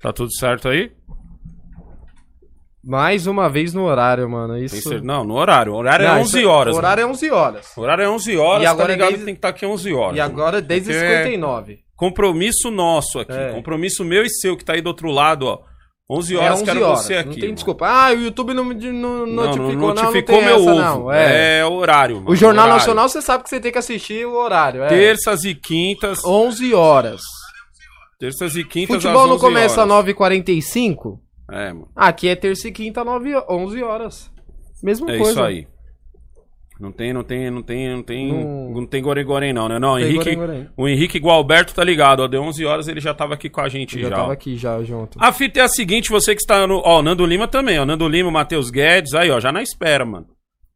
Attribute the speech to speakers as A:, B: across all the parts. A: Tá tudo certo aí?
B: Mais uma vez no horário, mano.
A: Tem
B: Isso.
A: cer- Não, no horário. O horário
B: Não,
A: é
B: isso-
A: 11 horas.
B: O horário é 11 horas.
A: mano. O horário é 11 horas,
B: E agora
A: tá
B: é
A: ligado
B: dez-
A: que tem que estar aqui 11 horas. É
B: E agora, 10
A: Porque-
B: 59
A: Compromisso nosso aqui.
B: É.
A: Compromisso meu e seu que tá aí do outro lado, ó. 11
B: é
A: horas,
B: 11
A: quero
B: horas.
A: você aqui.
B: não tem
A: mano.
B: desculpa. Ah, o YouTube não, me di- não
A: Não,
B: notificou, não, não,
A: notificou
B: tem
A: meu
B: essa,
A: ovo.
B: não. É.
A: É, horário, mano.
B: o Jornal
A: horário.
B: Nacional você sabe que você tem que assistir o horário. É.
A: Terças e quintas.
B: 11 horas.
A: Terças e quintas
B: Futebol
A: às
B: não
A: 11
B: começa
A: horas.
B: às 9h45?
A: É, mano.
B: Aqui é terça e quinta, 9, ho- 11 horas. Mesma
A: É
B: coisa.
A: isso aí. Não tem, não tem, não tem, não tem,
B: Não-
A: não tem gorengorém não, né? Não,
B: Tem
A: Henrique,
B: gorengorém.
A: o Henrique Gualberto tá ligado, ó, deu 11 horas ele já tava aqui com a gente
B: Eu
A: já.
B: já
A: ó.
B: tava aqui já junto.
A: A fita é a seguinte, você que está no, ó, o Nando Lima também, ó, Nando Lima, Matheus Guedes, aí, ó, já na espera, mano.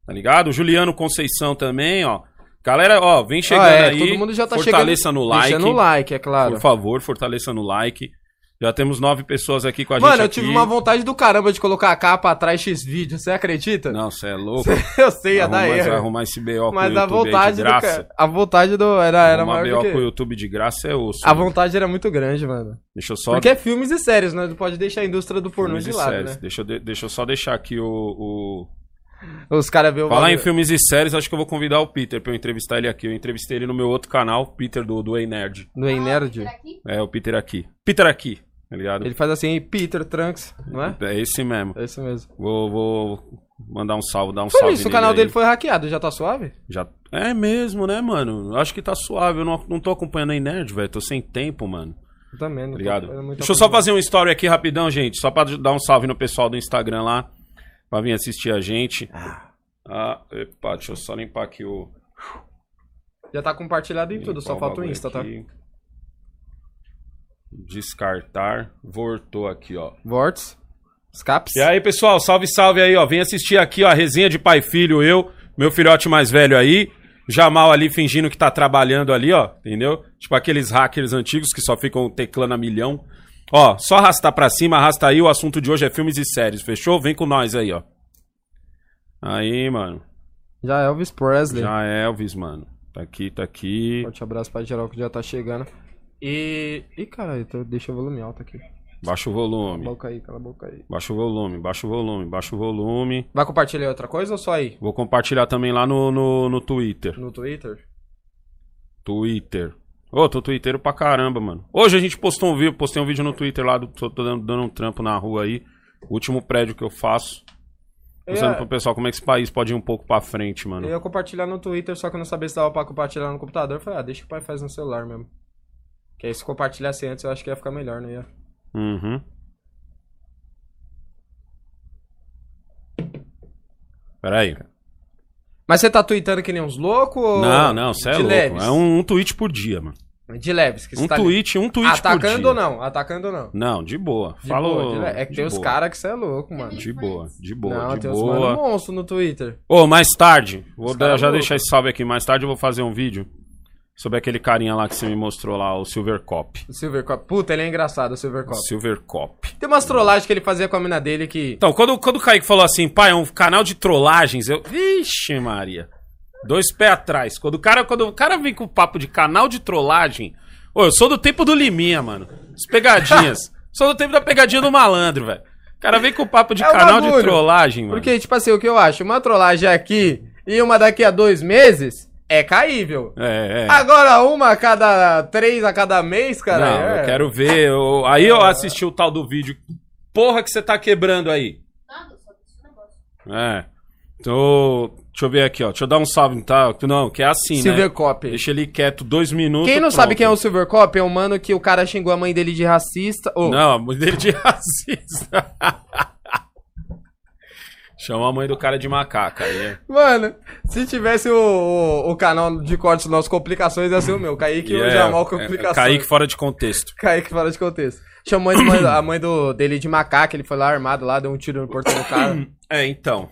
A: Tá ligado? O Juliano Conceição também, ó. Galera, ó, vem chegando
B: Ah, é,
A: aí.
B: todo mundo já tá
A: fortaleça
B: chegando.
A: no like.
B: Deixando o like, é claro.
A: Por favor, fortaleça no like. Já temos nove pessoas aqui com a gente
B: Mano, eu tive
A: aqui.
B: uma vontade do caramba de colocar a capa atrás X vídeo, você acredita?
A: Não, você é louco.
B: Eu sei, ia
A: arrumar,
B: dar erro.
A: arrumar esse BO com
B: Mas
A: o YouTube
B: a
A: aí
B: vontade
A: de
B: do
A: graça.
B: ca- a vontade do era era
A: Arrumar
B: maior do
A: BO com o
B: que
A: YouTube de graça é osso.
B: a
A: mano.
B: vontade era muito grande, mano.
A: Deixa eu só.
B: Porque é filmes e séries, né? Não pode deixar a indústria do pornô
A: filmes
B: de
A: e
B: lado,
A: séries.
B: né?
A: Deixa, eu de- deixa eu só deixar aqui o. o-
B: Os caras vê o
A: Falar em
B: bagulho.
A: filmes e séries, acho que eu vou convidar o Peter pra eu entrevistar ele aqui. Eu entrevistei ele no meu outro canal, Peter do, do Ei Nerd.
B: no Ei Nerd.
A: É, o Peter aqui. Peter aqui, tá ligado?
B: Ele faz assim, Peter Trunks, não é?
A: É esse mesmo.
B: É isso mesmo.
A: Vou, vou mandar um salve, dar um
B: Foi
A: salve.
B: isso, o
A: nele
B: canal
A: aí.
B: dele foi hackeado, já tá suave?
A: Já... É mesmo, né, mano? Acho que tá suave. Eu não, não tô acompanhando aí Nerd, velho. Tô sem tempo, mano.
B: Eu também, não tô
A: Obrigado.
B: fazendo muita
A: Deixa eu só
B: coisa.
A: fazer um story aqui rapidão, gente. Só pra dar um salve no pessoal do Instagram lá. Pra vir assistir a gente. Ah, epa, deixa eu só limpar aqui o.
B: Já tá compartilhado em tudo,
A: limpar
B: só falta o
A: bagulho
B: Insta, tá?
A: aqui. Descartar. Voltou aqui, ó.
B: Vorts, Scaps.
A: E aí, pessoal, salve, salve aí, ó. Vem assistir aqui, ó, a resenha de pai e filho, eu, meu filhote mais velho aí. Jamal ali fingindo que tá trabalhando ali, ó, entendeu? Tipo aqueles hackers antigos que só ficam teclando a milhão. Ó, só arrastar pra cima, arrasta aí, o assunto de hoje é filmes e séries, fechou? Vem com nós aí, ó. Aí, mano.
B: Já Elvis Presley.
A: Já é Elvis, mano. Tá aqui, tá aqui.
B: Forte abraço pra geral que já tá chegando. E. Ih, caralho, tô... deixa o volume alto aqui. Cala
A: Baixa o
B: a
A: volume.
B: boca aí, cala a boca aí.
A: Baixa o volume, baixa o volume, baixa o volume.
B: Vai compartilhar outra coisa ou só aí?
A: Vou compartilhar também lá no, no, no Twitter.
B: No Twitter?
A: Twitter. Ô, tô twitteiro pra caramba, mano. Hoje a gente postou um vídeo, postei um vídeo no Twitter lá, do, tô, tô dando, dando um trampo na rua aí. O último prédio que eu faço.
B: Eu
A: Mostrando
B: ia,
A: pro pessoal como é que esse país pode ir um pouco pra frente, mano.
B: eu ia compartilhar no Twitter, só que eu não sabia se dava pra compartilhar no computador. Eu Falei, ah, deixa que o pai faz no celular mesmo. Que aí se compartilhasse antes eu acho que ia ficar melhor, não ia?
A: Uhum. Peraí.
B: Mas você tá tweetando que nem uns loucos ou.
A: Não, não, cê é
B: de
A: louco.
B: Leves?
A: É um, um tweet por dia, mano.
B: De leves, que você
A: Um
B: tá
A: tweet, um tweet por
B: Atacando
A: dia.
B: ou não? Atacando ou não?
A: Não, de boa.
B: De
A: Falou.
B: boa, de le- É que
A: de
B: tem os
A: boa.
B: caras que você é louco, mano.
A: De boa, de boa,
B: não,
A: de
B: tem uns
A: boa.
B: mano monstro no Twitter.
A: Ô, mais tarde, vou
B: Os
A: dar-
B: cara
A: já
B: louco.
A: deixar esse salve aqui. Mais tarde eu vou fazer um vídeo sobre aquele carinha lá que você me mostrou lá, o Silver Cop.
B: O Silver Cop. Puta, ele é engraçado, o Silver Cop.
A: Silver Cop.
B: Tem umas trollagens que ele fazia com a mina dele que.
A: Então, quando, quando o Kaique falou assim, pai, é um canal de trollagens, eu. Vixe, Maria. Dois pés atrás. Quando o cara, quando o cara vem com o papo de canal de trollagem. Ô, eu sou do tempo do Liminha, mano. As pegadinhas. sou do tempo da pegadinha do malandro, velho. O cara vem com o papo de
B: É o
A: canal de
B: bagulho.
A: trollagem, mano.
B: Porque, tipo assim, o que eu acho? Uma trollagem aqui e uma daqui a dois meses é caível.
A: É, é.
B: Agora, uma a cada três a cada mês, cara.
A: Não,
B: é...
A: eu quero ver. eu- Aí eu assisti o tal do vídeo. Porra que você tá quebrando aí. É. Tô... Deixa eu ver aqui, ó. Deixa eu dar um salve, tá? Não, que é assim, né?
B: Silver Cop.
A: Deixa ele quieto dois minutos.
B: Quem não
A: pronto.
B: sabe quem é o Silver Cop é um mano que o cara xingou a mãe dele de racista. Ou
A: Não, a mãe dele de racista. Chamou a mãe do cara de macaca. Aí é-
B: Mano, se tivesse o, o, o canal de cortes nosso Complicações, ia ser o meu. Kaique
A: e
B: e o
A: é-
B: Jamal
A: é-
B: Complicações.
A: Kaique fora de contexto.
B: Kaique fala de contexto. Chamou a mãe, a mãe do, dele de macaco, ele foi lá armado lá, deu um tiro no portão do cara.
A: É, então.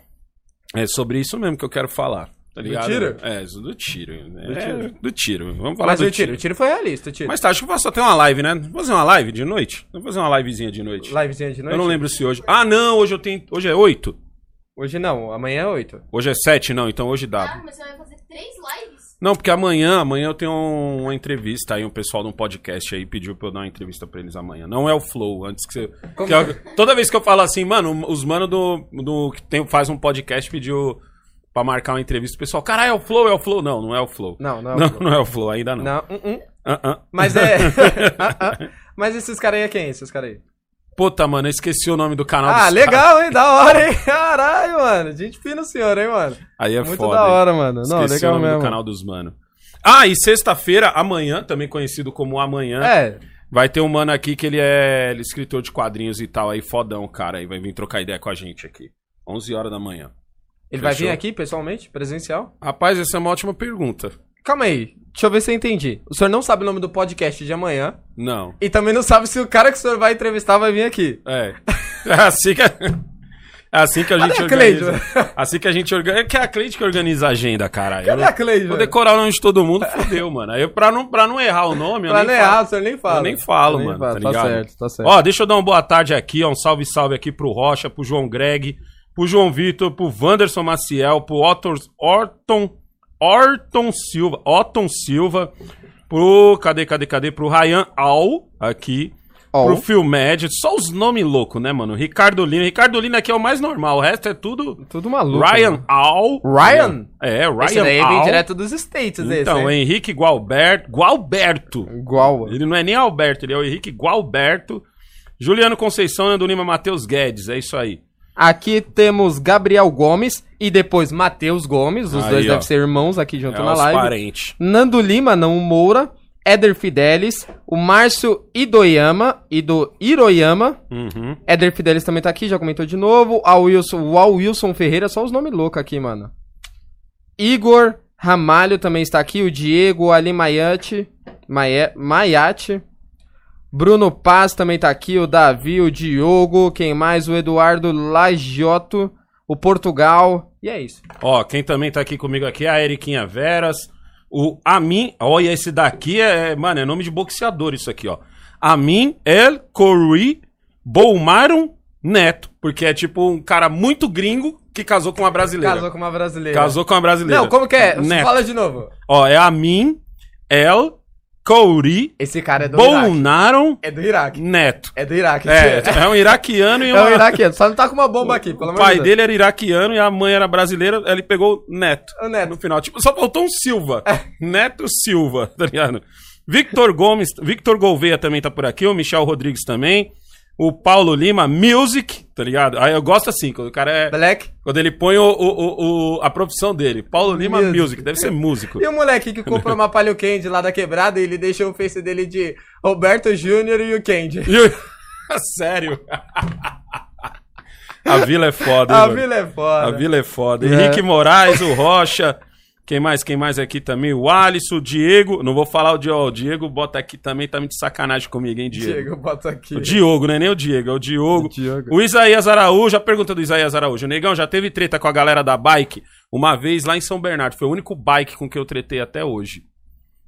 A: É sobre isso mesmo que eu quero falar. Tá ligado?
B: tiro?
A: É, isso do tiro. né? É, Do
B: tiro.
A: tiro. Vamos falar
B: Mas
A: do
B: o tiro, o tiro foi realista, o tiro.
A: Mas tá, acho que eu faço até uma live, né? Vou fazer uma live de noite? Vou fazer uma livezinha de noite.
B: Livezinha de noite?
A: Eu não lembro se hoje. Ah, não, hoje eu tenho. Hoje é 8.
B: Hoje não, amanhã é 8.
A: Hoje é 7, não, então hoje dá.
C: mas você vai fazer três lives.
A: Não, porque amanhã, amanhã eu tenho um- uma entrevista aí, um pessoal de um podcast aí pediu pra eu dar uma entrevista pra eles amanhã. Não é o Flow, antes que você.
B: Como é?
A: que eu- toda vez que eu falo assim, mano, os manos do, do que tem- faz um podcast pediu pra marcar uma entrevista, o pessoal, caralho, é o Flow, é o Flow. Não, não é o Flow.
B: Não, não é o
A: Não,
B: Flow.
A: não é o Flow, ainda não.
B: Não, hum, hum.
A: Ah, ah.
B: Mas é. Ah, ah. Mas esses caras aí é quem? Esses caras aí?
A: Puta, mano, eu esqueci o nome do canal
B: Ah,
A: dos caras.
B: legal, hein? Da hora, hein? Caralho, mano. Gente fina o senhor, hein, mano?
A: Aí é
B: Muito
A: foda.
B: da
A: hein?
B: hora, mano. Não,
A: Esqueci o
B: legal
A: nome
B: mesmo.
A: do canal dos mano. Ah, e sexta-feira, amanhã, também conhecido como amanhã,
B: É,
A: vai ter um mano aqui que ele é ele é escritor de quadrinhos e tal, aí fodão, cara, aí vai vir trocar ideia com a gente aqui. 11 horas da manhã.
B: ele vai vir
A: Fechou.
B: aqui pessoalmente, presencial?
A: Rapaz, essa é uma ótima pergunta.
B: Calma aí, deixa eu ver se eu entendi. O senhor não sabe o nome do podcast de amanhã
A: Não.
B: e também não sabe se o cara que o senhor vai entrevistar vai vir aqui.
A: É. É assim que é assim que a gente
B: Cadê a
A: organiza. Assim que a gente organiza. É que é a Cleide que organiza a agenda, caralho. Eu
B: Cadê
A: não-
B: a Cleide?
A: Vou
B: velho?
A: decorar o nome de todo mundo, fodeu, mano. Aí eu- pra não, pra não errar o nome, eu
B: Pra
A: nem
B: é nem
A: falo.
B: errar, o senhor nem fala.
A: Eu nem falo, mano,
B: fala,
A: tá ligado?
B: certo, tá certo.
A: Ó, deixa eu dar uma boa tarde aqui, ó. Um salve, salve aqui pro Rocha, pro João Greg, pro João Vitor, pro Wanderson Maciel, pro Otton, Orton, Orton Silva, Otton Silva, pro, cadê, cadê, cadê, pro Ryan Al, aqui,
B: Ó,
A: pro Filmed, só os nomes loucos, né, mano? Ricardo Lina, Ricardo Lina aqui é o mais normal, o resto é tudo
B: tudo maluco.
A: Ryan
B: Tá mano.
A: Al.
B: Ryan?
A: É, Ryan
B: Esse daí vem
A: Al.
B: direto dos States, esse.
A: Então,
B: hein?
A: Henrique Gualberto, Gualberto,
B: Igual. mano.
A: ele não é nem Alberto, ele é o Henrique Gualberto. Juliano Conceição, Nando Lima, Matheus Guedes, é isso aí.
B: Aqui temos Gabriel Gomes e depois Matheus Gomes, os
A: Aí,
B: dois
A: ó.
B: devem ser irmãos aqui
A: É
B: junto na
A: os
B: live.
A: parentes.
B: Nando Lima, não o Moura, Éder Fidelis, o Márcio Idoyama, Ido, Iroyama,
A: Uhum.
B: Éder Fidelis também tá aqui, já comentou de novo, ao Wilson, o Al Wilson Ferreira, só os nomes loucos aqui, mano. Igor Ramalho também está aqui, o Diego, o Ali Maiate, Maia- Maiate, Bruno Paz também tá aqui, o Davi, o Diogo, quem mais? O Eduardo Lagioto, o Portugal, e é isso.
A: Ó, quem também tá aqui comigo aqui é a Eriquinha Veras. O Amin, olha esse daqui é, é- mano, é nome de boxeador isso aqui, ó. Amin El Khoury Bolmaron Neto, porque é tipo um cara muito gringo que casou com uma brasileira.
B: Casou
A: Casou,
B: com uma brasileira.
A: com uma brasileira.
B: Não, como que é?
A: Neto.
B: Fala de novo.
A: Ó, é Amin El Khoury
B: Esse cara é do Iraque.
A: Bolnaron
B: É do Iraque.
A: Neto.
B: É do Iraque.
A: É, é um iraquiano e
B: É
A: uma...
B: o iraquiano. Só não tá com uma bomba aqui, pelo
A: o
B: amor
A: pai
B: de Deus.
A: dele era iraquiano e a mãe era brasileira, ele pegou neto.
B: O Neto.
A: No final, tipo, só faltou um Silva.
B: É.
A: Neto Silva, tá ligado? Victor Gomes, Victor Gouveia também tá por aqui, o Michel Rodrigues também, o Paulo Lima, Music, tá ligado? Aí eu gosto assim, quando o cara é.
B: Black.
A: Quando ele põe o, o- o- o- a profissão dele, Paulo Lima
B: Music.
A: music. deve ser músico.
B: E o moleque que comprou uma palio candy lá da quebrada, ele deixou o face dele de Roberto Júnior e o Candy.
A: E o- Sério? a vila é foda, hein,
B: A
A: mano?
B: vila é foda.
A: A vila é foda.
B: É.
A: Henrique Moraes, o Rocha. Quem mais? Quem mais aqui também? O Alisson, o Diego. Não vou falar o Diego. O Diego bota aqui também, tá muito de sacanagem comigo, hein, Diego?
B: Diego, bota aqui.
A: O Diogo, não é nem o Diego, é o Diogo.
B: O Diogo.
A: O Isaías Araújo, a pergunta do Isaías Araújo. Negão, já teve treta com a galera da bike uma vez lá em São Bernardo. Foi o único bike com que eu tretei até hoje.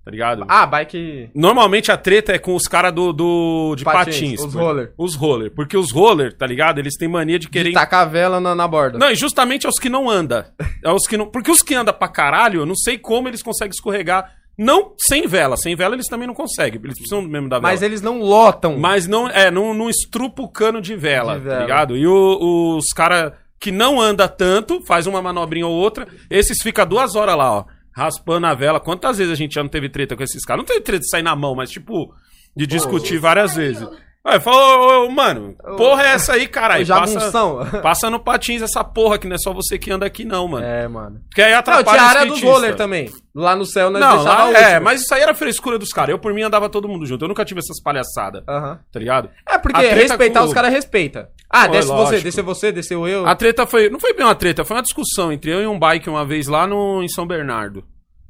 A: Tá ligado?
B: Ah, bike.
A: Normalmente a treta é com os caras do, do- de patins.
B: Patins, os
A: por-
B: roller.
A: Os roller. Porque os roller, tá ligado? Eles têm mania de querer
B: De tacar a vela na, na borda.
A: não, e justamente é os que não anda. É os que não... Porque os que andam pra caralho, eu não sei como eles conseguem escorregar. Não sem vela. Sem vela eles também não conseguem. Eles precisam mesmo da vela.
B: Mas eles não lotam.
A: Mas não, é, não, não estrupa o cano de vela,
B: De vela.
A: tá ligado? E o- os cara que não anda tanto, faz uma manobrinha ou outra, esses fica duas horas lá, ó, raspando a vela. Quantas vezes a gente já não teve treta com esses caras? Não teve treta de sair na mão, mas tipo, de discutir várias vezes. Aí falou, ô, ô, mano, porra é essa aí, caralho?
B: Ô, jagunção.
A: Passa, passa no patins essa porra, que não é só você que anda aqui não, mano.
B: É, mano.
A: Porque aí
B: Não, tinha
A: atrapalha
B: a
A: os
B: área dos
A: skatista.
B: roller também. Lá no céu nós
A: Não, lá,
B: o
A: é, mas isso aí era frescura dos caras. Eu, por mim, andava todo mundo junto. Eu nunca tive essas palhaçadas,
B: Aham.
A: tá ligado?
B: É, porque
A: A treta
B: respeitar
A: com-
B: os caras respeita. Ah,
A: Pô, é
B: desce você,
A: lógico.
B: desceu você, desceu eu.
A: A treta foi. Não foi bem uma treta, foi uma discussão entre eu e um bike uma vez lá no, em São Bernardo.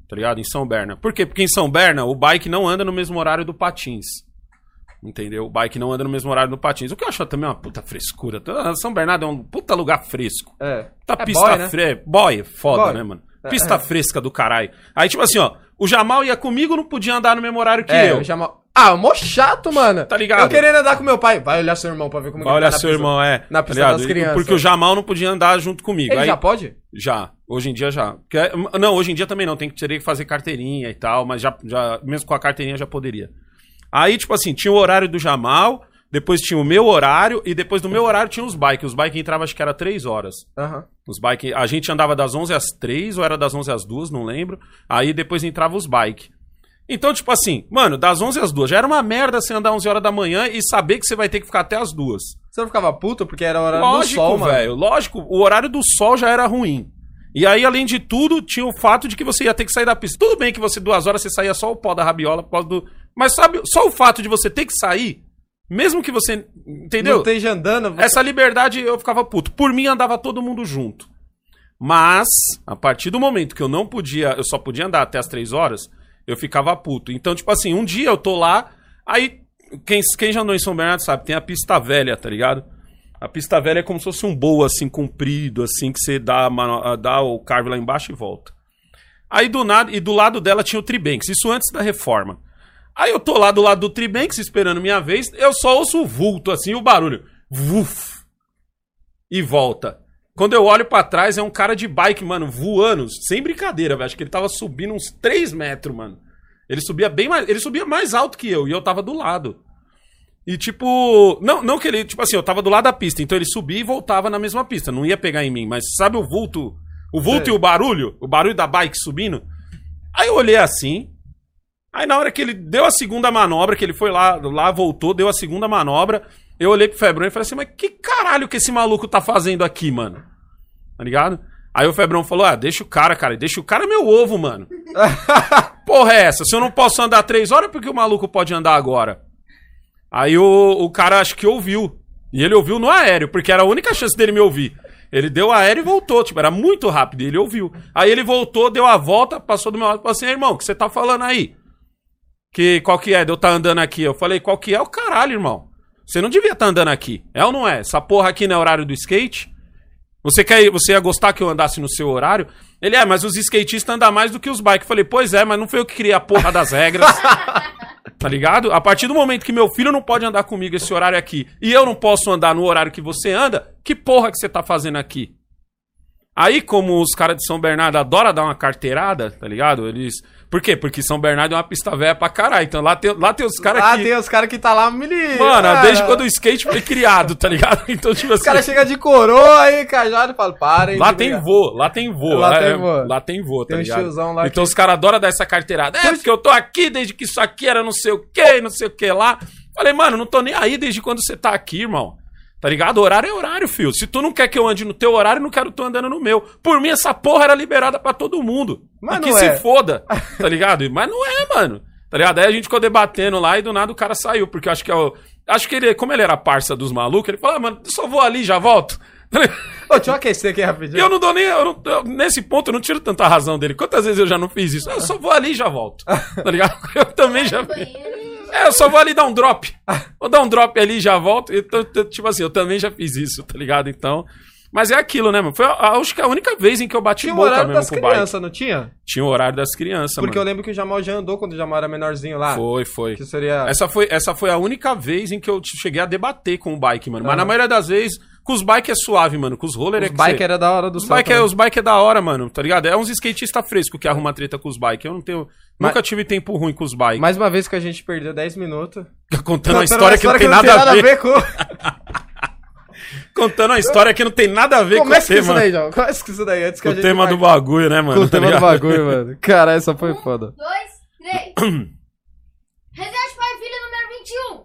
A: Tá ligado? Em São Berna. Por quê? Porque em São Berna o bike não anda no mesmo horário do patins. Entendeu? O bike não anda no mesmo horário do patins. O que eu acho também uma puta frescura. Ah, São Bernardo é um puta lugar fresco.
B: É.
A: Tá
B: É
A: pista
B: boy, né?
A: fre... Boy, é foda,
B: Boy. É,
A: né, mano? Pista fresca do caralho. Aí, tipo assim, ó, o Jamal ia comigo, não podia andar no mesmo horário que
B: é,
A: eu.
B: eu chamo... Ah, mó chato, mano.
A: Tá ligado?
B: Eu querendo andar com meu pai. Vai olhar seu irmão pra ver como
A: Vai
B: ele tá
A: olhar
B: na
A: seu
B: pista.
A: irmão, é.
B: na
A: tá
B: pista das
A: ligado?
B: crianças.
A: Porque o Jamal não podia andar junto comigo.
B: Ele
A: Aí,
B: já pode?
A: já. Hoje em dia já. Porque é- Não, hoje em dia também não. Tem que teria que fazer carteirinha e tal, mas já, já mesmo com a carteirinha já poderia. Aí, tipo assim, tinha o horário do Jamal, depois tinha o meu horário, e depois do meu horário tinha os bikes. Os bikes entravam, acho que era três horas.
B: Aham.
A: Os bike, a gente andava das 11 às 3 ou era das 11 às 2, não lembro. Aí depois entrava os bike. Então, tipo assim, mano, das 11 às 2, já era uma merda você andar 11 horas da manhã e saber que você vai ter que ficar até as 2.
B: Você não ficava puto porque era a hora do sol,
A: Lógico,
B: mano?
A: velho, lógico, o horário do sol já era ruim. E aí, além de tudo, tinha o fato de que você ia ter que sair da pista. Tudo bem que você, duas horas, você saía só o pó da rabiola por causa do. Mas sabe, só o fato de você ter que sair, mesmo que você. Entendeu?
B: Não esteja andando, você-
A: Essa liberdade eu ficava puto. Por mim andava todo mundo junto. Mas, a partir do momento que eu não podia, eu só podia andar até as três horas, eu ficava puto. Então, tipo assim, um dia eu tô lá, aí quem, quem já andou em São Bernardo sabe, tem a pista velha, tá ligado? A pista velha é como se fosse um boa, assim, comprido, assim, que você dá, a mano- a- dá o carve lá embaixo e volta. Aí do nada, e do lado dela tinha o Tribanks, isso antes da reforma. Aí eu tô lá do lado do Tribanks esperando minha vez, eu só ouço o vulto, assim, o barulho. Vuf! E volta. Quando eu olho pra trás, é um cara de bike, mano, voando, sem brincadeira, velho. Acho que ele tava subindo uns 3 metros, mano. Ele subia bem mais. Ele subia mais alto que eu, e eu tava do lado. E tipo. Não, não que ele. Tipo assim, eu tava do lado da pista, então ele subia e voltava na mesma pista. Não ia pegar em mim, mas sabe o vulto. O vulto
B: Sei.
A: e o barulho? O barulho da bike subindo? Aí eu olhei assim, Aí na hora que ele deu a segunda manobra, que ele foi lá, lá voltou, deu a segunda manobra, eu olhei pro Febrão e falei assim, mas que caralho que esse maluco tá fazendo aqui, mano? Tá ligado? Aí o Febrão falou, ah, deixa o cara, cara, deixa o cara é meu ovo, mano. Porra é essa? Se eu não posso andar três horas, por que o maluco pode andar agora? Aí o, o cara acho que ouviu. E ele ouviu no aéreo, porque era a única chance dele me ouvir. Ele deu aéreo e voltou, tipo, era muito rápido, e ele ouviu. Aí ele voltou, deu a volta, passou do meu lado e falou assim, "Ei, irmão, o que você tá falando aí? Que qual que é? De eu tá andando aqui. Eu falei, qual que é o caralho, irmão? Você não devia estar andando aqui. É ou não é? Essa porra aqui não é horário do skate? Você quer, você ia gostar que eu andasse no seu horário? Ele é, mas os skatistas andam mais do que os bikes. Eu falei, pois é, mas não foi eu que criei a porra das regras. tá ligado? A partir do momento que meu filho não pode andar comigo esse horário aqui e eu não posso andar no horário que você anda, que porra que você tá fazendo aqui? Aí, como os caras de São Bernardo adoram dar uma carteirada, tá ligado? Eles. Por quê? Porque São Bernardo é uma pista velha pra caralho. Então lá tem, lá tem os caras
B: Ah,
A: que.
B: tem os caras que tá lá milhando.
A: Mano, desde quando o skate foi criado, tá ligado? Então, tipo
B: Os
A: assim.
B: caras chegam de coroa aí, cajado, e falam, parem.
A: Lá
B: de
A: tem
B: brigar.
A: voo, lá tem voo.
B: Lá
A: Lá
B: tem
A: é-
B: voo.
A: Lá tem voo, tá
B: Tem um
A: ligado?
B: tiozão lá
A: Então os caras adoram dar essa carteirada. É, porque eu tô aqui desde que isso aqui era não sei o que, não sei o que lá. Falei, mano, não tô nem aí desde quando você tá aqui, irmão. Tá ligado? Horário é horário, filho. Se tu não quer que eu ande no teu horário, eu não quero tu andando no meu. Por mim, essa porra era liberada pra todo mundo.
B: Mas
A: E que
B: não
A: se
B: é.
A: foda, tá ligado? Mas não é, mano. Tá ligado? Aí a gente ficou debatendo lá e do nada o cara saiu, porque eu acho que é o. Acho que ele, como ele era parça dos malucos, ele falou, ah, mano, eu só vou ali, já volto. Tá ligado?
B: Ô, deixa eu aquecer aqui
A: E
B: rapidinho.
A: eu não dou nem. eu não- eu- nesse ponto eu não tiro tanta razão dele. Quantas vezes eu já não fiz isso? Eu só vou ali e já volto. Tá ligado? Eu também já. fiz. É, eu só vou ali dar um drop. Vou dar um drop ali e já volto. Então, t- tipo assim, eu também já fiz isso, tá ligado? Então. Mas é aquilo, né, mano? Foi, a- acho que a única vez em que eu bati
B: Tinha o
A: boca
B: horário
A: mesmo
B: das
A: com o bike.
B: crianças, não tinha?
A: Tinha o horário das crianças,
B: Porque eu
A: mano.
B: lembro que o Jamal já andou quando o Jamal era menorzinho lá.
A: Foi, foi.
B: Que seria...
A: Essa foi, essa foi a única vez em que eu cheguei a debater com o bike, mano. Mas
B: Aham.
A: na maioria das vezes, com os bike é suave, mano. Com os roller é
B: Ah. Os
A: que
B: bike
A: você-
B: era da hora do
A: Os
B: céu
A: bike, é,
B: também.
A: os bike é da hora, mano, tá ligado? É uns skatistas frescos que arruma treta com os bike. Eu não tenho.
B: Mas-
A: Nunca tive tempo ruim com os bike.
B: Mais uma vez que a gente perdeu 10 minutos.
A: Contando uma história que não tem nada, a ver.
B: com...
A: Contando uma história que não tem nada a ver com o
B: Começa com isso
A: tema.
B: daí, João. Começa com isso daí, antes que
A: Com
B: a
A: o
B: gente...
A: tema
B: vai-
A: do bagulho, né,
B: Com
A: mano?
B: o tema
A: Tá
B: do
A: ligado?
B: bagulho, mano. Caralho, essa foi foda.
C: dois, três. Resete Pai Filho número 21.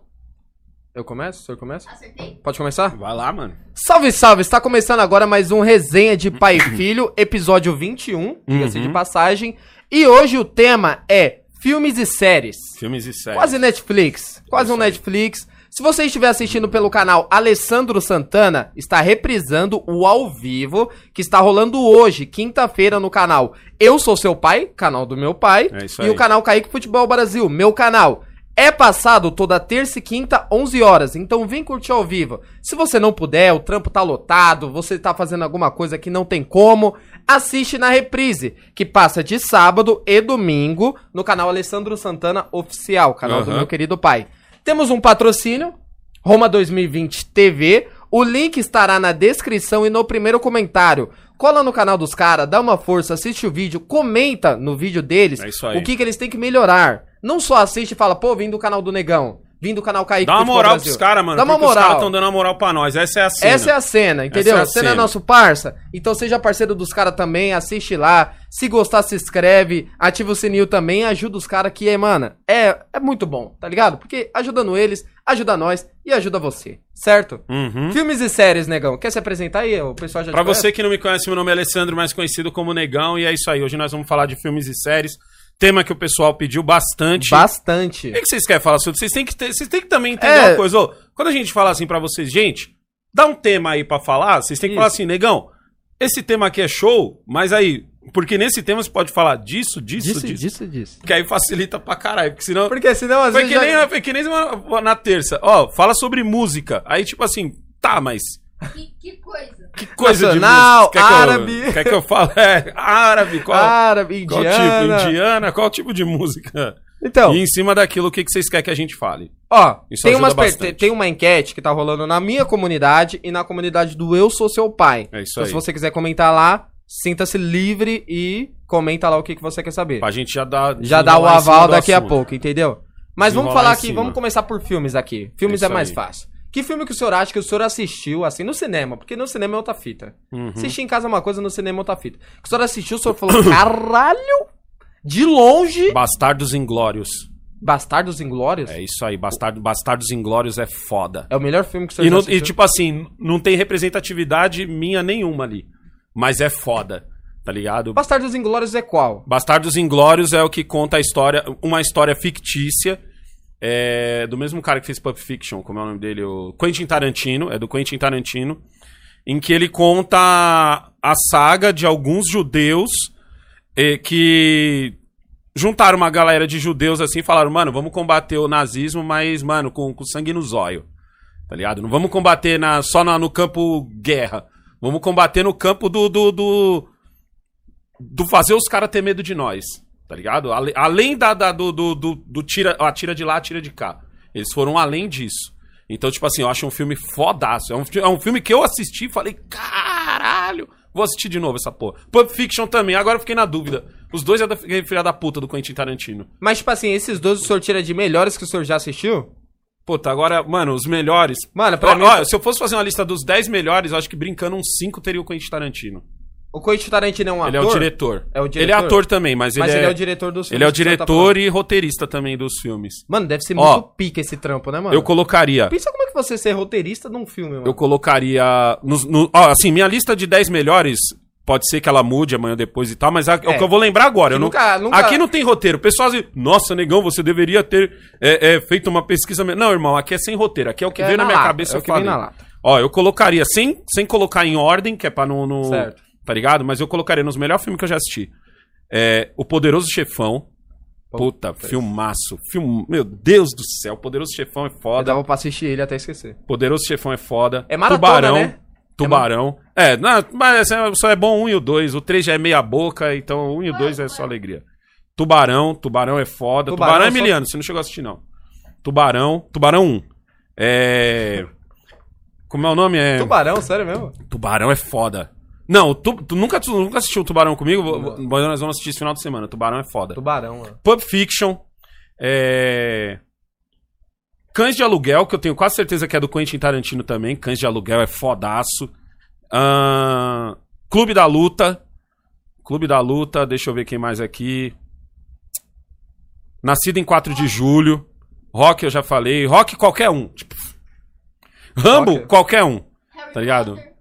B: Eu começo? O senhor começa?
C: Acertei?
B: Pode começar?
A: Vai lá, mano.
B: Salve, salve! Está começando agora mais um Resenha de Pai e Filho, episódio 21, diga-se de
A: Uhum.
B: passagem. E hoje o tema é filmes e séries.
A: Filmes e séries.
B: Quase Netflix, quase um Netflix. Se você estiver assistindo pelo canal Alessandro Santana, está reprisando o ao vivo que está rolando hoje, quinta-feira, no canal Eu Sou Seu Pai, canal do meu pai,
A: É isso
B: e
A: aí.
B: o canal Kaique Futebol Brasil, meu canal. É passado toda terça e quinta, 11 horas, então vem curtir ao vivo. Se você não puder, o trampo tá lotado, você tá fazendo alguma coisa que não tem como, assiste na reprise, que passa de sábado e domingo no canal Alessandro Santana Oficial, canal do
A: Aham.
B: meu querido pai. Temos um patrocínio, Roma 2020 TV, O link estará na descrição e no primeiro comentário. Cola no canal dos caras, dá uma força, assiste o vídeo, comenta no vídeo deles
A: É isso aí.
B: o que, que eles têm que melhorar. Não só assiste e fala, pô, vim do canal do Negão, vim do canal Kaique.
A: Dá uma
B: Futebol
A: moral
B: Brasil.
A: pros caras, mano.
B: Dá uma
A: porque Os
B: moral.
A: caras estão dando uma moral pra nós. Essa é a cena.
B: Essa é a cena, entendeu?
A: Essa é a
B: a cena é
A: cena.
B: nosso parça. Então seja parceiro dos caras também, assiste lá. Se gostar, se inscreve, ativa o sininho também, ajuda os caras que, é, mano, é, é muito bom, tá ligado? Porque ajudando eles, ajuda nós e ajuda você, certo?
A: Uhum.
B: Filmes e séries, negão. Quer se apresentar aí? O pessoal já te
A: Pra
B: conhece?
A: você que não me conhece, meu nome é Alessandro, mais conhecido como Negão, e é isso aí. Hoje nós vamos falar de filmes e séries, tema que o pessoal pediu bastante.
B: Bastante.
A: O que que vocês querem falar sobre? Vocês têm que, ter, vocês têm que também entender
B: É.
A: uma coisa. Ô, quando a gente fala assim pra vocês, gente, dá um tema aí pra falar, vocês têm que
B: Isso.
A: falar assim, Negão, esse tema aqui é show, mas aí, porque nesse tema você pode falar disso, disso, disso.
B: disso, disso.
A: Que aí facilita pra caralho, porque senão...
B: Porque senão às
A: Foi
B: vezes.
A: que, nem, foi que nem na, na terça. Ó, fala sobre música. Aí, tipo assim, tá, mas
C: Que, que coisa.
A: que coisa
B: Nacional,
A: de música? que eu-
B: árabe.
A: quer que eu fale? É, árabe, qual,
B: Árabe,
A: qual
B: indiana.
A: tipo? Indiana? Qual tipo de música?
B: Então,
A: E em cima daquilo, o que, que vocês querem que a gente fale?
B: ó,
A: Isso
B: tem,
A: ajuda
B: umas per-
A: bastante.
B: tem uma enquete que tá rolando na minha comunidade e na comunidade do Eu Sou Seu Pai.
A: É isso
B: Então,
A: aí.
B: se você quiser comentar lá, sinta-se livre e comenta lá o que, que você quer saber.
A: Pra gente já dar...
B: Já dá o
A: desenrolar em cima
B: aval
A: do
B: daqui a
A: assunto.
B: pouco, entendeu? Mas vamos
A: Desenrolar
B: falar
A: em
B: aqui,
A: cima.
B: vamos começar por filmes aqui. Filmes
A: É
B: é,
A: isso
B: mais
A: aí.
B: fácil. Que filme que o senhor acha que o senhor assistiu, assim, no cinema? Porque no cinema é outra fita.
A: Uhum.
B: Assistir em casa é uma coisa, no cinema é outra fita. Que o senhor assistiu, o senhor falou, caralho! De longe!
A: Bastardos Inglórios.
B: Bastardos Inglórios?
A: É
B: É,
A: isso aí, Bastardo, Bastardos Inglórios é foda.
B: o melhor filme que o senhor
A: E,
B: já
A: não-
B: assistiu.
A: e, tipo assim, não tem representatividade minha nenhuma ali. Mas é foda, tá ligado?
B: Bastardos Inglórios é qual?
A: Bastardos Inglórios é o que conta a história, uma história fictícia é, do mesmo cara que fez Pulp Fiction, como é o nome dele, o Quentin Tarantino, é do Quentin Tarantino, em que ele conta a saga de alguns judeus eh, que juntaram uma galera de judeus assim e falaram, mano, vamos combater o nazismo, mas, mano, com, com sangue no zóio, tá ligado? Não vamos combater na, só na- no campo guerra, vamos combater no campo do- do- do do fazer os caras ter medo de nós, tá ligado? Ale- Além da, da- do, do, do, do tira, ó, tira de lá, tira de cá. Eles foram além disso. Então, tipo assim, eu acho um filme fodaço. É um, fi- é um filme que eu assisti e falei, caralho, vou assistir de novo essa porra. Pulp Fiction também, agora eu fiquei na dúvida. Os dois é da fi- filha da puta do Quentin Tarantino.
B: Mas, tipo assim, esses dois o senhor tira de melhores que o senhor já assistiu?
A: Puta, agora, mano, os melhores.
B: Mano, pra
A: Pra
B: mim, tá
A: se eu fosse fazer uma lista dos 10 melhores, eu acho que brincando uns 5 teria o Quentin Tarantino.
B: o Quentin Tarantino é um
A: ele
B: ator,
A: é o diretor.
B: É o
A: Ele é
B: diretor?
A: ator também, mas,
B: mas
A: ele, é,
B: o diretor dos
A: Ele é o
B: filmes que senhor tá
A: diretor e roteirista também dos filmes.
B: Mano, deve ser
A: Ó,
B: muito pica esse trampo, né, mano?
A: Eu colocaria.
B: Pensa como é que você ser roteirista de um filme, mano.
A: Eu colocaria. nos- no- ó, assim, minha lista de 10 melhores. Pode ser que ela mude amanhã depois e tal, mas a- é, o que eu vou lembrar agora.
B: Que
A: Eu não-
B: nunca- nunca-
A: Aqui não tem roteiro. O pessoal diz, nossa, negão, você deveria ter é, é, feito uma pesquisa. me-" Não, irmão, aqui é sem roteiro. Aqui é o que
B: É
A: veio na
B: na
A: minha
B: lata,
A: cabeça.
B: é o
A: eu
B: que vem
A: falei.
B: na lata.
A: Ó, eu colocaria, sem, sem colocar em ordem, que é pra não. não-
B: Certo.
A: Tá ligado? Mas eu colocaria nos melhores filmes que eu já assisti. É, o Poderoso Chefão. Puta, filmaço. Film... Meu Deus do céu, Poderoso Chefão é
B: Eu
A: foda.
B: dava pra assistir ele até esquecer.
A: Poderoso Chefão é foda.
B: É maratona,
A: Tubarão.
B: né?
A: Tubarão. É, não, mas é- só é bom um e o dois. O três já é meia boca, então o um e o dois é só alegria. Tubarão, Tubarão é foda.
B: Tubarão
A: Tubarão, é
B: só-
A: Emiliano, você não chegou a assistir, não. Tubarão, Tubarão 1. É. Como é o nome? É.
B: Tubarão, sério mesmo?
A: Tubarão é foda. Não, tu, tu nunca, tu nunca assistiu Tubarão comigo? Vou-
B: Não.
A: vou- Nós vamos assistir esse final de semana. Tubarão é foda.
B: Tubarão, mano.
A: Pulp Fiction. É... Cães de Aluguel, que eu tenho quase certeza que é do Quentin Tarantino também. Cães de Aluguel é fodaço. Ahn, Clube da Luta. Clube da Luta, deixa eu ver quem mais aqui. Nascido em 4 de julho. Rock, eu já falei. Rock, qualquer um. Tipo, Rambo,
B: Rock. é.
A: qualquer um.
C: Harry
A: Tá ligado?
C: Potter.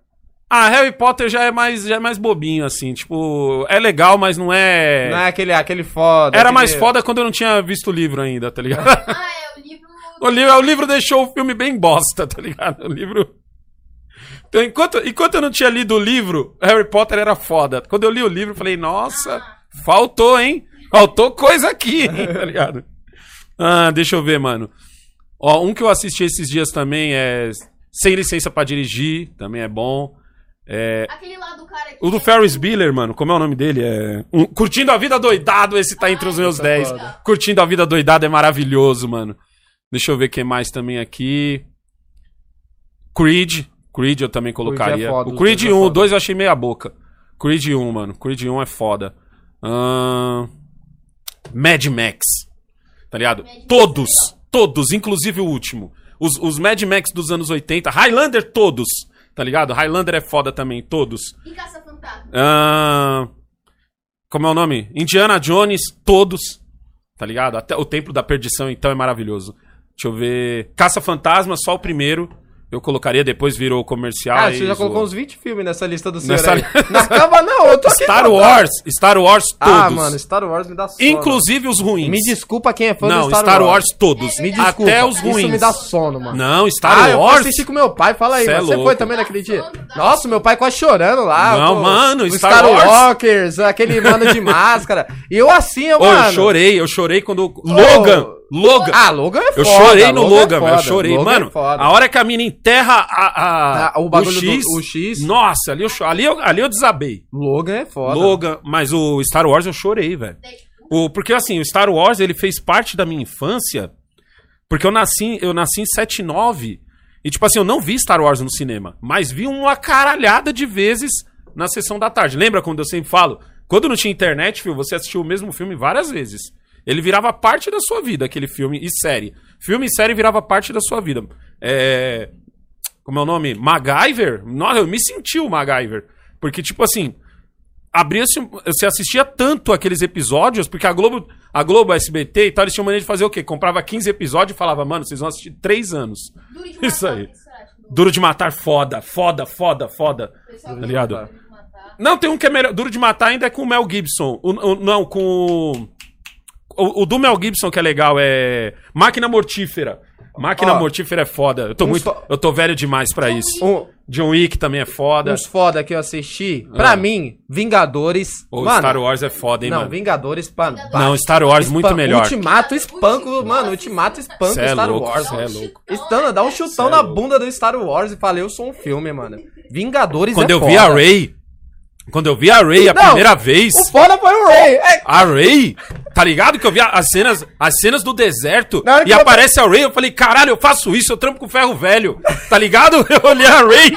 A: Ah, Harry Potter já é mais, já é mais bobinho, assim. Tipo, é legal, mas não é.
B: Não é aquele, aquele foda.
A: Era
B: aquele-
A: mais foda quando eu não tinha visto o livro ainda, tá ligado?
C: Ah, é, o livro...
A: O livro, o livro deixou o filme bem bosta, tá ligado? O livro. Então, enquanto, enquanto eu não tinha lido o livro, Harry Potter era foda. Quando eu li o livro, eu falei, nossa, faltou, hein? Faltou coisa aqui, hein? tá ligado? Ah, deixa eu ver, mano. Ó, um que eu assisti esses dias também é Sem Licença pra Dirigir, também é bom.
C: é, Aquele lá do cara é aqui.
A: O do Ferris Bueller, mano, como é o nome dele? É... um- Curtindo a Vida Doidado, esse tá entre os meus
B: tá
A: 10.
B: foda.
A: Curtindo a Vida Doidado é maravilhoso, mano. Deixa eu ver quem mais também aqui. Creed, Creed eu também colocaria.
B: é foda,
A: o
B: os
A: Creed
B: dois é
A: 1, o
B: foda.
A: 2 eu achei meia boca. Creed 1, mano. Creed 1 é foda. Ahn, Mad Max. Tá ligado?
C: Max
A: Todos. Todos, inclusive o último. Os, os Mad Max dos anos 80. Highlander, todos. Tá ligado? Highlander é foda também, todos.
C: E caça-fantasma.
A: Ahn, Ah, como é o nome? Indiana Jones, todos. Tá ligado? Até o Templo da Perdição, então, é maravilhoso. Deixa eu ver. Caça Fantasma, só o primeiro. Eu colocaria, depois virou comercial.
B: Ah,
A: e
B: você já
A: zoou.
B: colocou uns 20 filmes nessa lista do senhor
A: Nessa
B: aí.
A: li-
B: Não acaba não, eu tô aqui.
A: Star
B: contando.
A: Wars, Star Wars todos.
B: Ah, mano, Star Wars me dá sono.
A: Inclusive os ruins.
B: Me desculpa quem é fã
A: Não,
B: do Star, Wars. É,
A: todos.
C: Me
B: Desculpa,
A: É, Até os ruins.
B: Isso me dá sono, mano.
A: Não, Star
B: ah, eu
A: Wars.
B: assisti com meu pai, fala aí,
A: Cê é
B: mas você
A: louco.
B: foi também naquele dia? Nossa, meu pai quase chorando lá.
A: Não, mano,
B: os
A: Star
B: Star
A: Wars.
B: Walkers, aquele mano de máscara. E eu assim, eu,
A: Ô,
B: mano...
A: eu chorei, eu chorei quando. Logan! Logan!
B: Ah, Logan é foda.
A: Eu chorei no
B: é
A: Logan, velho. Eu
B: foda,
A: chorei.
B: Logan é
A: Mano,
B: foda.
A: a hora que a mina enterra a, a-
B: Ah, o bagulho do- o X.
A: Nossa, ali eu, cho- ali eu, ali eu desabei.
B: Logan é foda.
A: Logan, mas o Star Wars eu chorei, velho. O- Porque assim, o Star Wars ele fez parte da minha infância. Porque eu nasci, eu nasci em 79. E tipo assim, eu não vi Star Wars no cinema, mas vi uma caralhada de vezes na sessão da tarde. Lembra quando eu sempre falo? Quando não tinha internet, filho, você assistiu o mesmo filme várias vezes. Ele virava parte da sua vida, aquele filme e série. Filme e série virava parte da sua vida. É... Como é o nome? MacGyver? Nossa, eu me senti o MacGyver. Porque, tipo assim, abria-se. um- Você assistia tanto aqueles episódios, porque a Globo, a Globo, a SBT e tal, eles tinham maneira de fazer o quê? Comprava 15 episódios e falava, mano, vocês vão assistir 3 anos.
C: Duro de
A: Isso
C: matar,
A: aí.
C: que você acha?
A: Duro de matar, foda, foda, foda, foda.
C: Pessoal,
A: Tá ligado?
C: é Duro de matar.
A: Não, tem um que é melhor. Duro de matar ainda é com o Mel Gibson. O, o- não, com. o- O, o do Mel Gibson que é legal é. Máquina Mortífera. Máquina
B: Ó,
A: Mortífera é foda. Eu tô
B: um
A: muito.
B: só-
A: Eu tô velho demais pra isso.
B: Um,
A: John Wick também é foda.
B: uns foda que eu assisti, pra
A: Ah.
B: mim, Vingadores...
A: O
B: mano,
A: Star Wars é foda, hein,
B: não,
A: mano?
B: Vingadores, mano...
A: Não, Star Wars muito
B: Espan-
A: melhor.
B: Ultimato, espanco, mano, Ultimato, espanco
A: Cê é
B: Star
A: louco,
B: Wars.
A: cê é louco.
B: Estana, dá um chutão
A: Cê é
B: na
A: louco.
B: bunda do Star Wars e fala, eu sou um filme, mano. Vingadores
A: Quando
B: é
A: eu
B: foda.
A: vi a Ray. Quando eu vi a Ray a
B: Não.
A: primeira vez.
B: O foda foi o Ray. É,
A: A Ray, tá ligado? Que eu vi a- as cenas, as cenas do deserto
B: Na hora
A: e
B: que ela- tá-
A: aparece a Ray, eu falei, caralho, eu faço isso, eu trampo com ferro velho, tá ligado? Eu olhei a Ray.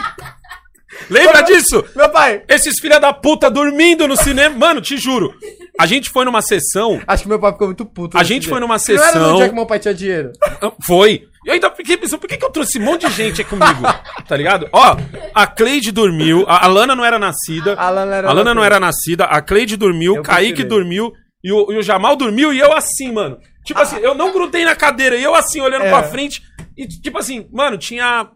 A: Lembra disso?
B: meu pai...
A: Esses filha da puta dormindo no cinema. Mano, te juro. A gente foi numa sessão.
B: Acho que meu pai ficou muito puto.
A: A
B: nesse
A: gente
B: dia.
A: foi numa
B: Não era
A: sessão-
B: no dia que meu pai tinha dinheiro.
A: Ah, Foi. Eu ainda fiquei pensando, por que, que eu trouxe esse monte de gente aí comigo? Tá ligado? Ó, a Cleide dormiu, a, a Lana não era nascida.
B: A Lana era
A: A Lana
B: nascida.
A: não era nascida, a Cleide dormiu,
B: Eu
A: o Kaique
B: cochilei.
A: dormiu, e o, e o Jamal dormiu e eu assim, mano. Tipo assim, eu não grudei na cadeira, e eu assim, olhando
B: Ah. É.
A: pra frente. E tipo assim, mano, tinha.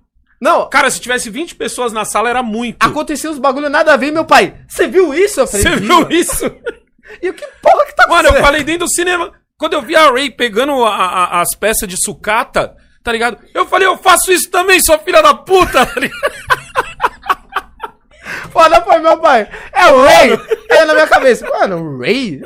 B: Não,
A: Cara, se tivesse 20 pessoas na sala, era muito.
B: aconteceu uns bagulho nada a ver, meu pai. Você viu isso? Eu falei,
A: Você
B: "Vi,
A: viu
B: mano."
A: isso?
B: E o que porra que tá
A: Mano,
B: acontecendo?
A: eu falei dentro do cinema. Quando eu vi a Ray pegando a- a- as peças de sucata, tá ligado? Eu falei, eu faço isso também, sua filha da puta, tá ligado?
B: Foda foi meu pai. É o Ray. Aí na minha cabeça, mano, o Ray?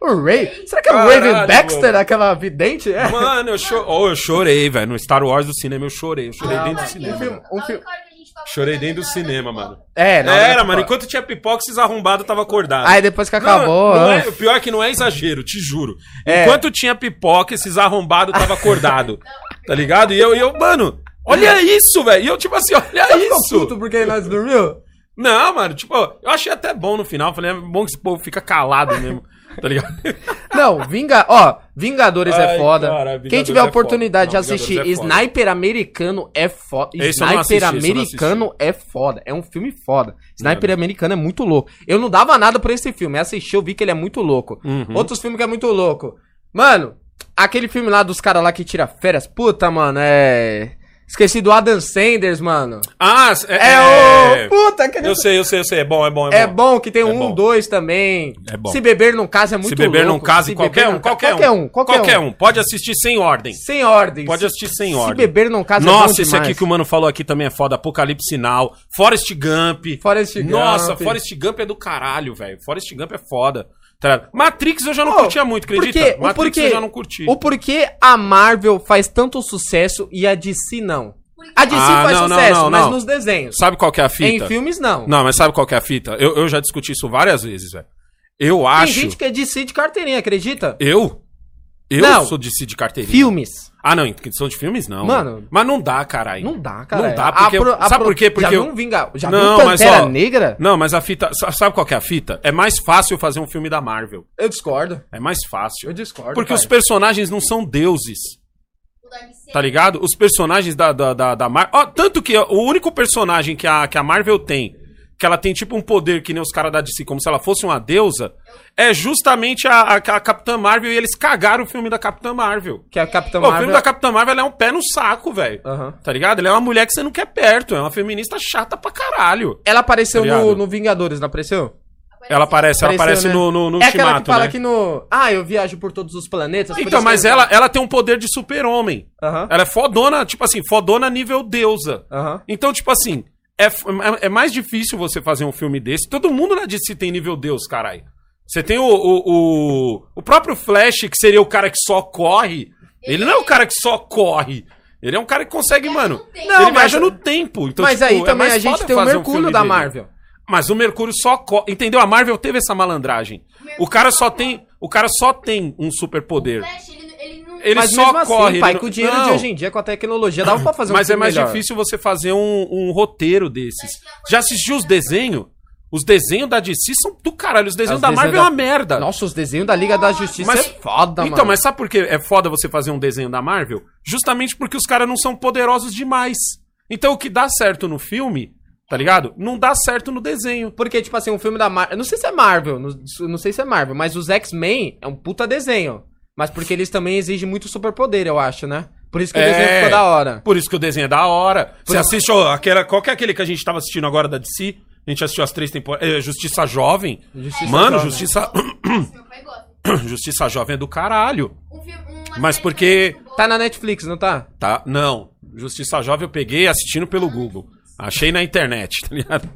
B: O Ray? Será que é o
A: Caralho,
B: Raven Baxter,
A: mano.
B: aquela vidente? É.
A: Mano, eu, cho- oh, eu chorei, velho. No Star Wars do cinema, eu chorei. Eu chorei
B: Ah,
A: dentro do
B: mas
A: cinema.
B: eu- filme- um
C: Na
B: filme-
C: hora que a gente tava
A: Chorei
C: fazendo
A: dentro do
C: a
A: cinema,
C: pipoca.
A: mano.
B: É, na hora
A: era,
B: da
A: mano.
B: pipoca.
A: Enquanto tinha pipoca, esses arrombados tava acordado.
B: Aí depois que
A: Não,
B: acabou.
A: não
B: ah.
A: é- o pior é que não é exagero, te juro.
B: É.
A: Enquanto tinha pipoca, esses arrombados tava acordado. tá ligado? E eu, e eu, mano, olha isso, velho. E eu, tipo assim, olha
B: Ficou
A: isso.
B: puto porque nós dormiu?
A: Não, mano, tipo, eu achei até bom no final. Falei, é bom que esse povo fica calado mesmo. Tá ligado?
B: Não, Vinga... Ó, Vingadores é
A: Ai,
B: foda.
A: cara, Vingadores
B: Quem tiver
A: é
B: a oportunidade
A: foda.
B: de
A: Não,
B: assistir
A: Vingadores é foda.
B: Sniper Americano é foda.
A: Esse eu não
B: Sniper
A: assisti, esse eu não
B: Americano é foda. É um filme foda. Sniper Americano é muito louco. Eu não dava nada pra esse filme. Eu assisti, eu vi que ele é muito louco.
A: Uhum.
B: Outros filmes que é muito louco. Mano, aquele filme lá dos caras lá que tira férias. Puta, mano, é... Esqueci do Adam Sanders, mano.
A: Ah,
B: É, o... Puta, aquele...
A: Eu sei, eu sei, eu sei. É bom, é bom, é bom.
B: É bom que tem um,
A: bom.
B: dois também.
A: É bom.
B: Se beber não casa é muito
A: Se beber
B: louco.
A: não case,
B: Se
A: qualquer
B: beber
A: um,
B: não ca-
A: qualquer, um.
B: Qualquer um, qualquer um.
A: Pode assistir sem ordem.
B: Sem ordem.
A: Pode
B: Se-
A: assistir sem
B: se
A: ordem.
B: beber não casa é
A: Nossa, esse
B: bom
A: aqui
B: demais.
A: que o mano falou aqui também é foda. Apocalipse Sinal. Forrest Gump.
B: Forrest Gump.
A: Nossa, Forrest Gump é do caralho, velho. Forrest Gump é foda. Tá ligado? Matrix eu já não
B: Pô,
A: curtia muito, acredita?
B: Por quê? O
A: Matrix
B: porquê?
A: eu já não curti.
B: O porquê a Marvel faz tanto sucesso e a DC não? A DC
A: Ah,
B: faz
A: não, não,
B: sucesso,
A: não,
B: mas
A: não.
B: nos desenhos.
A: Sabe qual que é a fita?
B: Em filmes, não.
A: Não, mas sabe qual que é a fita? Eu, eu já discuti isso várias vezes, velho. Eu
B: Tem
A: acho...
B: gente que é DC de carteirinha, acredita?
A: Eu? Eu
B: Não.
A: sou de de carteirinha.
B: Filmes.
A: Ah, não, em questão de filmes, não.
B: Mano.
A: Mas não dá, caralho.
B: Não dá, cara.
A: Não dá, porque...
B: A pro- a
A: sabe
B: pro-
A: por quê? Porque...
B: Já
A: eu-
B: não vinga... Já
A: Não,
B: viu
A: mas
B: Pantera
A: ó-
B: Negra?
A: Não, mas a fita... sa- Sabe qual que é a fita? É mais fácil fazer um filme da Marvel.
B: Eu discordo.
A: É mais fácil.
B: Eu discordo,
A: Porque
B: cara.
A: os personagens não são deuses,
C: O da MC.
A: tá ligado? Os personagens da, da, da, Marvel... Ó, tanto que ó, o único personagem que a, que a Marvel tem, que ela tem tipo um poder que nem os caras da DC, como se ela fosse uma deusa, é justamente a, a, a Capitã Marvel e eles cagaram o filme da Capitã Marvel.
B: Que a Capitã
A: Pô, O filme
B: Marvel... Ah.
A: da Capitã Marvel ela é um pé no saco, velho.
B: Aham.
A: Tá ligado? Ela é uma mulher que você não quer perto. É uma feminista chata pra caralho.
B: Ela apareceu
A: Tá
B: no,
A: ligado?
B: no Vingadores, não apareceu?
A: Ela aparece, ela aparece
B: Apareceu, né?
A: no, no, no
B: é aquela que
A: Ultimato,
B: fala
A: né?
B: que no... Ah, eu viajo por todos os planetas. por
A: Então,
B: isso
A: mas
B: que eu-
A: ela, ela tem um poder de super-homem.
B: Aham,
A: Ela é fodona, tipo assim, fodona nível deusa.
B: aham.
A: Então, tipo assim, é, f- é- é mais difícil você fazer um filme desse. Todo mundo na DC tem nível Deus, caralho. Você tem o, o, o, o próprio Flash, que seria o cara que só corre. Ele não é o cara que só corre. Ele é um cara que consegue, mano.
C: Não,
A: ele
B: mas-
A: viaja no tempo. Então,
B: mas
A: tipo,
B: aí
A: é
B: também
A: mais
B: a gente
A: foda
B: tem o
A: fazer um
B: Mercúrio
A: filme
B: da
A: dele.
B: Marvel.
A: Mas o Mercúrio só. co- Entendeu? A Marvel teve essa malandragem. O cara só tem. O cara só tem um superpoder.
C: Flash, ele, ele não.
A: Ele
B: mas
A: só
B: mesmo assim,
A: corre.
B: pai,
A: ele não-
B: com o dinheiro de
A: Não,
B: hoje em dia, com a tecnologia, dava pra fazer um
A: Mas é
B: filme
A: mais
B: melhor.
A: difícil você fazer um, um roteiro desses. Já assistiu os desenhos? Os desenhos da DC são do caralho. Os desenhos
B: Os
A: da
B: desenhos
A: Marvel
B: da-
A: é uma merda.
B: Nossa, os desenhos da Liga da Justiça
A: Mas-
B: é foda, mano.
A: então, mas sabe por que é foda você fazer um desenho da Marvel? Justamente porque os caras não são poderosos demais. Então, o que dá certo no filme, tá ligado? Não dá certo no desenho.
B: Porque, tipo assim, um filme da Marvel. Não sei se é Marvel, não, não sei se é Marvel, mas os X-Men é um puta desenho. Mas porque eles também exigem muito superpoder, eu acho, né? Por isso que o
A: É.
B: desenho ficou da hora.
A: Por isso que o desenho é da hora. Você assiste ó, aquela, qual que é aquele que a gente tava assistindo agora da DC? A gente assistiu as três temporadas. é, Justiça Jovem.
B: Justiça
A: Mano,
B: Jovem.
A: Justiça...
C: Nossa, meu pai gosta.
A: Justiça Jovem é do caralho.
C: Um filme- uma
A: Mas
C: série
A: porque-
C: muito boa.
B: Tá na Netflix, não tá?
A: Tá? Não. Justiça Jovem eu peguei assistindo pelo Google. Achei na internet, tá ligado?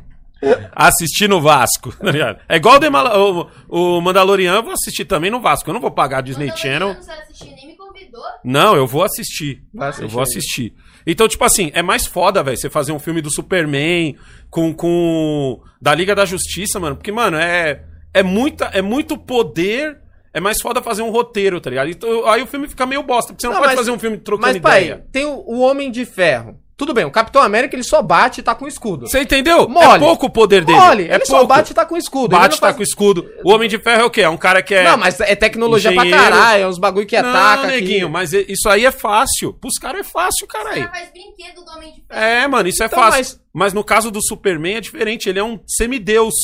A: Assistir no Vasco, tá ligado? É igual o, The Mala- o, o Mandalorian, eu vou assistir também no Vasco. Eu não vou pagar a Disney
C: Mandaloriano,
A: Channel.
C: você assistiu, nem me convidou.
A: Não, eu vou assistir.
B: Vai assistir
A: eu vou
B: aí.
A: assistir. Então, tipo assim, é mais foda, velho, você fazer um filme do Superman com, com. Da Liga da Justiça, mano. Porque, mano, é. É, muita, é muito poder. É mais foda fazer um roteiro, tá ligado? Então, aí o filme fica meio bosta, porque você não,
B: Não,
A: pode
B: mas-
A: fazer um filme trocando
B: Mas,
A: ideia.
B: pai, tem o, o Homem de Ferro. Tudo bem, o Capitão América ele só bate e tá com escudo.
A: Você entendeu? É
B: Mole.
A: pouco o poder dele.
B: Olha,
A: é
B: ele só bate e tá com escudo. ele
A: Bate,
B: não
A: tá
B: faz-
A: com escudo. O Homem de Ferro é o quê? É um cara que é...
B: Não, mas é tecnologia pra
A: Engenheiro.
B: caralho, é uns bagulho que
A: Não,
B: ataca. que-
A: neguinho, mas e- isso aí é fácil. Pros caras é fácil,
C: O
A: caralho.
C: cara faz brinquedo do Homem de Ferro.
A: É, mano, isso é
B: Então,
A: fácil.
B: mas-
A: Mas... no caso do Superman é diferente, ele é um semideus.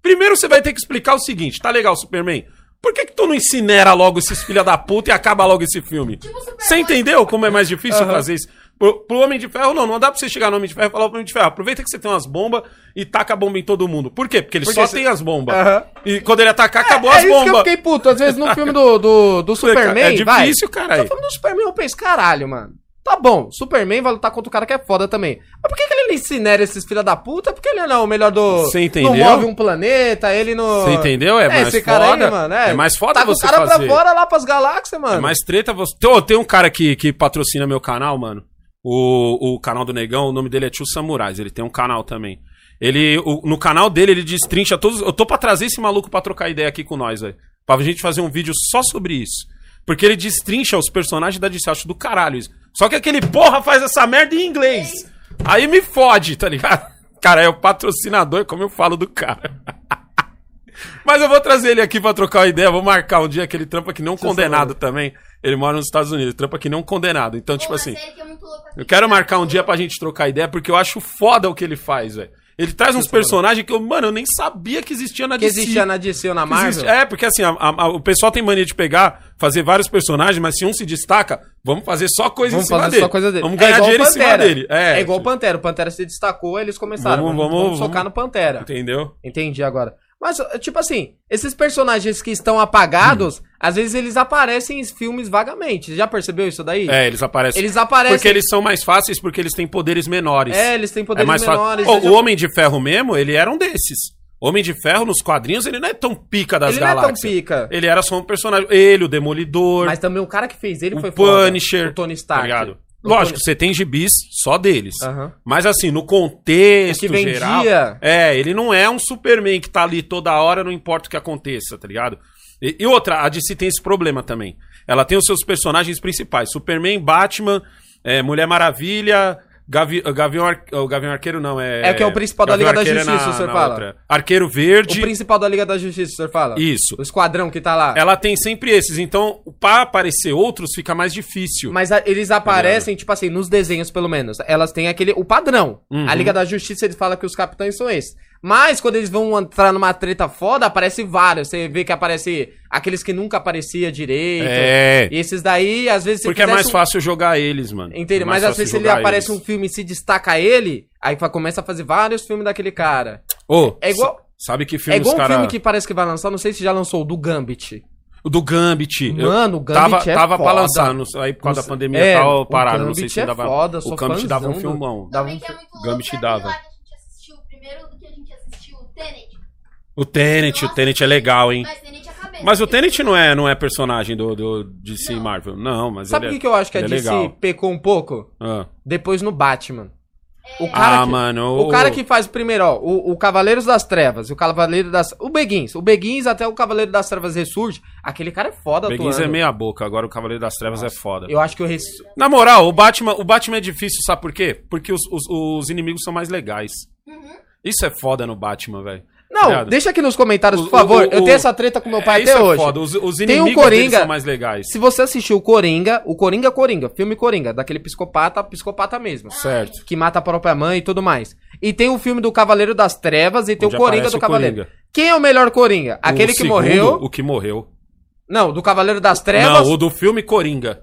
A: Primeiro você vai ter que explicar o seguinte, tá legal, Superman? Por que que tu não incinera logo esses filha da puta e acaba logo esse filme?
C: Tipo Superman.
A: Você entendeu como é mais difícil
B: Aham.
A: fazer isso? Pro, pro Homem de Ferro, não, não dá pra você chegar no Homem de Ferro e falar pro Homem de Ferro, aproveita que você tem umas bombas e taca a bomba em todo mundo. Por quê? Porque ele
B: Porque
A: só
B: você-
A: tem as bombas.
B: Aham.
A: E quando ele atacar, acabou as
B: é isso que eu
A: bombas.
B: fiquei puto. Às vezes no filme do, do, do
A: Falei,
B: Superman,
A: cara, É
B: vai.
A: difícil,
B: Tá
A: caralho.
B: falando do Superman, eu penso, caralho, mano. Tá bom, Superman vai lutar contra o cara que é foda também. Mas por que, que ele não incinera esses filha da puta? Por que ele não é o melhor do.
A: Você entendeu?
B: Não move um planeta, ele não.
A: Você entendeu? É mais foda. É mais foda
B: tá com o
A: você
B: cara pra
A: fazer.
B: fora lá pras galáxias, mano.
A: É mais treta você. Tem, tem um cara que, que patrocina meu canal, mano. O, o canal do Negão, o nome dele é Tio Samurais, ele tem um canal também. Ele, o- no canal dele, ele destrincha todos. Eu tô pra trazer esse maluco pra trocar ideia aqui com nós, velho. Pra gente fazer um vídeo só sobre isso. Porque ele destrincha os personagens da DC, eu acho do caralho isso. Só que aquele porra faz essa merda em inglês. Aí me fode, tá ligado? Cara, é o patrocinador, como eu falo do cara. Mas eu vou trazer ele aqui pra trocar uma ideia, vou marcar um dia que ele trampa que nem um condenado também. Ele mora nos Estados Unidos, ele trampa que nem um condenado. Então,
C: Pô,
A: tipo
C: uma
A: assim,
C: série que é muito louca.
A: eu quero marcar um dia pra gente trocar ideia, porque eu acho foda o que ele faz, velho. Ele traz uns personagens que eu, mano, eu nem sabia que existia na
B: que
A: DC.
B: existia na DC ou na
A: Que
B: Marvel.
A: existe- É, porque assim, a- a- a- o pessoal tem mania de pegar, fazer vários personagens, mas se um se destaca, vamos fazer só coisa
B: Vamos
A: em cima
B: fazer
A: dele.
B: só coisa dele.
A: Vamos
B: É
A: ganhar
B: igual o
A: dinheiro em cima
B: Pantera.
A: dele. É,
B: É igual o Pantera. O Pantera se destacou, eles começaram.
A: Vamos-
B: Vamos, vamos,
A: vamos- vamos-
B: socar no Pantera.
A: Entendeu?
B: Entendi agora. Mas, tipo assim, esses personagens que estão apagados,
A: Hum.
B: às vezes eles aparecem em filmes vagamente. Você já percebeu isso daí?
A: É, eles aparecem.
B: Eles aparecem.
A: Porque eles são mais fáceis, porque eles têm poderes menores.
B: É, eles têm
A: é
B: poderes
A: mais
B: menores.
A: Fácil.
B: eles
A: Ô,
B: já-
A: O Homem de Ferro mesmo, ele era um desses. Homem de Ferro, nos quadrinhos, ele não é tão pica das
B: Ele não é tão
A: galáxias.
B: pica.
A: Ele era só um personagem. Ele, o Demolidor,
B: Mas também o cara que fez ele
A: o
B: foi
A: Punisher.
B: foda. O Tony Stark.
A: tá ligado?
B: O
A: Lógico,
B: Tony-
A: você tem gibis só deles.
B: Aham.
A: Mas assim, no contexto
B: O que vendia.
A: geral. É, ele não é um Superman que tá ali toda hora, não importa o que aconteça, tá ligado? E, e outra, a DC tem esse problema também. Ela tem os seus personagens principais: Superman, Batman, é, Mulher Maravilha. Gavi, eh, Gavião, Ar, o Gavião Arqueiro não, é.
B: É o que é o principal da Liga da
A: Arqueiro
B: Justiça, o senhor fala.
A: Arqueiro
B: O
A: Verde.
B: principal da Liga da Justiça, o senhor fala?
A: Isso. É
B: O esquadrão que tá lá.
A: Ela tem sempre esses. Então, pra aparecer outros, fica mais difícil.
B: Mas a- eles aparecem, tipo assim, nos desenhos, pelo menos. Elas têm aquele. O padrão.
A: Uhum.
B: A Liga da Justiça, eles falam que os capitães são esses. Mas quando eles vão entrar numa treta foda, aparece vários. Você vê que aparece aqueles que nunca aparecia direito.
A: É.
B: então, E esses daí, às vezes. se
A: Porque é
B: fizesse
A: mais
B: um-
A: fácil jogar eles, mano.
B: Entende?
A: É mais
B: Mas às
A: fácil
B: vezes ele
A: jogar
B: aparece
A: eles.
B: um filme e se destaca ele, aí fa- começa a fazer vários filmes daquele cara.
A: Ô,
B: É igual-
A: sa- Sabe que filme
B: é igual
A: os
B: um
A: cara...
B: filme que parece que vai lançar, não sei se já lançou, o do Gambit.
A: O do Gambit. Eu-
B: Mano, o Gambit
A: Tava,
B: é
A: tava pra
B: foda.
A: lançar, não sei- aí por causa da
B: Não sei-
A: pandemia
B: é,
A: e tal,
B: o
A: pararam. Não sei
B: Gambit
A: se
B: é
A: dava.
B: foda,
A: o
B: sou
A: Gambit dava um
B: fãzão do-
A: filmão.
B: Dava
C: Também
B: um
C: que é
B: fi-
C: muito
A: Gambit
C: louco, né?
A: dava.
C: Lá que a gente assistiu primeiro do que a gente assistiu o Tenet.
A: O Tenet, o Tenet é legal, hein?
C: Mas Tenet é a cabeça.
A: Mas o Tenet não é, não é personagem do, do DC Marvel. Não, mas
B: Sabe o
A: ele
B: que,
A: é-
B: que eu acho que a
A: ele é
B: DC
A: legal.
B: pecou um pouco?
A: Ah,
B: Depois no Batman. O
A: Ah,
B: que,
A: mano,
B: O
A: o-
B: cara que faz primeiro, ó, o, o Cavaleiros das Trevas, o Cavaleiro das. O Beguins. O Beguins até o Cavaleiro das Trevas ressurge. Aquele cara é foda,
A: Beguins é
B: atuando.
A: meia boca, agora o Cavaleiro das Trevas é foda.
B: Eu acho que eu res...
A: Na moral, o Batman, o Batman é difícil, sabe por quê? Porque os, os, os inimigos são mais legais.
B: Uhum.
A: Isso é foda no Batman, velho.
B: Não,
A: Obrigado.
B: deixa aqui nos comentários,
A: O-
B: por favor.
A: o-
B: eu
A: o-
B: tenho essa treta com meu pai
A: É,
B: até
A: isso
B: hoje.
A: É foda. Os, os
B: Tem o
A: inimigos
B: Coringa.
A: deles são mais legais.
B: Se você assistiu Coringa, o Coringa Coringa, filme Coringa, daquele psicopata, psicopata mesmo.
C: Ah, é.
A: Certo.
B: Que mata a própria mãe e tudo mais. E tem o filme do Cavaleiro das Trevas e tem
A: Onde
B: o Coringa
A: aparece
B: do
A: o
B: Cavaleiro.
A: Coringa.
B: Quem é o melhor Coringa? Aquele
A: O
B: que
A: segundo,
B: morreu.
A: O que morreu.
B: Não, do Cavaleiro das Trevas.
A: Não,
B: Não,
A: o do filme Coringa.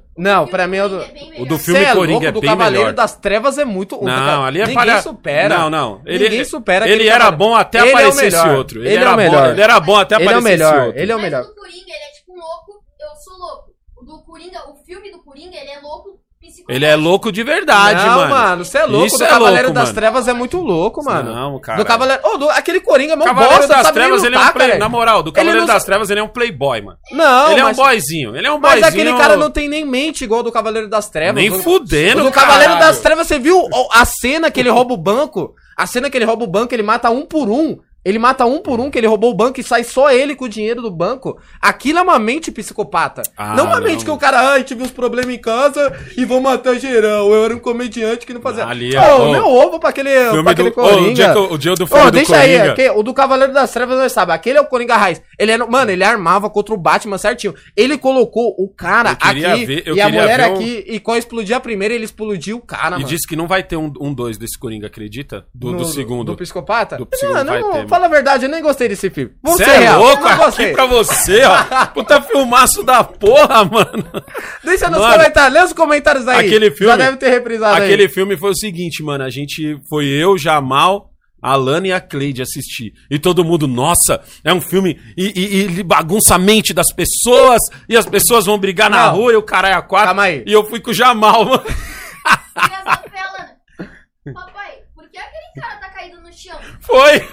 B: pra mim é o do.
A: O do
B: Cê
A: filme Coringa
B: louco,
A: é
B: do
A: bem
B: Cavaleiro
A: melhor.
B: das Trevas é muito. o do
A: Não,
B: Cavaleiro-
A: ali é
B: Ninguém
A: palha-
B: supera.
A: Não, não. Ele,
B: Ninguém supera
A: Ele
B: aquele
A: era
B: Cavaleiro.
A: bom até
B: Ele é o
A: aparecer esse
B: melhor.
A: outro.
B: Ele é
A: era
B: o melhor.
A: Bom, ele era bom até
B: Ele é o
A: aparecer esse
B: melhor.
A: outro.
B: Ele é o
C: Mas
B: melhor.
C: o do Coringa, ele é tipo um louco, eu sou louco. O do Coringa, o filme do Coringa, ele é louco psicopata.
A: Ele é louco de verdade,
B: não,
A: mano.
B: mano, você é louco.
A: Isso
B: do
A: é
B: Cavaleiro
A: louco,
B: das
A: mano.
B: Trevas é muito louco, mano.
A: Não, cara.
B: Do Cavaleiro. Ô, do- aquele Coringa é mó
A: Cavaleiro
B: bosta,
A: das
B: sabe nem
A: Trevas, ele é um
B: lutar,
A: play...
B: cara.
A: Na moral, do
B: Ele
A: Cavaleiro
B: não
A: das
B: sa-
A: Trevas, ele é um playboy, mano.
B: Não,
A: ele é um
B: mas,
A: boyzinho. Ele é um boyzinho.
B: mas aquele cara não tem nem mente igual do Cavaleiro das Trevas.
A: Nem
B: O do-
A: fudendo,
B: O do Cavaleiro
A: caralho.
B: das Trevas, você viu o- a cena que ele rouba o banco? A cena que ele rouba o banco, ele mata um por um. Ele mata um por um, que ele roubou o banco e sai só ele com o dinheiro do banco. Aquilo é uma mente psicopata.
A: Ah,
B: não uma
A: não.
B: mente que o cara, ai, tive uns problemas em casa e vou matar geral. Eu era um comediante que não fazia.
A: Ali é-
B: Ô,
A: ô,
B: meu ovo pra aquele, pra
A: Filme
B: aquele
A: do... Ô, o, dia que eu- o dia do filme
B: Ô,
A: do
B: deixa
A: Coringa.
B: aí, ok? o do Cavaleiro das Trevas nós sabe, aquele é o Coringa Raiz. Ele era, mano, ele armava contra o Batman certinho. Ele colocou o cara
A: Eu queria
B: aqui
A: ver- eu
B: e a
A: queria
B: mulher
A: ver um-
B: aqui e quando explodir a primeira, ele explodiu o cara,
A: E
B: mano.
A: disse que não vai ter um 2 um dois desse Coringa, acredita? Do,
B: No-
A: do segundo.
B: Do psicopata?
A: Do segundo vai
B: não,
A: ter, mano.
B: fala a verdade, eu nem gostei desse filme. Vou
A: Você
B: ser
A: é
B: real,
A: louco
B: não
A: aqui
B: gostei.
A: pra você, ó. Puta filmaço da porra, mano.
B: Deixa nos
A: Mano,
B: comentários, lê os comentários aí.
A: aquele filme-
B: Já deve ter reprisado
A: Aquele
B: aí.
A: filme foi o seguinte, mano. A gente foi eu, Jamal, a Lana e a Cleide assistir. E todo mundo, nossa, é um filme. E, e- e ele bagunça a mente das pessoas. E as pessoas vão brigar na
B: Não.
A: rua e o caralho é a quatro.
B: Calma aí.
A: E eu fui com o Jamal, mano.
C: Engraçado foi a Lana. Papai, por que aquele cara tá caído no chão?
A: Foi.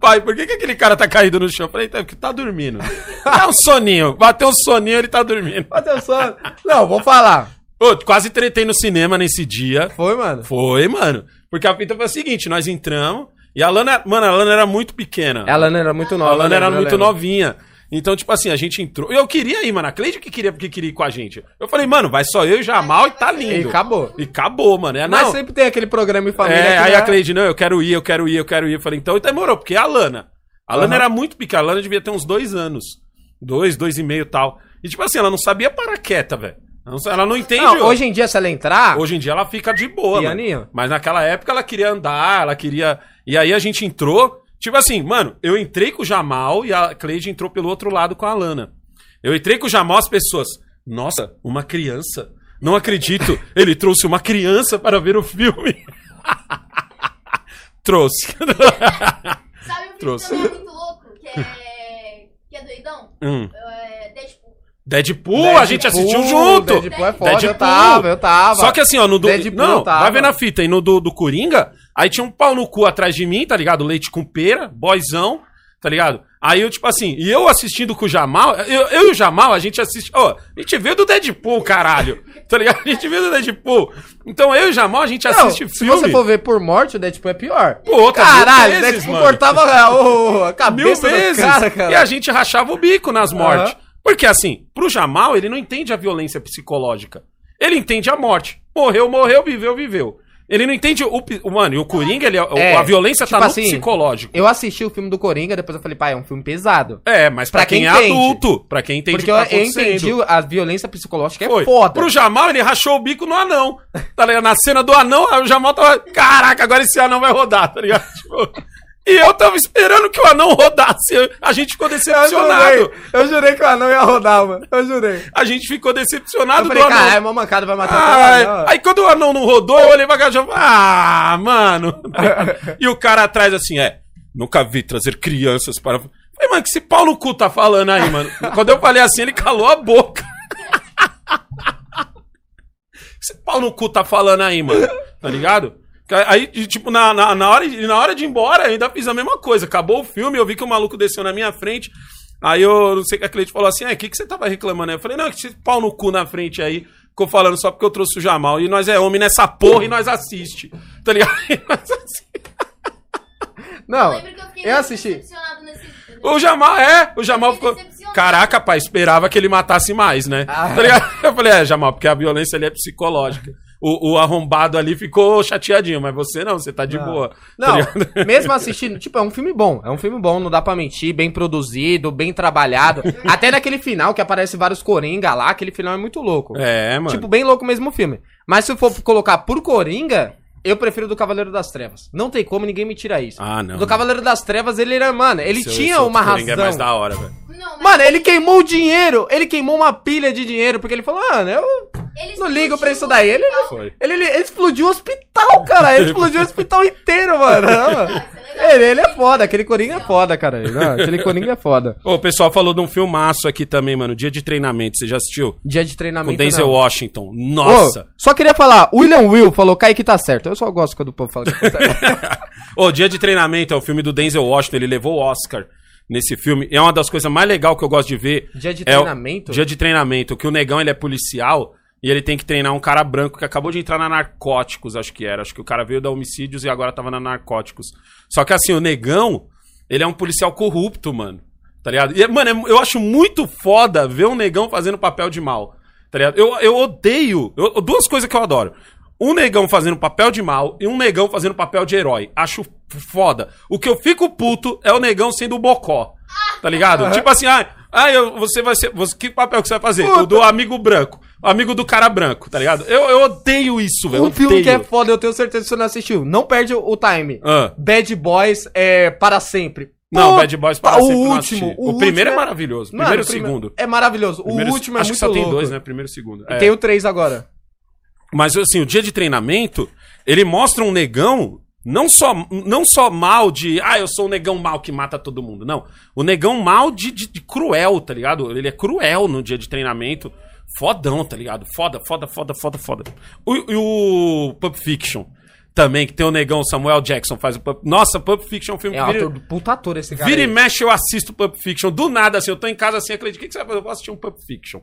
A: Pai, por que, que aquele cara tá caído no chão? Eu falei, tá, porque tá dormindo. É um soninho. Bateu um soninho, ele tá dormindo.
B: Atenção. Não, vou falar.
A: Ô, quase tretei no cinema nesse dia.
B: Foi, mano.
A: Foi, mano. Porque a fita foi o seguinte, nós entramos e a Lana, mano, a Lana era muito pequena.
B: A Lana era muito nova. né,
A: a Lana
B: eu
A: era
B: lembro, eu
A: muito
B: lembro.
A: novinha. Então, tipo assim, a gente entrou. Eu queria ir, mano. A Cleide que queria, porque queria ir com a gente. Eu falei, mano, vai só eu e Jamal e tá
B: E
A: lindo.
B: acabou.
A: E acabou, mano. É,
B: Mas
A: não.
B: sempre tem aquele programa em família.
A: É,
B: que
A: aí
B: já-
A: a Cleide, não, eu quero ir, eu quero ir, eu quero ir. Eu falei, então demorou, porque é a Lana. A Lana
B: Aham.
A: era muito pequena, a Lana devia ter uns dois anos. Dois, dois e meio e tal. E tipo assim, ela não sabia parar quieta, velho. Ela não- Ela não entende.
B: Não, hoje em dia, se ela entrar,
A: Hoje em dia ela fica de boa,
B: Pianinho.
A: mano. Mas naquela época ela queria andar, ela queria. E aí a gente entrou. Tipo assim, mano, eu entrei com o Jamal e a Cleide entrou pelo outro lado com a Lana. Eu entrei com o Jamal, as pessoas. Nossa, uma criança. Não acredito. Ele trouxe uma criança para ver o filme. trouxe.
C: Sabe um filme
A: Trouxe.
C: que também é muito louco, que é... que é doidão?
A: Hum.
C: É Deadpool.
A: Deadpool,
B: Deadpool,
A: a gente assistiu junto.
B: Deadpool é foda,
A: Deadpool.
B: eu tava, eu tava.
A: Só que assim, ó, no do.
B: Deadpool
A: não,
B: tava.
A: vai ver na fita aí, no do, do Coringa, aí tinha um pau no cu atrás de mim, tá ligado? Leite com pera, boizão. Tá ligado? Aí eu, tipo assim, e eu assistindo com o Jamal, eu, eu e o Jamal, a gente assiste. Ó, a gente veio do Deadpool, caralho. Tá ligado? A gente veio do Deadpool. Então eu e o Jamal, a gente
B: Não,
A: assiste
B: se
A: filme.
B: você for ver por morte, o Deadpool é pior.
A: Pô, tá mil
B: Caralho, o
A: vezes,
B: Deadpool
A: mano.
B: cortava a, o- a
A: mil
B: cabeça do
A: vezes.
B: cara, cara.
A: E a gente rachava o bico nas mortes.
B: Aham.
A: Porque assim, pro Jamal, ele não entende a violência psicológica. Ele entende a morte. Morreu, morreu, viveu, viveu. Ele não entende o. pi- o- Mano, e o Coringa, ele, o-
B: É,
A: a violência
B: tipo
A: tá
B: assim,
A: no psicológico.
B: Eu assisti o filme do Coringa, depois eu falei, pai, é um filme pesado.
A: É, mas pra,
B: pra
A: quem,
B: quem
A: é
B: entende.
A: adulto, pra quem entende
B: porque
A: o
B: eu,
A: que tá
B: eu
A: acontecendo.
B: entendi a violência psicológica é
A: Foi.
B: foda.
A: Pro Jamal, ele rachou o bico no anão. Tá ligado? Na cena do anão, o Jamal tava. Caraca, agora esse anão vai rodar, tá ligado? Tipo, E eu tava esperando que o anão rodasse. A gente ficou
B: Eu
A: decepcionado.
B: jurei, eu jurei que o anão ia rodar, mano. Eu jurei.
A: A gente ficou
B: Eu
A: decepcionado
B: falei,
A: Ah, do anão.
B: caralho, é tá uma mancada vai matar
A: Ah,
B: o cara.
A: aí quando o anão não rodou, eu olhei pra cara e falei, ah, mano. e o cara atrás assim, é, nunca vi trazer crianças para... Falei, mano, que esse pau no cu tá falando aí, mano? quando eu falei assim, ele calou a boca. esse pau no cu tá falando aí, mano? Tá ligado? Aí, de- tipo, na, na, na hora, de- na hora de ir embora, eu ainda fiz a mesma coisa. Acabou o filme, eu vi que o maluco desceu na minha frente. Aí eu não sei o que a cliente falou assim: é, o que, que você tava reclamando? aí?" Eu falei: não, que esse pau no cu na frente aí. Ficou falando só porque eu trouxe o Jamal. E nós é homem nessa porra e nós assiste. Tá ligado? E nós assiste.
B: Não,
C: lembro que eu fiquei
B: eu
C: muito
B: assisti.
C: decepcionado nesse.
A: O Jamal, é, o Jamal ficou.
C: Decepcionado.
A: Caraca, pai, esperava que ele matasse mais, né?
B: Ah.
A: Tá ligado? Eu falei, é, Jamal, porque a violência ali é psicológica. O, o arrombado ali ficou chateadinho, mas você não, você tá
B: Ah.
A: de boa. tá
B: Não,
A: ligado?
B: mesmo assistindo, tipo, é um filme bom. É um filme bom, não dá pra mentir, bem produzido, bem trabalhado. Até naquele final que aparece vários Coringa lá, aquele final é muito louco.
A: É, mano.
B: Tipo, bem louco mesmo o filme. Mas se eu for colocar por Coringa, eu prefiro do Cavaleiro das Trevas. Não tem como ninguém me tirar isso.
A: Ah, não.
B: Do Cavaleiro das Trevas, ele era, mano, ele
A: Esse-
B: tinha
A: esse outro
B: uma
A: Coringa
B: razão.
A: é mais da hora, velho.
C: Não, mas
B: Mano, ele queimou o dinheiro, ele queimou uma pilha de dinheiro, porque ele falou, mano, eu
C: ele
B: não ligo pra
C: explodiu
B: isso daí. Ele,
C: o hospital.
A: Foi.
B: ele, ele explodiu o hospital, cara, ele explodiu o hospital inteiro, mano. Não, mano. Ele, ele é foda, aquele Coringa é foda, cara. Não, aquele Coringa é foda.
A: Ô, o pessoal falou de um filmaço aqui também, mano. Dia de treinamento, você já assistiu?
B: Dia de
A: Com
B: treinamento.
A: Denzel
B: não.
A: Washington.
B: Ô,
A: Nossa!
B: só queria falar, William Will falou, Kaique tá certo. Eu só gosto quando o povo fala que tá certo.
A: Ô, Dia de Treinamento é o filme do Denzel Washington, ele levou o Oscar nesse filme. É uma das coisas mais legais que eu gosto de ver.
B: Dia de
A: É o-
B: treinamento?
A: Dia de treinamento, que o negão ele é policial e ele tem que treinar um cara branco que acabou de entrar na narcóticos, acho que era. Acho que o cara veio da homicídios e agora tava na narcóticos. Só que assim, o negão, ele é um policial corrupto, mano. Tá ligado? E, mano, é- eu acho muito foda ver um negão fazendo papel de mal. Tá ligado? Eu, eu odeio. eu- duas coisas que eu adoro. Um negão fazendo papel de mal e um negão fazendo papel de herói. Acho foda. O que eu fico puto é o negão sendo o bocó. Tá ligado? Tipo assim, ah, ah eu, você vai ser. Você, que papel que você vai fazer? O do amigo branco. Amigo do cara branco, tá ligado? Eu, eu odeio isso, velho.
B: Um
A: eu
B: filme
A: odeio.
B: que é foda, eu tenho certeza que você não assistiu. Não perde o time.
A: Ah.
B: Bad Boys é para sempre.
A: Não,
B: Pô,
A: Bad Boys para
B: o
A: sempre não assisti.
B: último,
A: O,
B: último
A: primeiro é maravilhoso.
B: Mano,
A: primeiro e
B: o prime-
A: segundo.
B: É maravilhoso. O
A: Primeiro e-
B: último é
A: Acho
B: muito
A: que só
B: louco.
A: tem dois, né? Primeiro e segundo. É.
B: Tem um o três agora.
A: Mas assim, o dia de treinamento, ele mostra um negão não só, não só mal de, ah, eu sou um negão mal que mata todo mundo. Não. O negão mal de, de- de cruel, tá ligado? Ele é cruel no dia de treinamento. Fodão, tá ligado? Foda, foda, foda, foda, foda. O- E o, Pulp Fiction também, que tem o negão Samuel Jackson, faz o Pulp... Nossa, Pulp Fiction é um filme
B: É um
A: que vira-
B: ator do puta ator esse cara.
A: Vira e
B: aí.
A: mexe, eu assisto Pulp Fiction. Do nada, assim, eu tô em casa assim, acredito, o que, que você vai fazer? Eu vou assistir um Pulp Fiction.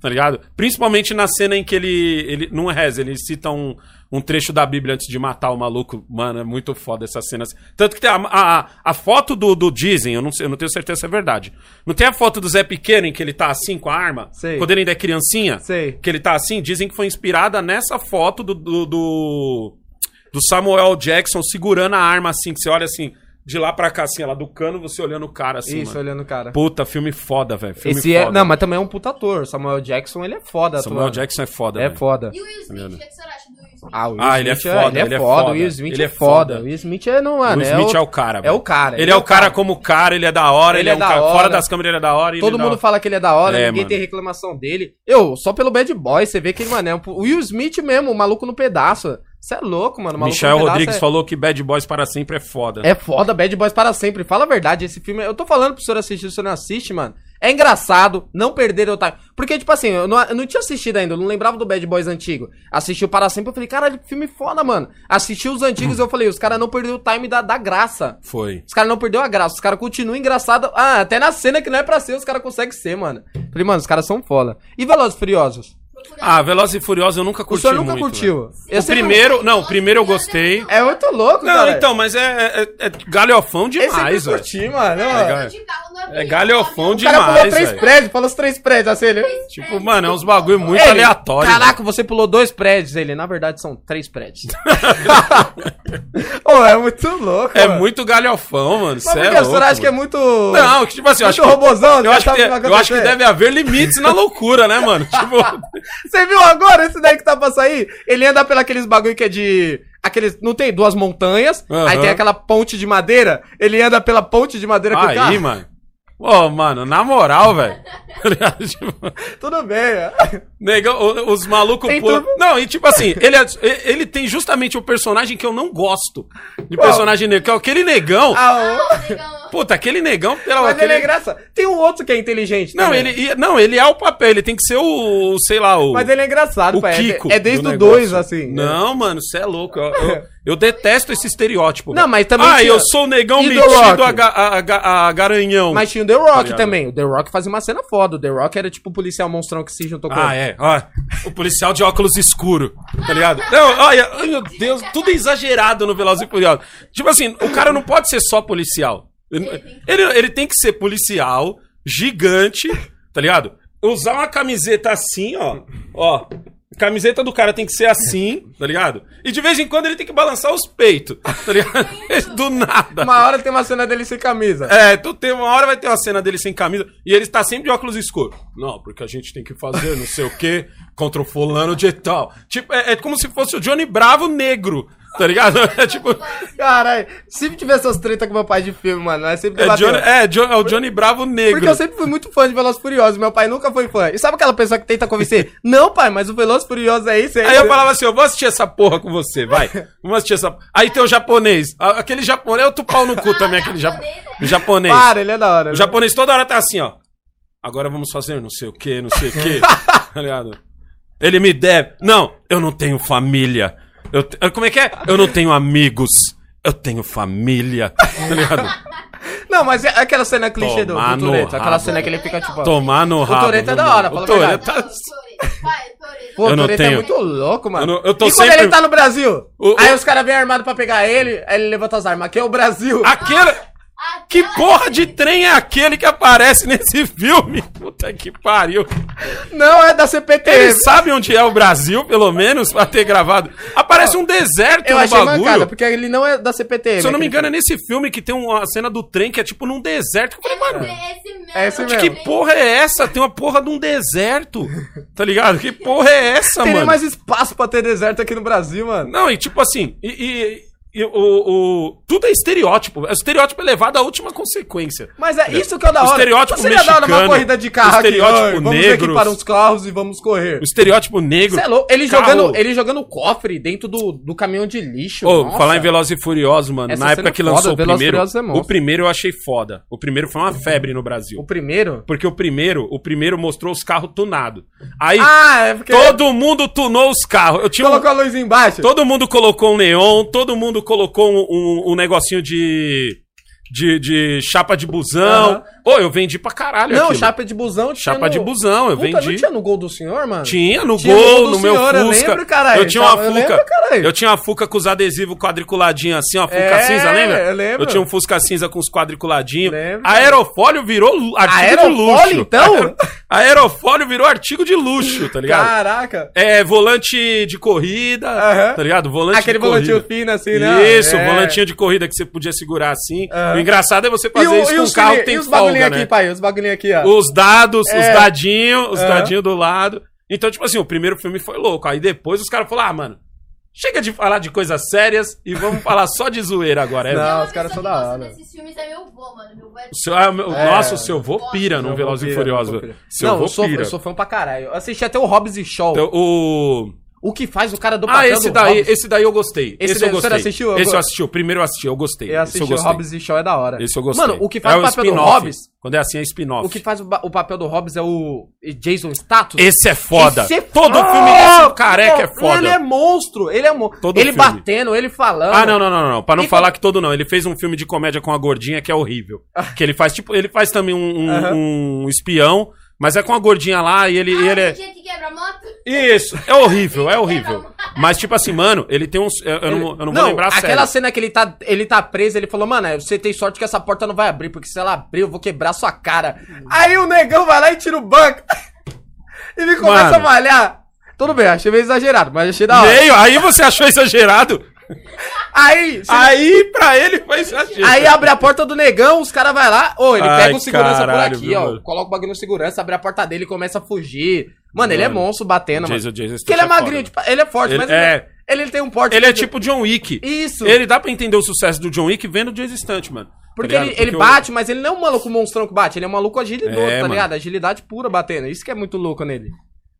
A: Tá ligado? Principalmente na cena em que ele. ele não reza, ele cita um, um trecho da Bíblia antes de matar o maluco. Mano, é muito foda essa cena. Tanto que tem a, a, a foto do, do Dizem, eu não, sei, eu não tenho certeza se é verdade. Não tem a foto do Zé Pequeno em que ele tá assim com a arma?
B: Sei.
A: Quando ele ainda é criancinha?
B: Sei.
A: Que ele tá assim? Dizem que foi inspirada nessa foto do- do- do do Samuel Jackson segurando a arma assim, que você olha assim, de lá pra cá, assim, ela do cano, você olhando o cara assim.
B: Isso,
A: mano.
B: olhando o cara.
A: Puta, filme foda, velho. Filme
B: Esse
A: foda.
B: é... Não, mas também é um puta ator. Samuel Jackson, ele é foda
A: Samuel
B: atuando.
A: Jackson é foda,
B: É
A: velho.
B: foda.
C: E o Will Smith, o que você acha do Will Smith?
B: Ah, o Will
A: Ah, ele é
B: Smith
A: foda,
B: Ele é foda. O Will Smith
A: Ele
B: é
A: é
B: foda.
A: foda.
B: O Will Smith é não, mano.
A: o Smith é o cara,
B: É o cara.
A: Ele é o cara como cara, ele é da hora, ele,
B: Ele
A: é,
B: é
A: um
B: da
A: cara
B: hora.
A: fora das câmeras, ele é da hora. e
B: Todo
A: ele é
B: mundo
A: da...
B: fala que ele é da hora,
A: É,
B: ninguém
A: mano.
B: tem reclamação dele. Eu, só pelo Bad Boy, você vê que ele, mano, é um... pu- O Will Smith mesmo, o maluco no pedaço. Você é louco, mano. o Maluco
A: Michel
B: no Pedaço
A: Rodrigues
B: é...
A: falou que Bad Boys para sempre é foda.
B: É foda, Bad Boys para sempre. Fala a verdade, esse filme. Eu tô falando pro senhor assistir, o senhor não assiste, mano. É engraçado, não perderam o time. Porque, tipo assim, eu não, eu não tinha assistido ainda, eu não lembrava do Bad Boys antigo. Assisti o Para Sempre, eu falei, caralho, que filme foda, mano. Assisti os antigos e eu falei, os caras não perderam o time da, da graça.
A: Foi.
B: Os caras não perderam a graça, os caras continuam engraçados. Ah, até na cena que não é pra ser, os caras conseguem ser, mano. Falei, mano, os caras são foda. E Velozes e Furiosos?
C: Procura-
A: Ah, Veloz e Furioso eu nunca curti
B: o senhor nunca
A: muito, velho.
B: curtiu. Eu
A: O
B: sempre-
A: primeiro, não, o primeiro eu gostei.
B: É muito louco,
A: Não,
B: cara.
A: então, mas é, é, é galhofão
B: Eu sempre
A: demais, velho.
B: curti, mano.
A: É legal.
C: De carro no avião.
A: É galhofão
B: O cara pulou
A: demais,
B: três
A: velho.
B: prédios, falou os três prédios, assim, ele...
A: Tipo, mano, é uns bagulho muito
B: Ele,
A: aleatório.
B: Caraca, você pulou dois prédios, ele. Na verdade, são três prédios. Ô, é muito louco.
A: É
B: mano.
A: muito galhofão, mano.
B: Mas
A: Cê
B: por
A: é
B: que o senhor
A: louco,
B: acha que é
A: mano.
B: muito.
A: Não, que tipo assim, eu
B: muito
A: acho que...
B: robozão?
A: Eu
B: já
A: acho,
B: sabe
A: que
B: o
A: de-
B: vai
A: eu acho que
B: acontecer?
A: deve haver limites na loucura, né, mano? Tipo,
B: Você viu agora esse daí que tá pra sair? Ele anda pela aqueles bagulho que é de. Aqueles. Não tem duas montanhas, aí
A: Aham.
B: tem aquela ponte de madeira. Ele anda pela ponte de madeira com o carro.
A: aí, mano. Ô, mano, na moral, velho. Tá ligado? Tipo,
B: Tudo bem. ó.
A: Negão, o- os malucos
B: Tem
A: pulam.
B: tudo.
A: Não, e tipo assim, ele, é- e- ele tem justamente o personagem que eu não gosto. De personagem negão, que é aquele negão.
B: Ah,
C: Ah, legal.
A: Puta, aquele negão, pela
B: o- Mas ele é
A: aquele...
B: engraçado. Tem um outro que é inteligente.
A: Não,
B: também.
A: ele, e- não, ele é o papel, ele tem que ser o, o sei lá, o.
B: Mas ele é engraçado,
A: o
B: pai. É de-
A: Kiko
B: É, desde
A: do
B: o 2,
A: negócio.
B: assim.
A: Não, mano, você é louco. Eu, eu, eu detesto esse estereótipo.
B: Não,
A: velho.
B: mas também
A: Ah,
B: tinha-
A: eu sou o negão
B: e The Rock?
A: metido a, ga- a, ga- a garanhão.
B: Mas tinha o The Rock
A: Tá ligado?
B: também. O The Rock fazia uma cena foda. O The Rock era tipo o policial monstrão que se juntou com
A: Ah,
B: ele.
A: é. Ó, o policial de óculos escuro, tá ligado? Não, olha, ai, meu Deus, tudo é exagerado no Veloz e Furioso. Tipo assim, o cara não pode ser só policial. Ele, ele tem que ser policial, gigante, tá ligado? Usar uma camiseta assim, ó. Ó. a Camiseta do cara tem que ser assim, tá ligado? E de vez em quando ele tem que balançar os peitos, tá ligado? Do nada.
B: Uma hora tem uma cena dele sem camisa.
A: É, tu tem uma hora vai ter uma cena dele sem camisa e ele está sempre de óculos escuros. Não, porque a gente tem que fazer não sei o que contra o fulano de tal. Tipo, é, é como se fosse o Johnny Bravo negro, tá ligado? É tipo.
B: Caralho, sempre tive essas tretas com meu pai de filme, mano. Mas sempre
A: É,
B: debateu.
A: Johnny- é, Jo- é o Johnny Bravo negro.
B: Porque eu sempre fui muito fã de Velozes e Furiosos, meu pai nunca foi fã. E sabe aquela pessoa que tenta convencer? Não, pai, mas o Velozes e Furiosos é isso, é
A: Aí
B: isso.
A: eu falava assim, eu vou assistir essa porra com você, vai. Vamos assistir essa. Aí tem o japonês. A- Aquele japonês, eu tu pau no cu também, aquele japo- o japonês.
B: Para, ele é da hora.
A: O
B: né?
A: japonês toda hora tá assim, ó. Agora vamos fazer não sei o que, não sei o que. tá ligado? Ele me deve. Não, eu não tenho família. Eu te- Como é que é? Eu não tenho amigos. Eu tenho família. Tá ligado?
B: Não, mas é aquela cena clichê do,
A: Tomar
B: do
A: no
B: Toreto. Aquela
A: rabo.
B: cena que ele fica tipo...
A: Tomar no rabo.
B: Toretto é
A: meu
B: da hora,
A: mano.
B: fala
A: O
B: a verdade.
A: Toretto tá...
C: Toretto, Vai, Toretto.
B: Pô, o
A: Eu não
B: Toreto é
A: tenho.
B: muito louco, mano.
A: Eu não- eu tô
B: e quando
A: sempre-
B: ele tá no Brasil?
A: O- o-
B: Aí os caras vêm armados pra pegar ele, aí ele levanta as armas. Aqui é o Brasil.
A: Aquele...
C: Aquela
A: Que porra de trem é aquele que aparece nesse filme? Puta que pariu.
B: Não é da CPT.
A: Ele sabe onde é o Brasil, pelo menos, pra ter gravado. Aparece um deserto
B: Eu
A: no
B: achei
A: bagulho.
B: mancada, porque ele não é da CPT.
A: Se eu não me engano, é nesse filme que tem uma cena do trem que é tipo num deserto. Que eu falei, mano,
C: É esse mesmo.
B: É esse
A: de
B: mesmo.
A: que porra é essa? Tem uma porra de um deserto. Tá ligado? Que porra é essa,
B: Tem nem
A: mano?
B: mais espaço pra ter deserto aqui no Brasil, mano.
A: Não, e tipo assim, e, e- e o, o- Tudo é estereótipo. O estereótipo é levado à última consequência.
B: Mas é isso que é o da
A: O
B: hora.
A: estereótipo
B: Seria da hora uma
A: mexicano,
B: corrida de carro
A: o estereótipo
B: aqui. Ai, Vamos ver
A: negro.
B: aqui para uns carros e vamos correr.
A: O estereótipo negro.
B: Você é louco. Ele
A: Carro-
B: jogando, ele jogando cofre dentro do, do caminhão de lixo.
A: Ô,
B: Nossa.
A: falar em Veloz e Furioso, mano,
B: Essa
A: na
B: cena
A: época que
B: é foda,
A: lançou o
B: Velozes e
A: primeiro,
B: Furiosos é monstro.
A: o primeiro eu achei foda. O primeiro foi uma febre no Brasil.
B: O primeiro?
A: Porque o primeiro, o primeiro mostrou os carros tunados. Aí
B: Ah, é porque...
A: todo mundo tunou os carros. Eu tinha um-
B: Colocou a luz embaixo.
A: Todo mundo colocou um neon, todo mundo colocou um, um- um negocinho de, de, de chapa de busão. Ô, eu vendi pra caralho
B: Não,
A: aquilo.
B: chapa de busão. tinha
A: Chapa de busão, eu
B: Puta,
A: vendi.
B: não tinha no gol do senhor, mano?
A: Tinha no
B: Tinha
A: gol,
B: do
A: no meu
B: senhor, eu
A: Fusca.
B: lembro, caralho.
A: Eu tinha uma
B: Tava- eu
A: Fuca.
B: lembro, caralho.
A: eu tinha uma Fuca com os adesivos quadriculadinhos assim, ó, Fuca
B: É,
A: cinza, lembra?
B: eu lembro.
A: tinha um Fusca cinza com os quadriculadinhos.
B: Lembro, cara.
A: Aerofólio virou lu- artigo de
B: Aerofólio,
A: luxo.
B: então?
A: Aero- Aerofólio virou artigo de luxo, tá ligado?
B: Caraca.
A: É, volante de corrida,
B: Aham.
A: tá ligado? Volante
B: Aquele
A: de corrida.
B: volantinho fino assim, né?
A: Isso,
B: É.
A: volantinho de corrida que você podia segurar assim.
B: Ah.
A: O engraçado é você
B: E,
A: fazer
B: o-
A: isso
B: e
A: com
B: os
A: um carro
B: filhinhos-
A: que tem
B: e os bagulhinhos
A: folga,
B: aqui,
A: né? um
B: pai? Os bagulhinhos aqui, ó.
A: Os dados,
B: É.
A: os dadinhos, os
B: Ah.
A: dadinhos do lado. Então, tipo assim, o primeiro filme foi louco. Aí depois os caras falaram, ah, mano, chega de falar de coisas sérias e vamos falar só de zoeira agora. É,
B: Não.
C: Uma
B: os caras são
C: pessoa que
B: da
C: gosta
B: hora.
C: desses filmes é meu vô, mano. Meu vô é...
A: o seu- ah, meu-
B: É.
A: Nossa, o seu vô pira
B: Meu
A: no Velozes
B: vô
A: e
B: pira,
A: Furiosos.
B: meu vô pira.
A: Seu
B: não,
A: vô
B: eu sou,
A: pira.
B: eu sou fã pra caralho. Eu assisti até o Hobbs e Shaw.
A: Então, o...
B: O que faz o cara do
A: Ah,
B: papel
A: esse
B: do
A: daí,
B: Hobbs.
A: esse daí eu gostei.
B: Esse
A: Esse,
B: daí
A: eu
B: você
A: gostei.
B: assistiu? Eu
A: Esse
B: go-
A: eu assisti. O primeiro eu assisti. Eu gostei.
D: Eu
A: esse eu
D: assisti o
A: gostei.
D: Hobbs e Shaw, é da hora.
A: Esse eu gostei. É um
B: Mano, o que faz o papel do
A: spin-off.
B: Hobbs-
A: Quando é assim, é spin-off.
B: O que faz o, ba- o papel do Hobbs é o Jason Status.
A: Esse é foda.
B: Esse é
A: Todo
B: foda.
A: filme desse careca é foda.
B: Ele é monstro, ele é monstro.
A: Todo
B: Ele
A: filme.
B: batendo, ele falando.
A: Ah, não, não, não, não, não. Pra não
B: E
A: falar que todo não. Ele fez um filme de comédia com a gordinha que é horrível.
B: Ah.
A: Que ele faz, tipo, ele faz também um, um- um espião, mas é com a gordinha lá e ele, e ele
C: Ah,
A: é.
C: o dia que quebra a moto?
A: Isso, é horrível, é horrível. Mas, tipo assim, mano, ele tem uns. Eu, eu não, eu não vou lembrar a
B: aquela
A: série.
B: cena que ele tá, ele tá preso, ele falou, mano, você tem sorte que essa porta não vai abrir, porque se ela abrir, eu vou quebrar sua cara. Aí o negão vai lá e tira o banco. e me começa
A: Mano.
B: a malhar. Tudo bem, achei meio exagerado, mas achei da hora.
A: Meio, aí você achou exagerado?
B: Aí, se-
A: Aí pra ele foi exagero.
B: aí abre a porta do negão, os caras vai lá, ô, ele
A: Ai,
B: pega o segurança
A: caralho,
B: por aqui,
A: viu,
B: ó.
A: mano?
B: Coloca o bagulho no segurança, abre a porta dele e começa a fugir. Mano, ele é
A: Mano.
B: monstro batendo, mano.
A: Jason- Jason
B: Porque ele
A: Statham
B: é
A: é
B: magrinho,
A: foda.
B: tipo, ele é forte,
A: Ele
B: mas
A: é.
B: ele, ele tem um porte.
A: Ele é
B: que-
A: tipo John Wick.
B: Isso.
A: Ele dá pra entender o sucesso do John Wick vendo o Jason Stunt, mano. Tá
B: Porque
A: ligado?
B: ele, ele
A: o-
B: bate, mas ele não é um maluco monstrão que bate, ele é um maluco agilidoso,
A: É,
B: tá
A: mano.
B: ligado? Agilidade pura batendo. Isso que é muito louco nele.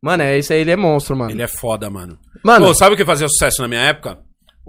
B: Mano, é isso aí, ele é monstro, mano.
A: Ele é foda, mano.
B: Mano.
A: Pô, sabe o que fazia sucesso na minha época?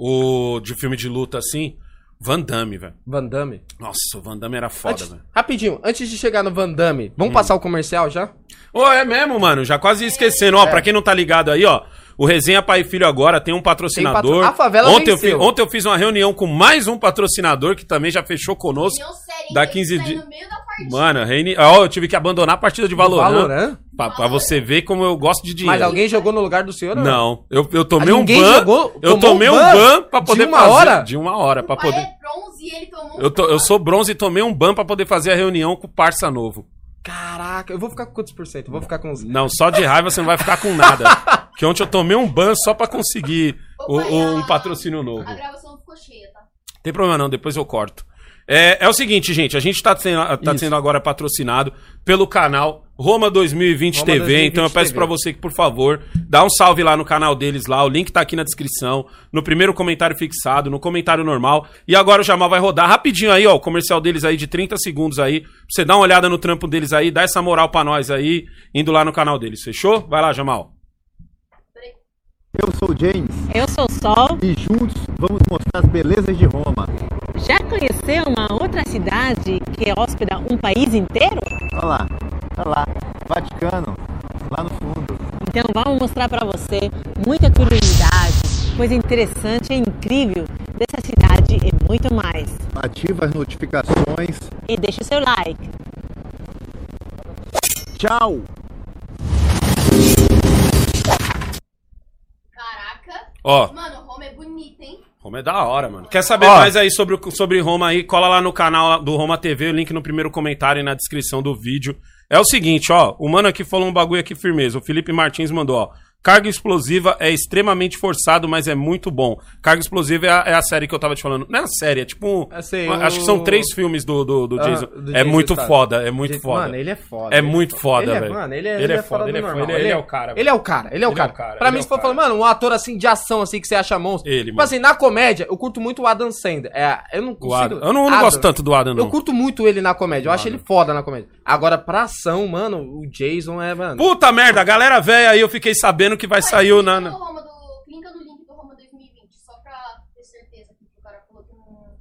A: O de filme de luta assim? Van Damme, velho.
B: Van Damme.
A: Nossa, o Van Damme era foda, Hum.
B: Antes,
A: velho.
B: rapidinho, antes de chegar no Van Damme, vamos passar o comercial já?
A: Ô, é mesmo, mano. Já quase ia esquecendo. Ó, pra quem não tá ligado aí, ó. O Resenha Pai e Filho agora tem um patrocinador.
B: É. Tem patro- a favela
A: ontem eu,
B: venceu.
A: fi- ontem eu fiz uma reunião com mais um patrocinador que também já fechou conosco.
C: Não, sério,
A: Dá
C: hein,
A: 15
C: sai
A: dias.
C: no meio da partida.
A: Mano, reini... ó, eu tive que abandonar a partida de Valorant. Pra, pra você ver como eu gosto de dinheiro.
B: né? Mas alguém jogou no lugar do senhor? ou
A: Não, eu, eu tomei
B: Ah,
A: um
B: ninguém
A: ban.
B: jogou?
A: eu
B: Tomou
A: tomei
B: um
A: um
B: ban?
A: ban, pra
B: De
A: poder
B: uma
A: fazer-
B: hora?
A: De uma hora,
C: O
A: pra
C: pai
A: poder.
C: é bronze e ele tomou um
A: Eu, tô- eu sou bronze e tomei um ban pra poder fazer a reunião com o parça novo.
B: Caraca, eu vou ficar com quantos por cento? Eu Vou ficar com uns...
A: Não, só de raiva você não vai ficar com nada. que ontem eu tomei um ban só pra conseguir
C: Ô,
A: o-
C: pai,
A: o- um
C: a-
A: patrocínio novo.
C: A gravação ficou cheia, tá?
A: Tem problema não, depois eu corto. É, é o seguinte, gente, a gente tá, sendo, tá
B: Isso.
A: sendo agora patrocinado pelo canal Roma 2020
B: Roma
A: TV,
B: 2020
A: então eu peço
B: TV.
A: pra você que, por favor, dá um salve lá no canal deles lá, o link tá aqui na descrição, no primeiro comentário fixado, no comentário normal, e agora o Jamal vai rodar rapidinho aí, ó, o comercial deles aí de 30 segundos aí, pra você dar uma olhada no trampo deles aí, dá essa moral pra nós aí, indo lá no canal deles, fechou? Vai lá, Jamal.
E: Eu sou o James
F: Eu sou Sol.
E: e juntos vamos mostrar as belezas de Roma.
F: Já conheceu uma outra cidade que hospeda um país inteiro?
E: Olha lá, olha lá, Vaticano, lá no fundo.
F: Então vamos mostrar para você muita curiosidade, coisa interessante e incrível dessa cidade e muito mais.
E: Ativa as notificações.
F: E deixa o seu like.
E: Tchau!
C: Caraca.
A: Ó,
C: Mano, Roma é bonita, hein?
A: Roma é da hora, mano. Quer saber
B: Ó.
A: mais aí sobre, o- sobre Roma aí? Cola lá no canal do Roma TV, o link no primeiro comentário e na descrição do vídeo. É o seguinte, ó, o mano aqui falou um bagulho aqui firmeza. O Felipe Martins mandou, ó. Carga explosiva é extremamente forçado, mas é muito bom. Carga explosiva é a, é a série que eu tava te falando. Não é a série, é tipo. um-
B: Eu sei,
A: uma-
B: o-
A: Acho que são três filmes do, do, do
B: Ah,
A: Jason.
B: do
A: é
B: Jason
A: muito
B: Statham.
A: foda, é muito foda.
B: Mano, ele é foda.
A: É
B: ele
A: muito foda,
B: Ele é-
A: velho.
B: Mano, ele é,
A: Ele é foda,
B: do
A: ele é
B: normal.
A: foda, ele é o cara,
B: Ele é o cara, ele é o
A: Ele é o
B: cara.
A: cara,
B: Pra
A: ele
B: mim,
A: é
B: se
A: o
B: for
A: cara.
B: falar, mano, um ator assim de ação, assim, que você acha monstro.
A: Ele,
B: Tipo
A: mano.
B: assim, na comédia, eu curto muito o Adam Sandler. É, eu não
A: O
B: consigo...
A: Adam. Eu não, eu não
B: Adam.
A: gosto tanto do Adam, não.
B: Eu curto muito ele na comédia, eu acho ele foda na comédia. Agora, pra ação, mano, o Jason é, mano...
A: Puta merda, a galera velha aí, eu fiquei sabendo que vai sair o
C: Clica
A: Nana.
C: no Roma do- Clica no link do Roma 2020, só pra ter certeza que o cara falou que não...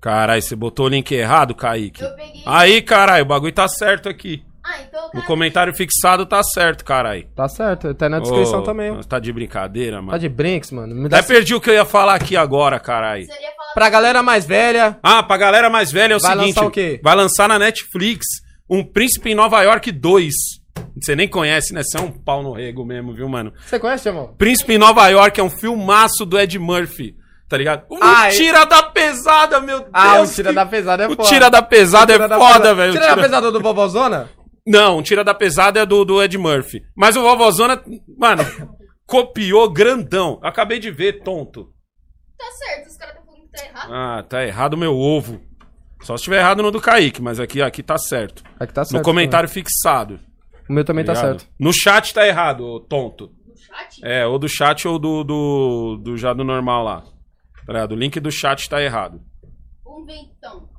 A: Caralho, você botou o link errado, Kaique?
C: Eu peguei...
A: Aí, caralho, o bagulho tá certo aqui.
C: Ah, então...
A: No
C: cara,
A: comentário fixado tá certo, caralho.
B: Tá certo, tá na descrição
A: Ô,
B: também. ó.
A: Tá de brincadeira,
B: Tá
A: mano.
B: de brinks, mano. Me dá
A: Até perdi o que eu ia falar aqui agora, caralho.
C: Seria falar...
B: Pra galera mais velha,
A: Ah, pra galera mais velha é o
B: Vai
A: seguinte.
B: lançar o quê?
A: Vai lançar na Netflix um Príncipe em Nova York 2. Você nem conhece, né? Você é um pau no rego mesmo, viu, mano?
B: você conhece, irmão?
A: Príncipe em Nova York é um filmaço do Ed Murphy, tá ligado? O
B: Ah,
A: Tira da Pesada, meu Deus!
B: Ah, o Tira
A: que-
B: da Pesada é
A: O
B: foda.
A: Tira da Pesada é foda, velho.
B: Tira da Pesada do Bobozona?
A: Não, Tira da Pesada é do, do Ed Murphy. Mas o Vovozona, mano, copiou grandão. Eu Acabei de ver, tonto.
C: Tá certo, os caras estão falando que tá errado.
A: Ah, tá errado meu ovo. Só se tiver errado no do Kaique, mas aqui, aqui tá certo.
B: Aqui tá
A: no comentário fixado.
B: O meu também tá
A: ligado?
B: certo.
A: No chat tá errado, ô tonto.
C: No chat?
A: É, ou do chat ou do, do, do já do normal lá. Tá ligado? O link do chat tá errado.
C: Um ventão.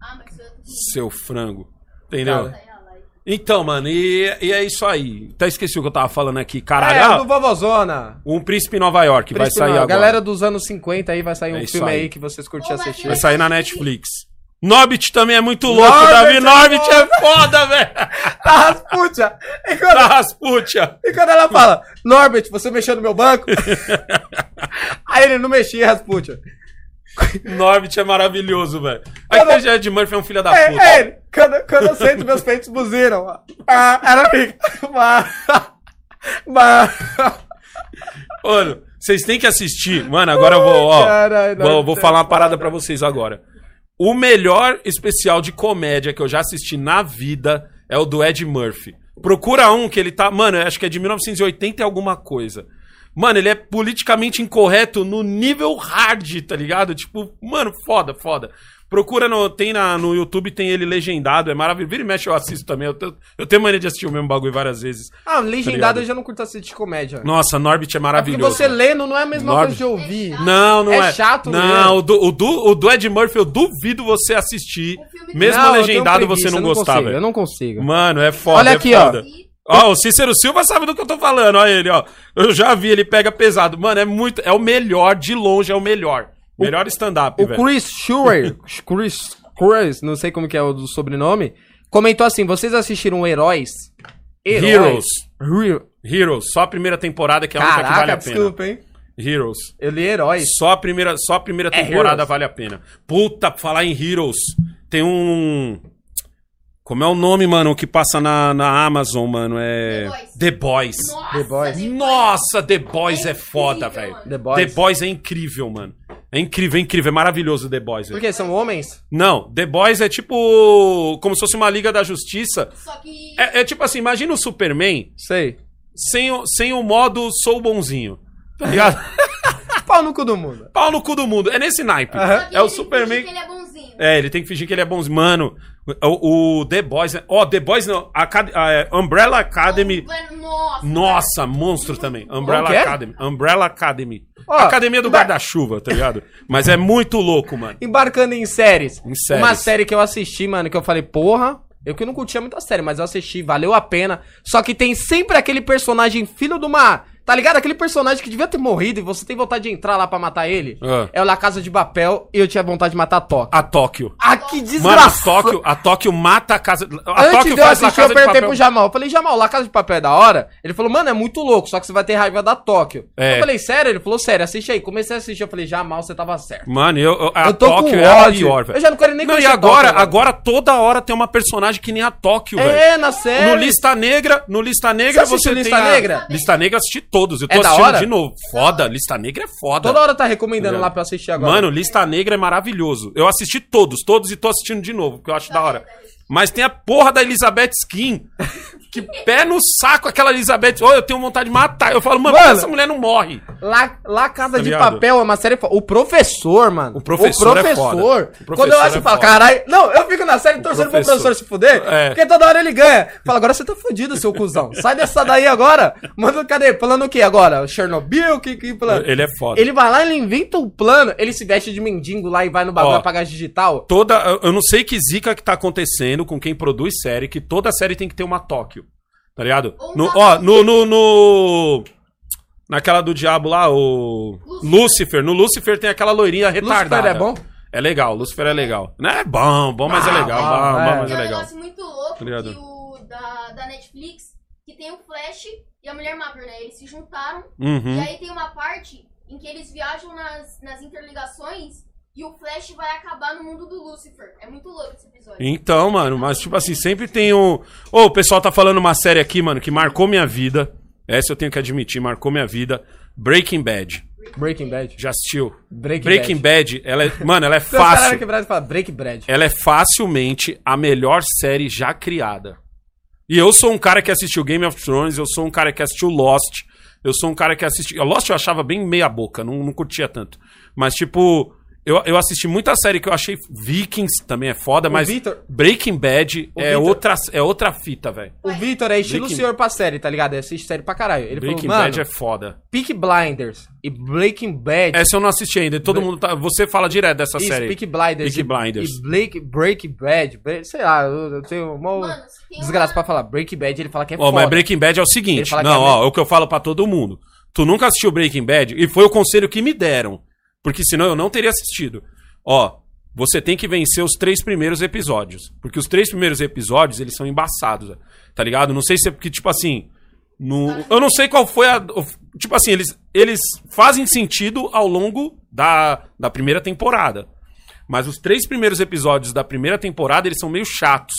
C: Ah, mas eu tô...
A: Seu frango. Entendeu?
C: Tá errado aí.
A: Então, mano, e, e é isso aí. Até esqueci o que eu tava falando aqui. Caralho,
B: É,
A: ah,
B: do Vovozona.
A: um príncipe em Nova York vai
B: Príncipe
A: sair
B: não,
A: agora.
B: Galera dos anos 50 aí vai sair um
A: É isso
B: filme aí.
A: aí.
B: que vocês curtiam
C: Ô,
B: assistir.
A: Vai
C: Matheus.
A: sair na Netflix. Norbit também é muito louco,
B: Norbit
A: Davi.
B: é
A: Norbit
B: foda.
A: é foda, velho.
B: Tá Rasputia. E quando,
A: Da Rasputia.
B: e quando ela fala, Norbert, você mexeu no meu banco? aí ele não mexia, Rasputia.
A: Norbit é maravilhoso, velho. Aí que já é de Murphy é um filho da
B: Tá É,
A: puta.
B: é ele. Quando, quando eu sento, meus peitos buziram. Ah, ela fica. Mas. Mas.
A: Mano, vocês têm que assistir. Mano, agora eu vou, ó.
B: Caralho,
A: vou,
B: nossa,
A: vou falar uma parada pra vocês agora. O melhor especial de comédia que eu já assisti na vida é o do Ed Murphy. Procura um que ele tá. Mano, eu acho que é de 1980 e alguma coisa. Mano, ele é politicamente incorreto no nível hard, tá ligado? Tipo, mano, foda, foda. Procura no. Tem na, no YouTube, tem ele legendado, é maravilhoso. Vira e mexe, eu assisto também. Eu, tenho- eu tenho mania de assistir o mesmo bagulho várias vezes.
B: Ah, legendado
A: Obrigado.
B: eu já não curto assistir comédia.
A: Nossa, Norbit é
B: É porque
A: maravilhoso.
B: você lendo não é a mesma
A: Norbit.
B: coisa de ouvir.
A: Não, não
B: É
A: é.
G: né?
B: chato mesmo.
A: Não, o do, o, do, o do Ed Murphy eu duvido você assistir.
C: O filme do-
A: Mesmo
G: Não, eu
A: legendado
G: tenho preguiça,
A: você não,
G: eu
A: gostar,
G: consigo, Eu
A: velho.
G: não consigo.
A: Mano, é foda.
G: Olha
A: é
G: aqui, ó.
A: foda. Ó, o Cícero Silva sabe do que eu tô falando, ó ele, ó. Eu já vi, ele pega pesado. Mano, é muito. É o melhor, de longe é o melhor. Melhor stand-up,
G: O
A: velho.
G: Chris Schurer, Chris, Chris, não sei como que é o do sobrenome, comentou assim: vocês assistiram Heróis?
A: Heroes.
G: Heroes.
A: Heroes, só a primeira temporada que é a única que
B: Caraca,
A: vale a pena.
B: desculpa, hein?
A: Heroes.
B: Eu li heróis.
A: Só a primeira, só a primeira
B: É
A: temporada
B: Heroes?
A: vale a pena. Puta, pra falar em Heroes, tem um. Como é o nome, mano, que passa na, na Amazon, mano? É. The Boys.
C: Nossa,
B: The Boys.
C: The
A: Nossa, The Boys é,
C: É
A: foda,
C: incrível,
A: velho.
C: mano.
B: The
A: The
B: Boys.
A: Boys é incrível, mano. É incrível, é incrível. É maravilhoso o The Boys.
B: Por
A: velho.
B: quê? São homens?
A: Não, The Boys é tipo. Como se fosse uma Liga da Justiça.
C: Só que.
A: É, é tipo assim, imagina o Superman
B: Sei.
A: sem o, sem o modo sou bonzinho. Tá ligado?
B: Pau no cu do mundo.
A: Pau no cu do mundo. É nesse naipe.
C: só que
A: É o
C: ele finge
A: Superman.
C: que Ele é bonzinho.
A: É, ele tem que fingir que ele é bonzinho. Mano, o, o The Boys. né? Ó, The Boys não. Acad- ah, é, Umbrella Academy.
C: Então, é, Nossa.
A: Nossa, monstro também. Umbrella
B: Como que é?
A: Academy. Umbrella Academy.
B: Ó,
A: Academia do
B: ba-
A: guarda-chuva, tá ligado? Mas é muito louco, mano.
B: Embarcando em séries.
A: Em séries.
B: Uma série que eu assisti, mano, que eu falei, porra. Eu que não curtia muita série, mas eu assisti, valeu a pena. Só que tem sempre aquele personagem filho do mar. Tá ligado? Aquele personagem que devia ter morrido e você tem vontade de entrar lá pra matar ele.
A: Ah.
B: É o La Casa de Papel e eu tinha vontade de matar a Toca.
A: A Tóquio.
B: Ah, que
A: Mano, a
B: desgraça!
A: Tóquio, a Tóquio mata a casa. A
B: Antes
A: Tóquio
B: de eu
A: La
B: assistir, eu
A: Casa de
B: perguntei
A: Papel.
B: pro Jamal. Eu falei, Jamal, La Casa de Papel é da hora? Ele falou, mano, é muito louco, só que você vai ter raiva da Tóquio.
A: É.
B: Eu falei, sério? Ele falou, sério, assiste aí. Comecei a assistir, eu falei, Jamal, você tava certo.
A: Mano, eu, eu- a
B: Eu tô com
A: Tóquio é a
B: ódio.
A: pior, velho.
B: Eu já não quero nem
A: Não, e
B: conhecer a
A: agora,
B: Tóquio,
A: agora toda hora tem uma personagem que nem a Tóquio, velho.
B: É, na série.
A: No Lista Negra, no Lista Negra
B: Você
A: você,
B: assistiu
A: tem
B: Lista
A: a-
B: Negra?
A: Lista Negra eu assisti todos, eu tô
B: É da
A: assistindo
B: hora?
A: de novo. Foda, Lista Negra é foda.
B: Toda hora tá recomendando lá pra eu assistir agora.
A: Mano, Lista Negra é maravilhoso. Eu assisti todos, todos e tô assistindo de novo, porque eu acho da hora. Mas tem a porra da Elizabeth Skin. Que pé no saco aquela Elizabeth. Ô, eu tenho vontade de matar. Eu falo, mano, por que
B: Mano.
A: essa mulher não morre.
B: La, La Casa
A: Tá
B: de
A: ligado?
B: Papel é uma série. fo- O professor, mano.
A: O professor é foda.
B: professor,
A: O professor
B: Quando eu acho,
A: é
B: eu falo,
A: foda.
B: caralho. Não, eu fico na série torcendo pro
A: professor.
B: professor se fuder,
A: É.
B: porque toda hora ele ganha. Fala, agora você tá fudido, seu cuzão. Sai dessa daí agora. Manda, cadê? Plano o quê agora? Chernobyl? Que, que plano?
A: Ele é foda.
B: Ele vai lá, ele inventa um plano, ele se veste de mendigo lá e vai no bagulho
A: Ó.
B: apagar digital.
A: Toda. eu- Eu não sei que zica que tá acontecendo com quem produz série, que toda série tem que ter uma Tóquio. Tá ligado?
C: Ou
A: No,
C: uma-
A: ó, no, no, no- Naquela do diabo lá, o. Lúcifer. No Lúcifer tem aquela loirinha retardada.
B: é bom?
A: É legal, Lúcifer é legal. Não é bom, bom, mas é legal.
B: Ah,
A: Bom,
B: é.
A: bom, mas
C: Tem
A: é
C: um
A: legal. Tá
C: negócio muito louco
A: Obrigado.
C: que o da, da Netflix, que tem o Flash e a Mulher Maravilha, né? Eles se juntaram
A: Uhum.
C: E aí tem uma parte em que eles viajam nas, nas interligações e o Flash vai acabar no mundo do Lucifer. É muito louco esse episódio.
A: Então, mano, mas tipo assim, sempre tem um. Ô, o pessoal tá falando uma série aqui, mano, que marcou minha vida. Essa eu tenho que admitir, marcou minha vida. Breaking Bad.
B: Breaking Bad.
A: Já assistiu?
B: Breaking
A: Breaking Bad, ela é, mano, ela é
B: Então, os caras
A: fácil.
B: que Brad fala, Breaking Bad.
A: Ela é facilmente a melhor série já criada. E eu sou um cara que assistiu Game of Thrones, eu sou um cara que assistiu Lost, eu sou um cara que assistiu. Lost eu achava bem meia boca, não, não curtia tanto. Mas, tipo, Eu, eu assisti muita série que eu achei. Vikings também é foda, mas.
B: Victor-
A: Breaking Bad
B: O
A: é,
B: Victor-
A: outra, é outra fita, velho.
B: O Vitor é estilo
A: Breaking-
B: senhor pra série, tá ligado? Ele assiste série pra caralho. Ele
A: Breaking
B: falou, mano,
A: Bad é foda.
B: Peak Blinders e Breaking Bad.
A: Essa eu não assisti ainda. Todo mundo tá. Você fala direto dessa
B: isso,
A: série.
B: Peak Blinders.
A: Peaky Blinders.
B: E, e Blake, Break Bad. Bre- Sei lá, eu, eu tenho uma
C: Mano, se tem uma-
B: desgraça pra falar. Break Bad, ele fala que é
A: Ó,
B: foda.
A: mas Breaking Bad é o
B: Ele
A: seguinte.
B: fala que
A: Não,
B: é
A: ó, é o que eu falo pra todo mundo. Tu nunca assistiu Breaking Bad e foi o conselho que me deram. Porque senão eu não teria assistido. Ó, você tem que vencer os três primeiros episódios. Porque os três primeiros episódios, eles são embaçados, tá ligado? Não sei se é porque, tipo assim. no- eu não sei qual foi a. o- Tipo assim, eles, eles fazem sentido ao longo da, da primeira temporada. Mas os três primeiros episódios da primeira temporada, eles são meio chatos.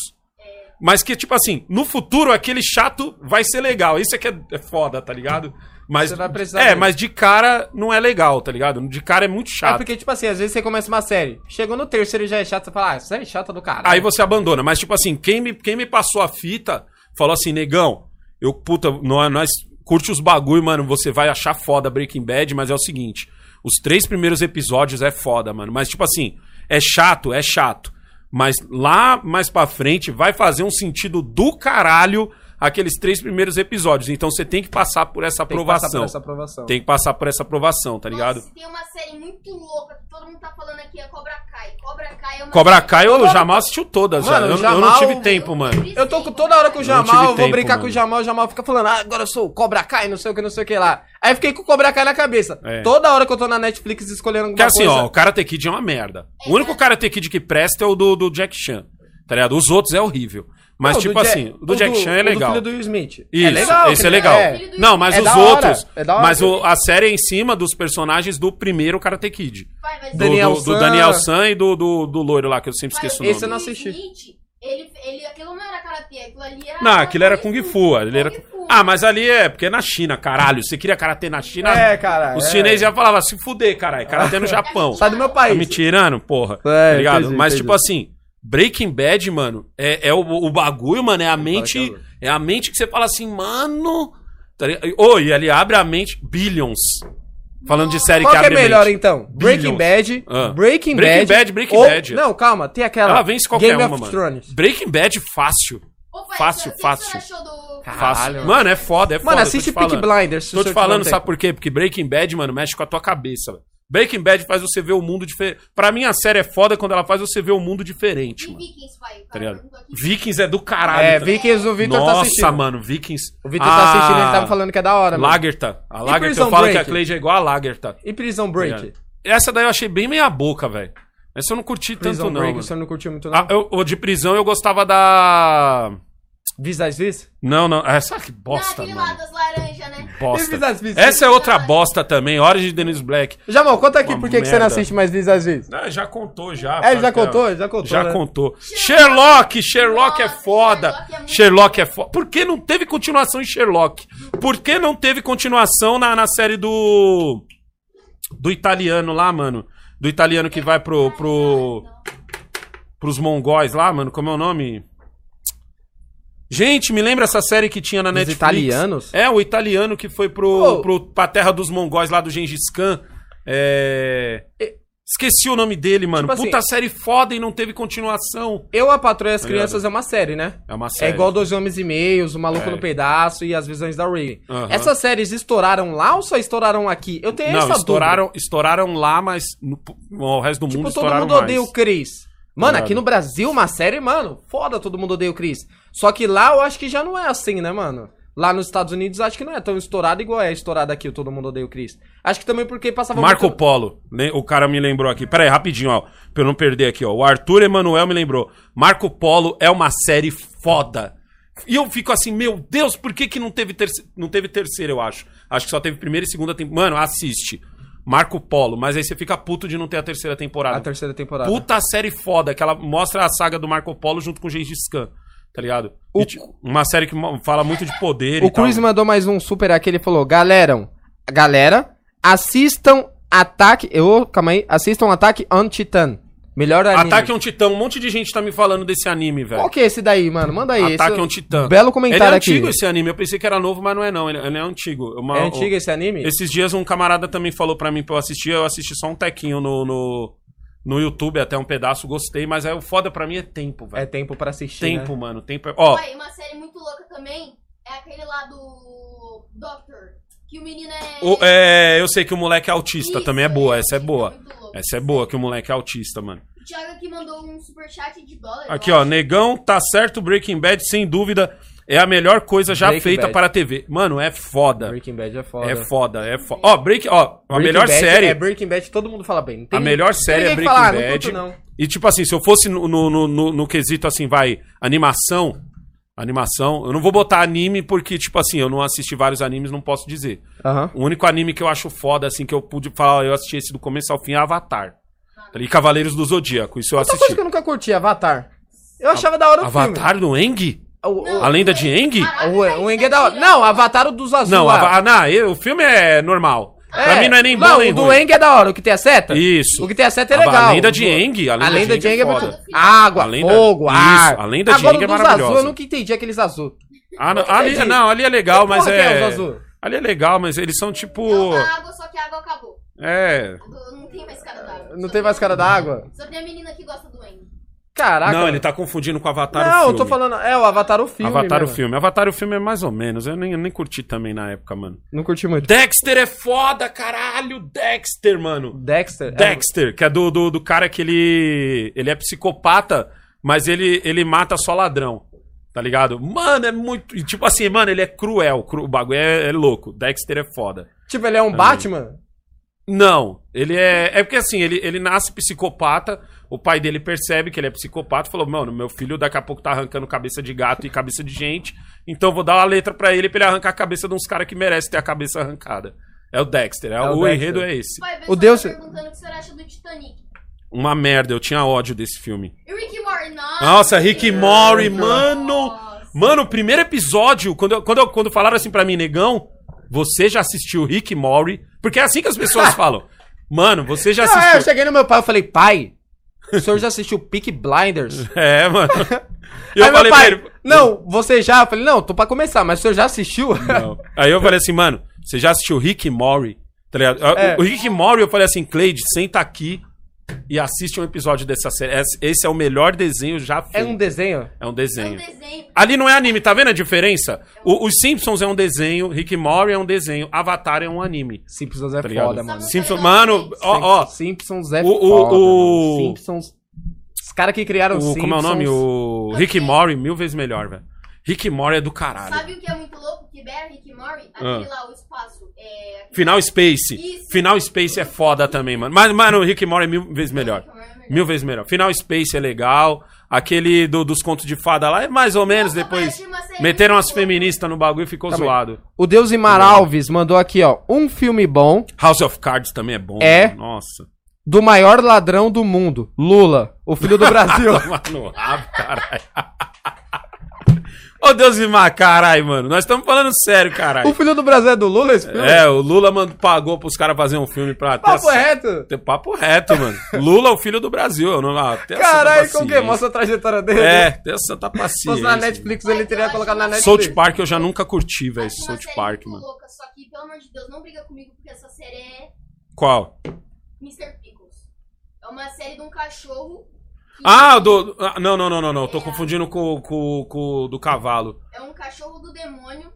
A: Mas que, tipo assim, no futuro aquele chato vai ser legal. Isso é que é, é foda, tá ligado? Mas,
B: Você vai precisar
A: é,
B: dele.
A: mas de cara não é legal, tá ligado? De cara é muito
B: É
A: chato.
B: porque, tipo assim, às vezes você começa uma série. Chegou no terceiro e já é chato, você fala, ah, série chata do caralho.
A: Aí você abandona. Mas, tipo assim, quem me, quem me passou a fita falou assim, negão, eu, puta, nó- nós, curte os bagulho, mano, você vai achar foda Breaking Bad, mas é o seguinte, os três primeiros episódios é foda, mano. Mas, tipo assim, é chato, é chato. Mas lá mais pra frente vai fazer um sentido do caralho aqueles três primeiros episódios. Então você tem que passar por essa
B: Tem que passar por
A: aprovação.
B: essa aprovação.
A: Tem que passar por essa aprovação, tá ligado?
C: Nossa, se tem uma série muito louca que todo mundo tá falando aqui, é Cobra Kai. Cobra Kai é uma
A: Cobra Kai, eu,
B: Mano,
A: Jamal assistiu todas já.
B: mano,
A: Eu, eu não
B: Jamal-
A: tive tempo, mano.
B: Eu tô com toda hora com o
A: Eu não
B: Jamal,
A: tive
B: eu vou
A: tempo,
B: brincar com o
A: mano.
B: Jamal, o Jamal fica falando, ah, agora eu sou o Cobra Kai, não sei o que, não sei o que lá. Aí eu fiquei com o Cobra Kai na cabeça.
A: É.
B: Toda hora que eu tô na Netflix escolhendo alguma
A: Porque assim,
B: coisa.
A: ó, o Karate Kid é uma merda. O único Karate Kid que presta é o do, do Jack Chan, tá ligado? Os outros é horrível. Mas,
B: Não, do
A: tipo
B: Ja-
A: assim, o do
B: o
A: Jack Chan é
B: o
A: legal.
B: Do filho do Will Smith.
A: Isso, esse é
B: aquele-
A: legal.
B: é.
A: Não, mas
B: É
A: os
B: da hora,
A: outros.
B: é da hora.
A: mas o- a série é em cima dos personagens do primeiro Karate Kid.
C: Vai, mas
A: Do
B: Daniel
A: do, do
B: San.
A: Daniel San e do, do, do loiro lá, que eu sempre esqueço o nome.
B: esse eu não assisti.
C: Smith, ele, ele, aquilo não era karatê, aquilo ali
B: é-
C: era.
A: Não, aquilo era Kung Fu. Ele era...
C: Kung Fu.
A: Ah, mas ali é, porque é na China, caralho. Você queria karatê na China.
B: É, cara,
A: Os
B: é.
A: chineses já falavam, se fuder, caralho. Karatê no Japão.
B: Sai do meu
A: Tá
B: país.
A: me tirando, porra.
H: É,
A: tá ligado?
H: entendi,
A: Mas,
H: entendi.
A: tipo assim, Breaking Bad, mano, é, é o, o bagulho, mano, é a mente. É a mente que você fala assim, mano. Tá ligado? Ô, e ali abre a mente. Billions. Falando de série
B: Qual
A: que
B: que é
A: abre a
B: melhor,
A: mente.
B: então? Breaking
A: Billions.
B: Bad,
A: Ah.
B: Breaking Bad...
A: Breaking Bad, Breaking
B: ou-
A: Bad.
B: Não, calma, tem aquela...
A: Ela vence qualquer
B: então? Game
A: uma,
B: of
A: mano.
B: Thrones.
A: Breaking Bad, fácil.
C: Ô, pai,
A: Fácil,
C: o que
A: fácil.
C: você achou do.
A: Fácil. Mano. é foda, é foda.
B: Mano,
A: eu tô
B: assiste
A: te falando.
B: Peaky Blinders. se
A: Tô
B: o
A: te
B: senhor tiver
A: falando,
B: tempo.
A: sabe por quê? Porque Breaking Bad, mano, mexe com a tua cabeça, velho. Breaking Bad faz você ver o mundo diferente. Pra mim, a série é foda quando ela faz você ver o mundo diferente,
C: E
A: mano.
C: Vikings, pai. O
A: Tá
C: cara
A: ligado?
C: perguntou aqui.
A: Vikings é do caralho.
B: É,
A: tá-
B: Vikings, o Vitor
A: Nossa,
B: tá assistindo.
A: mano, Ah. Vikings.
B: O Vitor tá assistindo, ele tava falando que é da hora, mano.
A: Lagerta. A Lagerta, eu
B: Prison
A: falo que a
B: Break?
A: Cleide é igual a Lagerta.
B: E Prison Break?
A: Essa daí eu achei bem meia boca, velho. Essa eu não curti
B: Prison
A: tanto,
B: Break,
A: não.
B: o
A: mano.
B: senhor não curtiu muito, não?
A: Ah, eu- o de prisão eu gostava da.
B: Vis das Vis?
A: Não, não. Essa que bosta,
C: não, aquele lá
A: mano.
C: das laranjas, né?
B: E Vis
A: Bosta.
B: das Vis?
A: Essa é outra bosta também, Hora de Dennis Black.
B: Jamal, conta aqui
A: Uma
B: por que que você não
A: merda.
B: assiste mais Vis das Vis.
A: Ah, já contou, já.
B: É, ele já
A: Raquel.
B: contou, ele já contou,
A: Já
B: né?
A: contou. Sherlock, Sherlock é
C: Nossa,
A: foda.
C: Sherlock é muito-
A: Sherlock é foda. Por que não teve continuação em Sherlock? Por que não teve continuação na, na série do. Do italiano lá, mano? Do italiano que vai pro. pro pros mongóis lá, mano? Como é o nome? Gente, me lembra essa série que tinha na
H: Dos
A: Netflix?
H: italianos?
A: É, o italiano que foi pro,
B: Pô.
A: pro, pra terra dos mongóis lá do Gengis Khan. É... Esqueci o nome dele, mano.
B: Tipo assim-
A: Puta série foda e não teve continuação.
B: Eu, a Patroa e as
A: Tá
B: Crianças é uma série, né?
A: É uma
B: É
A: série.
B: igual Dois Homens e Meios, O Maluco
A: É.
B: no Pedaço e As Visões da Ray.
A: Aham.
B: Essas séries estouraram lá ou só estouraram aqui? Eu tenho
A: Não,
B: essa
A: estouraram, estouraram lá, mas no, no resto do
B: dúvida.
A: mundo
B: Tipo, todo
A: estouraram
B: mundo
A: mais.
B: odeia o Chris. Mano,
A: Claro.
B: aqui no Brasil, uma série, mano, foda, todo mundo odeia o Chris. Só que lá eu acho que já não é assim, né, mano? Lá nos Estados Unidos acho que não é tão estourado igual é estourado aqui, o Todo Mundo Odeia o Chris. Acho que também porque passava
A: Marco
B: muito...
A: Polo, né? o cara me lembrou aqui. Pera aí, rapidinho, ó. Pra eu não perder aqui, ó. O Arthur Emanuel me lembrou. Marco Polo é uma série foda. E eu fico assim, meu Deus, por que, que não teve terceira? Não teve terceira, eu acho. Acho que só teve primeira e segunda temporada. Mano, assiste. Marco Polo, mas aí você fica puto de não ter a terceira temporada.
B: A terceira temporada.
A: Puta série foda, que ela mostra a saga do Marco Polo junto com o Gengis Khan, tá ligado? E, tipo, uma série que mo- fala muito de poder e
H: O
A: tal.
H: Cruz mandou mais um super aqui, ele falou, galera, galera, assistam Ataque, eu, calma aí, assistam Ataque on Titan, melhor anime.
A: Ataque a um Titão, um monte de gente tá me falando desse anime, velho.
H: Qual que é esse daí, mano? Manda aí.
A: Ataque
H: esse-
A: a um Titã.
H: Belo comentário
A: Ele é
H: aqui.
A: antigo esse anime, eu pensei que era novo, mas não é não, ele, ele é antigo. Uma-
B: É antigo esse anime?
A: Esses dias um camarada também falou pra mim pra eu assistir, eu assisti só um tequinho no, no, No YouTube até um pedaço, gostei, mas aí o foda pra mim é tempo,
B: É
A: velho.
B: tempo pra assistir.
A: tempo,
B: né?
A: mano. Tempo é... Ó,
C: Ué, e uma série muito louca também é aquele lá do Doctor. Que o menino é.
A: o- é, eu sei que o moleque é autista,
C: Isso,
A: também é boa, essa é boa.
C: muito louco.
A: Essa é boa, que o moleque é autista, mano.
C: O Thiago aqui mandou um superchat de dólar. É eu
A: Aqui, ó,
C: acho.
A: Negão, tá certo, Breaking Bad, sem dúvida, é a melhor coisa já
B: Breaking
A: feita
B: Bad.
A: para a TV. Mano, é foda.
B: Breaking Bad é foda.
A: É foda, é foda. Ó, Break, ó, a
B: Breaking
A: melhor
B: Bad
A: série.
B: É Breaking Bad, todo mundo fala bem. Não tem-
A: A melhor
B: não
A: série
B: tem
A: é
B: ninguém
A: Breaking
B: que fala, ah,
A: Bad.
B: Não curto, não.
A: E tipo assim, se eu fosse no, no, no- no- no quesito assim, vai, animação. Animação. Eu não vou botar anime porque, tipo assim, eu não assisti vários animes, não posso dizer.
B: Aham.
A: O único anime que eu acho foda, assim, que eu pude falar, eu assisti esse do começo ao fim é Avatar. Tá E Cavaleiros do Zodíaco, isso eu
B: Outra coisa
A: assisti.
B: que eu nunca curti, Avatar. Eu achava da hora o
A: Avatar do Eng?
B: filme. O-
A: A lenda de Eng?
B: O,
C: Caraca,
B: o,
C: velho,
B: o
C: tá
B: Engue é da hora.
C: tirando.
B: Não, Avatar o dos azuis.
A: Não, Ava- ah, não, eu- o filme é normal. pra mim não é nem bom, nem
B: O do
A: ruim.
B: Eng é da hora, o que tem a seta?
A: Isso. Ah,
B: O que tem a seta é
A: A- a
B: legal.
A: lenda de
B: O do-
A: Aang, a
B: A lenda de Eng é muito.
A: foda.
B: Água,
A: A lenda-
B: fogo,
A: Isso,
B: ar.
A: a lenda de
B: Agora,
A: Aang é
B: o dos
A: maravilhosa.
B: azul, eu nunca entendi aqueles azul.
A: Ah, não, ali, não, ali é legal,
B: Que
A: mas
B: porra que é
A: é.
B: os azul?
A: Ali é legal, mas eles são tipo.
C: Não, a água, só que a água acabou.
A: É.
C: Não tem mais cara d'água.
B: Não
C: Só
B: tem mais cara d'água?
C: Só tem a menina que gosta do Eng.
B: Caraca.
A: Não, ele tá confundindo com Avatar o
B: Não,
A: filme.
B: eu tô falando. É, o Avatar o filme.
A: Avatar o
B: mesmo.
A: filme. Avatar o filme é mais ou menos. Eu nem, eu nem curti também na época, mano.
B: Não curti muito.
A: Dexter é foda, caralho. Dexter, mano.
B: Dexter.
A: Dexter, que é do, do, do cara que ele. Ele é psicopata, mas ele, ele mata só ladrão. Tá ligado? Mano, é muito. e Tipo assim, mano, ele é cruel. cru- o bagulho é, é louco. Dexter é foda.
B: É, tipo, ele é um Batman?
A: Não, ele é. É porque assim, ele, ele nasce psicopata, o pai dele percebe que ele é psicopata e falou: Mano, meu filho daqui a pouco tá arrancando cabeça de gato e cabeça de gente, então eu vou dar uma letra pra ele pra ele arrancar a cabeça de uns caras que merecem ter a cabeça arrancada. É o Dexter, é,
B: o
A: o,
B: Dexter.
A: enredo é esse.
C: Pai,
B: O
C: o
B: Deus-
C: Deus. Tá perguntando o que você acha do Titanic.
A: Uma merda, eu tinha ódio desse filme.
C: E Rick Warren, nossa.
A: Nossa, Rick e Morty, mano!
C: Nossa.
A: Mano, o primeiro episódio, quando, eu- quando, eu- quando falaram assim pra mim, negão, você já assistiu Rick e Morty? Porque é assim que as pessoas falam. Mano, você já
B: Não, é, eu
A: assistiu.
B: cheguei no meu pai e falei, pai, o senhor já assistiu Peak Blinders?
A: É, mano. E
B: Aí
A: eu
B: meu
A: falei pra
B: pai,
A: ele.
B: não, você já? Eu falei, não, tô pra começar, mas o senhor já assistiu?
A: Não. Aí eu falei assim, mano, você já assistiu Rick e Morty? Tá ligado? Eu-
B: É.
A: O Rick e Morty, eu falei assim, Cleide, senta aqui e assiste um episódio dessa série. Esse- Esse é o melhor desenho já feito.
B: é um desenho?
A: É um
C: É um
A: desenho.
C: desenho.
A: Ali não é anime, tá vendo a diferença? O- os Simpsons é um desenho, Rick e Morty é um desenho, Avatar é um anime.
B: Simpsons é
A: Tá ligado?
B: foda, mano.
A: Simpsons, mano, ó, ó.
B: Simpsons é
A: O- o-
B: foda.
A: o-
B: mano. Simpsons. Os caras que criaram
A: o- como é o nome? O Rick e Morty, mil vezes melhor, velho. Rick e Morty é do caralho.
C: Sabe o que é muito louco? Que Bear, Rick e Morty,
A: Ah.
C: aquele lá, o espaço. É.
A: Final Space.
C: Isso.
A: Final Space é foda também, mano. Mas, mano, o Rick e Morty é mil vezes melhor.
C: Rick and Morty é melhor.
A: Mil vezes melhor. Final Space é legal. Aquele do- dos contos de fada lá é mais ou menos.
C: Nossa,
A: Depois
C: mas uma série
A: meteram
C: muito
A: umas
C: boa.
A: feministas no bagulho e ficou zoado.
I: O Deus Imar Alves mandou aqui, ó. Um filme bom
A: House of Cards também é bom.
I: É.
A: mano. Nossa.
I: do maior ladrão do mundo, Lula, o filho do Brasil.
A: Toma no rabo, caralho. Ô Deus Imar, caralho, mano. Nós estamos falando sério,
I: o
A: caralho.
I: filho do Brasil é do Lula esse filme?
A: É, o Lula mano, pagou pros caras fazerem um filme pra ter
B: Papo
A: essa-
B: reto?
A: ter papo reto, mano. Lula, é o filho do Brasil. Eu não, ah, até a santa
B: Caralho, com que? é?
A: paciência.
B: Mostra a trajetória dele.
A: É, tem a santa
B: Se
A: paciência. tipo
B: fosse na Netflix, né, ele teria colocado na Netflix.
A: South Park eu já nunca curti, velho.
C: Acho uma
A: South
C: série
A: Park,
C: muito
A: mano.
C: louca, só que, pelo amor de Deus, não briga comigo, porque essa série é
A: Qual?
C: Mr. Pickles. É uma série de um cachorro. que-
A: Ah, do. ah, Não, não, não, não, não. Tô confundindo com, com, com o do cavalo.
C: É um cachorro do demônio.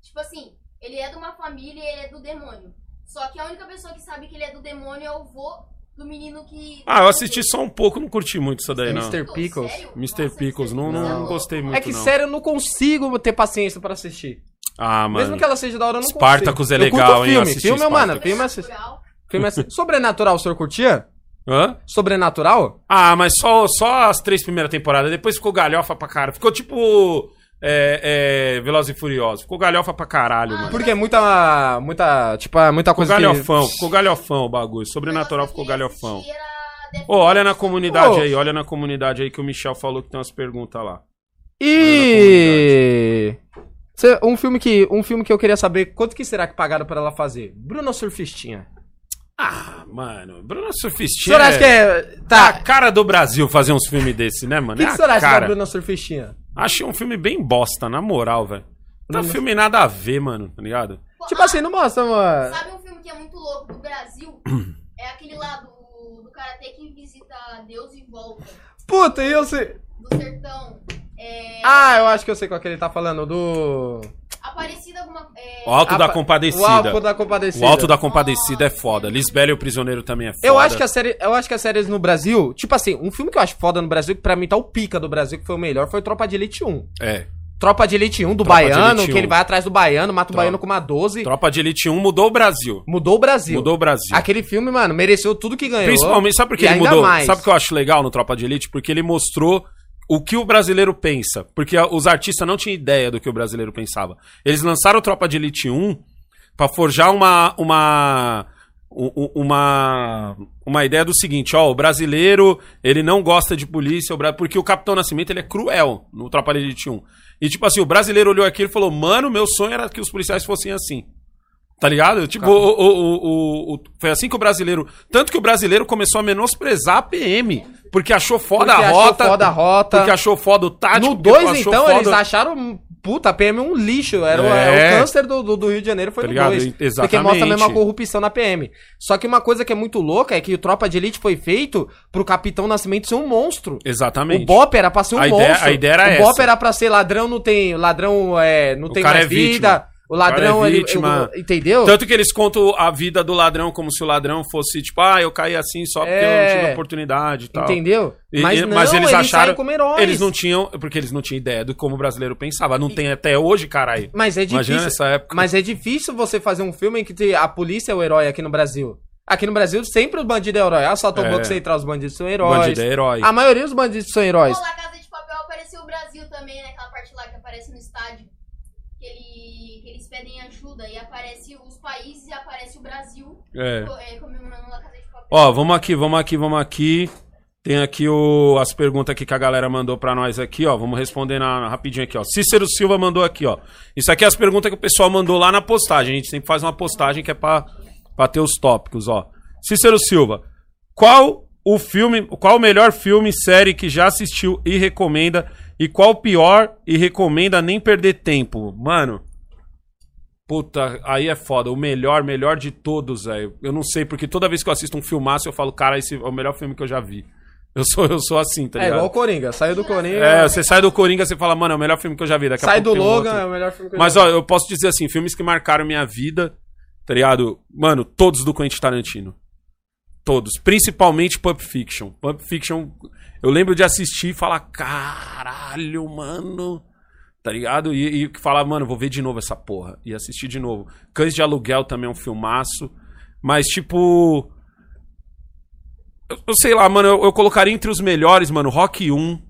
C: Tipo assim, ele é de uma família e ele é do demônio. Só que a única pessoa que sabe que ele é do demônio é o vô do menino que.
A: Ah, eu assisti só um pouco, não curti muito isso daí, não.
B: Mr.
C: Pô,
B: Pickles.
C: sério?
A: Mr.
C: Nossa,
A: Pickles,
C: Mr.
A: não,
C: Pickles
A: não
C: louco.
A: gostei muito.
B: É que
A: não.
B: sério, eu não consigo ter paciência pra assistir.
A: Ah, mano.
B: Mesmo que ela seja da hora, eu não
A: Spartacus é
B: consigo. Eu curto
A: legal, hein? Eu
B: filme.
A: assisti
B: Filme, mano,
A: Spartacus.
B: filme é assi-
C: Natural.
B: filme é assi- Sobrenatural, o senhor curtia?
A: Hã?
B: Sobrenatural?
A: Ah, mas só, só as três primeiras temporadas. Depois ficou galhofa pra caralho. Ficou tipo. É, é, Veloz e Furioso. Ficou galhofa pra caralho, mano.
B: Porque é muita. muita. Tipo, é muita
A: Ficou
B: coisa. que-
A: galhofão, ficou galhofão o bagulho. Sobrenatural ficou galhofão. Ô, olha na comunidade
B: Ô.
A: aí, olha na comunidade aí que o Michel falou que tem umas perguntas lá.
B: E. Cê- um, filme que, um filme que eu queria saber quanto que será que pagaram pra ela fazer? Bruna Surfistinha.
A: Ah, mano, Bruno
B: O
A: Surfistinha.
B: senhor acha que é.
A: Tá, a
B: Tá.
A: cara do Brasil fazer uns filmes desse, né, mano?
B: O que,
A: É
B: que
A: a
B: o senhor acha da
A: cara.
B: Bruna Surfistinha?
A: Achei um filme bem bosta, na moral, velho. Tá filme nada a ver, mano, tá ligado?
B: Tipo assim, não mostra, mano.
C: Sabe um filme que é muito louco do Brasil? é aquele lá do, do cara tem que visitar Deus em volta
B: Puta, e eu sei.
C: do sertão. É,
B: Ah, eu acho que eu sei qual que ele tá falando. Do.
C: Aparecida alguma. É,
A: O Alto da
B: Apa-
A: Compadecida.
B: O Alto da Compadecida.
A: O Alto da Compadecida é foda. Lisbela e o Prisioneiro também é foda.
B: Eu acho, que a série, eu acho que as séries no Brasil, tipo assim, um filme que eu acho foda no Brasil, que pra mim tá o pica do Brasil, que foi o melhor, foi Tropa de Elite 1.
A: É.
B: Tropa de Elite 1 do
A: Tropa de
B: Baiano,
A: Elite
B: que ele
A: 1.
B: vai atrás do Baiano, mata
A: Tropa.
B: o Baiano com uma 12.
A: Tropa de Elite 1 mudou o Brasil.
B: Mudou o Brasil.
A: Mudou o Brasil.
B: Aquele filme, mano, mereceu tudo que ganhou.
A: Principalmente, sabe por que
B: E
A: ele
B: ainda
A: mudou?
B: mais.
A: Sabe o que eu acho legal no Tropa de Elite? Porque ele mostrou o que o brasileiro pensa. Porque a- os artistas não tinham ideia do que o brasileiro pensava. Eles lançaram o Tropa de Elite 1 pra forjar uma. uma u- u- uma uma ideia do seguinte, ó, o brasileiro, ele não gosta de polícia, o bra- porque o Capitão Nascimento, ele é cruel no Tropa de Elite 1. E tipo assim, o brasileiro olhou aquilo e falou: "Mano, meu sonho era que os policiais fossem assim". Tá ligado? Tipo, o, o- o- o- o- foi assim que o brasileiro. Tanto que o brasileiro começou a menosprezar a PM. Porque achou foda
B: Porque
A: a
B: achou
A: rota.
B: foda a rota.
A: Porque achou foda o tático.
B: No
A: porque
B: 2,
A: achou
B: então,
A: foda-
B: eles acharam. Puta, a PM é um lixo. Era, o-
A: É.
B: era o câncer do, do- do Rio de Janeiro, foi
A: Tá
B: no
A: ligado?
B: 2. Porque
A: Exatamente.
B: mostra mesmo a corrupção na PM. Só que uma coisa que é muito louca é que o Tropa de Elite foi feito pro Capitão Nascimento ser um monstro.
A: Exatamente.
B: O Bop era pra ser um
A: A ideia-
B: monstro.
A: a ideia era
B: o
A: essa.
B: Bop era pra ser ladrão, não tem. Ladrão é, não tem
A: cara
B: mais
A: é
B: vida.
A: vítima.
B: O ladrão
A: cara é
B: ele-
A: vítima.
B: ele- entendeu?
A: Tanto que eles contam a vida do ladrão como se o ladrão fosse, tipo, ah, eu caí assim só porque eu
B: É.
A: não tive oportunidade e tal.
B: Entendeu?
A: E- e- mas, eles,
B: saem
A: acharam.
B: como heróis.
A: Eles não tinham. Porque eles não tinham ideia do como o brasileiro pensava. Não tem até hoje, caralho.
B: Mas é
A: Imagina
B: difícil.
A: nessa época.
B: Mas é difícil você fazer um filme em que te- a polícia é o herói aqui no Brasil. Aqui no Brasil, sempre o bandido é o herói. Assalta o
A: É.
B: Banco Central, os bandidos são
A: O
B: heróis.
A: bandido é herói.
B: A maioria dos bandidos são heróis.
C: Pô, lá Casa de Papel apareceu o Brasil também, né? Aquela parte lá que aparece no estádio. Que, ele- que eles pedem ajuda e aparece os países e aparece o Brasil
B: Ah.
A: É.
C: co- é, comemorando La Casa de Papel.
A: Ó, vamos aqui, vamos aqui, vamos aqui. Tem aqui o, as perguntas aqui que a galera mandou pra nós aqui, ó. Vamos responder na, rapidinho aqui, ó. Cícero Silva mandou aqui, ó. Isso aqui é as perguntas que o pessoal mandou lá na postagem. A gente sempre faz uma postagem que é pra, pra ter os tópicos, ó. Cícero Silva, qual o filme, qual o melhor filme, série que já assistiu e recomenda? E qual o pior e recomenda nem perder tempo? Mano, Puta, aí é foda. O melhor, melhor de todos, velho. Eu não sei, porque toda vez que eu assisto um filmaço, eu falo, cara, esse é o melhor filme que eu já vi. Eu sou, eu sou assim, tá
B: é
A: ligado?
B: igual o Coringa. Saiu do Coringa.
A: É, você sai do Coringa, você fala, mano, é o melhor filme que eu já vi. Daqui a
B: sai do
A: pouco tem um
B: Logan,
A: outro.
B: é o melhor filme que eu
A: Mas,
B: já
A: ó, eu posso dizer assim, filmes que marcaram minha vida, tá ligado? Mano, todos do Quentin Tarantino. Todos. Principalmente Pulp Fiction. Pulp Fiction, eu lembro de assistir e falar, caralho, mano. Tá ligado? E, e falar, mano, vou ver de novo essa porra. E assistir de novo. Cães de Aluguel também é um filmaço. Mas, tipo... Eu, eu sei lá, mano, eu, eu colocaria entre os melhores, mano, Rock 1,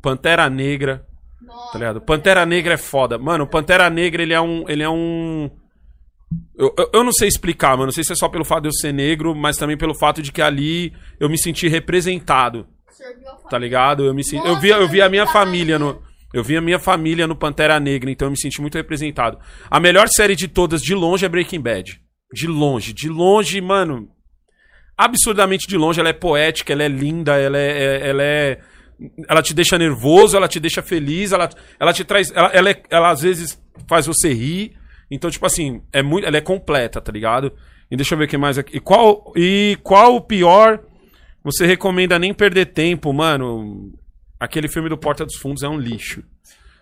A: Pantera Negra,
C: Nossa,
A: Tá ligado? Pantera Negra é foda. Mano, o Pantera Negra, ele é um. Ele é um. Eu, eu, eu não sei explicar, mano. Não sei se é só pelo fato de eu ser negro, mas também pelo fato de que ali eu me senti representado,
C: serviu a família.
A: tá ligado? Eu me senti, eu vi, eu vi a minha família no. Eu vi a minha família no Pantera Negra, então eu me senti muito representado. A melhor série de todas, de longe, é Breaking Bad. De longe, de longe, mano. Absurdamente de longe, ela é poética, ela é linda, ela é. é- Ela, é- ela te deixa nervoso, ela te deixa feliz, ela, ela te traz. Ela, ela, é- ela às vezes faz você rir. Então, tipo assim, é muito, ela é completa, tá ligado? E deixa eu ver o que mais aqui. E qual, e qual o pior você recomenda nem perder tempo, mano? Aquele filme do Porta dos Fundos é um lixo.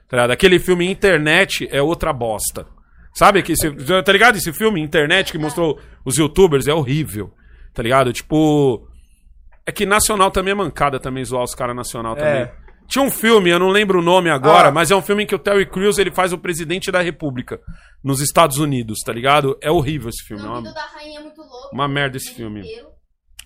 A: Tá ligado? Aquele filme internet é outra bosta. Sabe que esse, tá ligado? Esse filme internet que mostrou os youtubers é horrível. Tá ligado? Tipo é que nacional também é mancada também zoar os caras nacional também.
B: É.
A: Tinha um filme, eu não lembro o nome agora,
B: Ah.
A: mas é um filme em que o Terry Crews ele faz o presidente da República nos Estados Unidos, tá ligado? É horrível esse filme. é
C: O
A: uma-
C: Gambito da Rainha é muito louco.
A: uma merda esse
C: o
A: filme.
C: inteiro.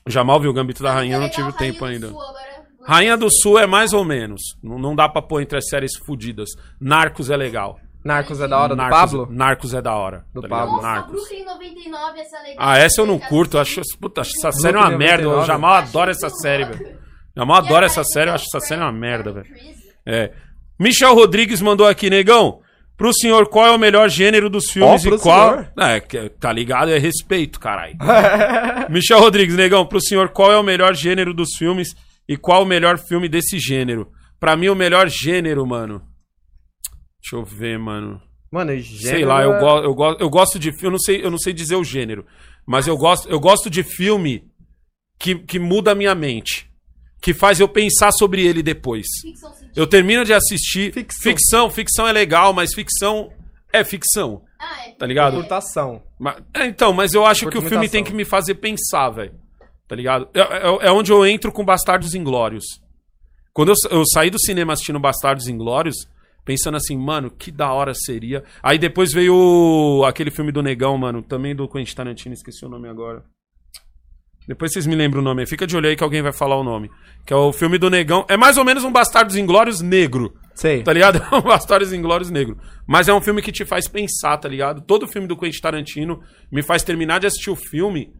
A: Jamal viu o Gambito da Rainha, eu não
C: Legal,
A: tive tempo
C: Rainha do
A: ainda.
C: Sul agora.
A: Rainha do Sul é mais ou menos. Não, não dá pra pôr entre as séries fodidas. Narcos é legal.
B: vi. Narcos é da hora, do
A: Narcos,
B: Pablo.
A: Narcos é da hora.
B: Do
A: ligado?
B: Pablo.
C: Nossa,
A: Narcos.
C: Brooklyn 99, essa legal.
A: Ah, essa eu não curto. eu Acho, puta, acho essa série é uma
B: Brooklyn
A: merda. O
B: 99.
A: Jamal adora essa série, velho. O Jamal adora essa série. Eu acho essa série uma merda, velho. É. Michel Rodrigues mandou aqui, negão. Pro senhor, qual é o melhor gênero dos filmes
B: Ó, pro
A: e qual.
B: senhor.
A: É, que- tá ligado? É respeito, caralho. Michel Rodrigues, negão, pro senhor, qual é o melhor gênero dos filmes e qual o melhor filme desse gênero? Pra mim, o melhor gênero, mano. Deixa eu ver, mano.
B: Mano, é
A: Sei lá, eu, go eu, go eu gosto de filme. Eu, não sei- eu não sei dizer o gênero. Mas eu gosto, eu gosto de filme que, que muda a minha mente. Que faz eu pensar sobre ele depois.
C: Ficção científica.
A: Eu termino de assistir.
J: Ficção.
A: Ficção, ficção, é legal, mas ficção é ficção,
C: Ah, é.
A: tá ligado?
J: Curtação.
A: Ma- é, então, mas eu acho que o filme tem que me fazer pensar, velho. Tá ligado? É, é- é onde eu entro com Bastardos Inglórios. Quando eu, sa- eu saí do cinema assistindo Bastardos Inglórios, pensando assim, mano, que da hora seria. Aí depois veio o- aquele filme do Negão, mano, também do Quentin Tarantino, esqueci o nome agora. Depois vocês me lembram o nome. Fica de olho aí que alguém vai falar o nome. Que é o filme do Negão. É mais ou menos um Bastardos Inglórios negro.
J: Sei.
A: Tá ligado? É um Bastardos Inglórios Negro. Mas é um filme que te faz pensar, tá ligado? Todo filme do Quentin Tarantino me faz terminar de assistir o filme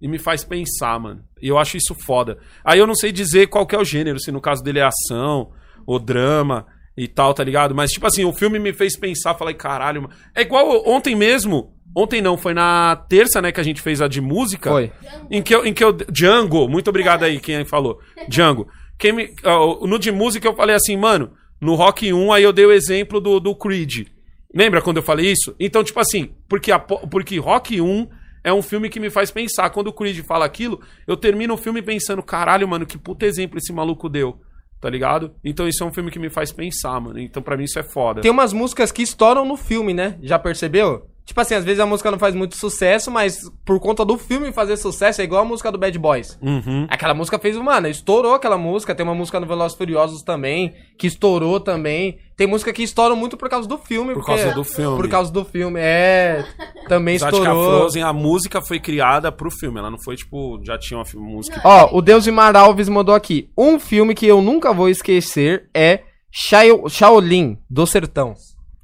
A: e me faz pensar, mano. E eu acho isso foda. Aí eu não sei dizer qual que é o gênero, se no caso dele é ação ou drama e tal, tá ligado? Mas, tipo assim, o filme me fez pensar, falei, caralho, mano. É igual ontem mesmo. Ontem não, foi na terça, né, que a gente fez a de música.
J: Foi.
A: Em que eu, em que eu, Django, muito obrigado aí quem falou. Django. Quem me, ó, no de música eu falei assim, mano, no Rock 1 aí eu dei o exemplo do, do Creed. Lembra quando eu falei isso? Então, tipo assim, porque, a po- porque Rock 1 é um filme que me faz pensar. Quando o Creed fala aquilo, eu termino o filme pensando, caralho, mano, que puta exemplo esse maluco deu. Tá ligado? Então isso é um filme que me faz pensar, mano. Então pra mim isso é foda.
J: Tem umas músicas que estouram no filme, né? Já percebeu? Tipo assim, às vezes a música não faz muito sucesso, mas por conta do filme fazer sucesso é igual a música do Bad Boys.
A: Uhum.
J: Aquela música fez, mano, estourou aquela música. Tem uma música no Velozes e Furiosos também, que estourou também. Tem música que estouram muito por causa do filme.
A: Por
J: porque-
A: causa do filme.
J: Por causa do filme, é. Também
A: Apesar de que a
J: estourou.
A: Frozen, a música foi criada pro filme. Ela não foi, tipo, já tinha uma fi- música
B: Ó, o Deus Imar Alves mandou aqui. Um filme que eu nunca vou esquecer é Shao- Shaolin.
J: Do Sertão.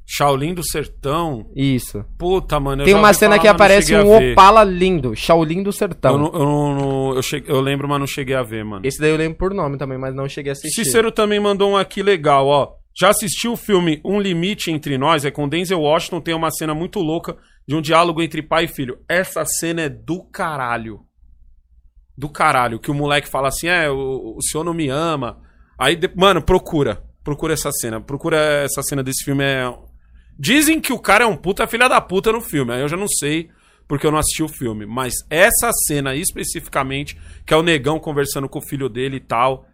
A: Shaolin do Sertão.
B: Isso.
A: Puta, mano. eu
B: Tem
A: já
B: uma
A: ouvi
B: cena
A: falar,
B: que
A: mas não
B: aparece
A: cheguei a
B: um
A: ver.
B: Opala lindo. Shaolin do Sertão.
A: Eu, não- eu, não- não- eu, cheguei- eu lembro, mas não cheguei a ver, mano.
J: Esse daí eu lembro por nome também, mas não cheguei a assistir.
A: Cícero também mandou um aqui legal, ó. Já assistiu o filme Um Limite Entre Nós? É com Denzel Washington. Tem uma cena muito louca de um diálogo entre pai e filho. Essa cena é do caralho. Do caralho. Que o moleque fala assim: é, o, o senhor não me ama. Aí, de- mano, procura. Procura essa cena. Procura essa cena desse filme. É... Dizem que o cara é um puta filha da puta no filme. Aí eu já não sei porque eu não assisti o filme. Mas essa cena especificamente, que é o negão conversando com o filho dele e tal.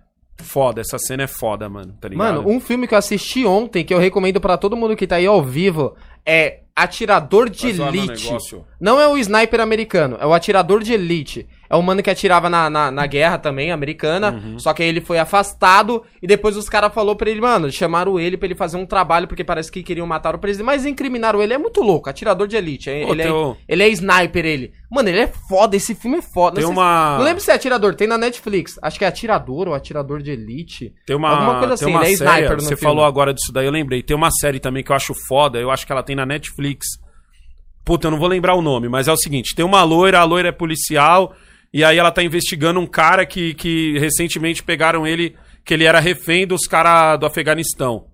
A: Foda, essa cena é foda, mano. Tá ligado?
B: Mano, um filme que eu assisti ontem, que eu recomendo pra todo mundo que tá aí ao vivo, é Atirador de
A: Vai zoar meu
B: Elite.
A: negócio.
B: Não é o sniper americano, é o atirador de elite. É o mano que atirava na, na, na guerra também, americana.
A: Uhum.
B: Só que aí ele foi afastado. E depois os caras falaram pra ele, mano, chamaram ele pra ele fazer um trabalho, porque parece que queriam matar o presidente. Mas incriminaram ele, é muito louco, atirador de elite. é-
A: Pô,
B: ele,
A: tem
B: é,
A: o-
B: ele é sniper, ele. Mano, ele é foda, esse filme é foda.
A: Tem
B: sei se-
A: uma-
B: não lembro se é atirador, tem na Netflix. Acho que é atirador ou atirador de elite.
A: Tem uma,
B: Alguma coisa
A: tem
B: assim,
A: uma
B: ele é
A: série,
B: sniper no
A: Você
B: filme.
A: falou agora disso daí, eu lembrei. Tem uma série também que eu acho foda, eu acho que ela tem na Netflix. Puta, eu não vou lembrar o nome, mas é o seguinte: tem uma loira, a loira é policial, e aí ela tá investigando um cara que, que recentemente pegaram ele, que ele era refém dos caras do Afeganistão.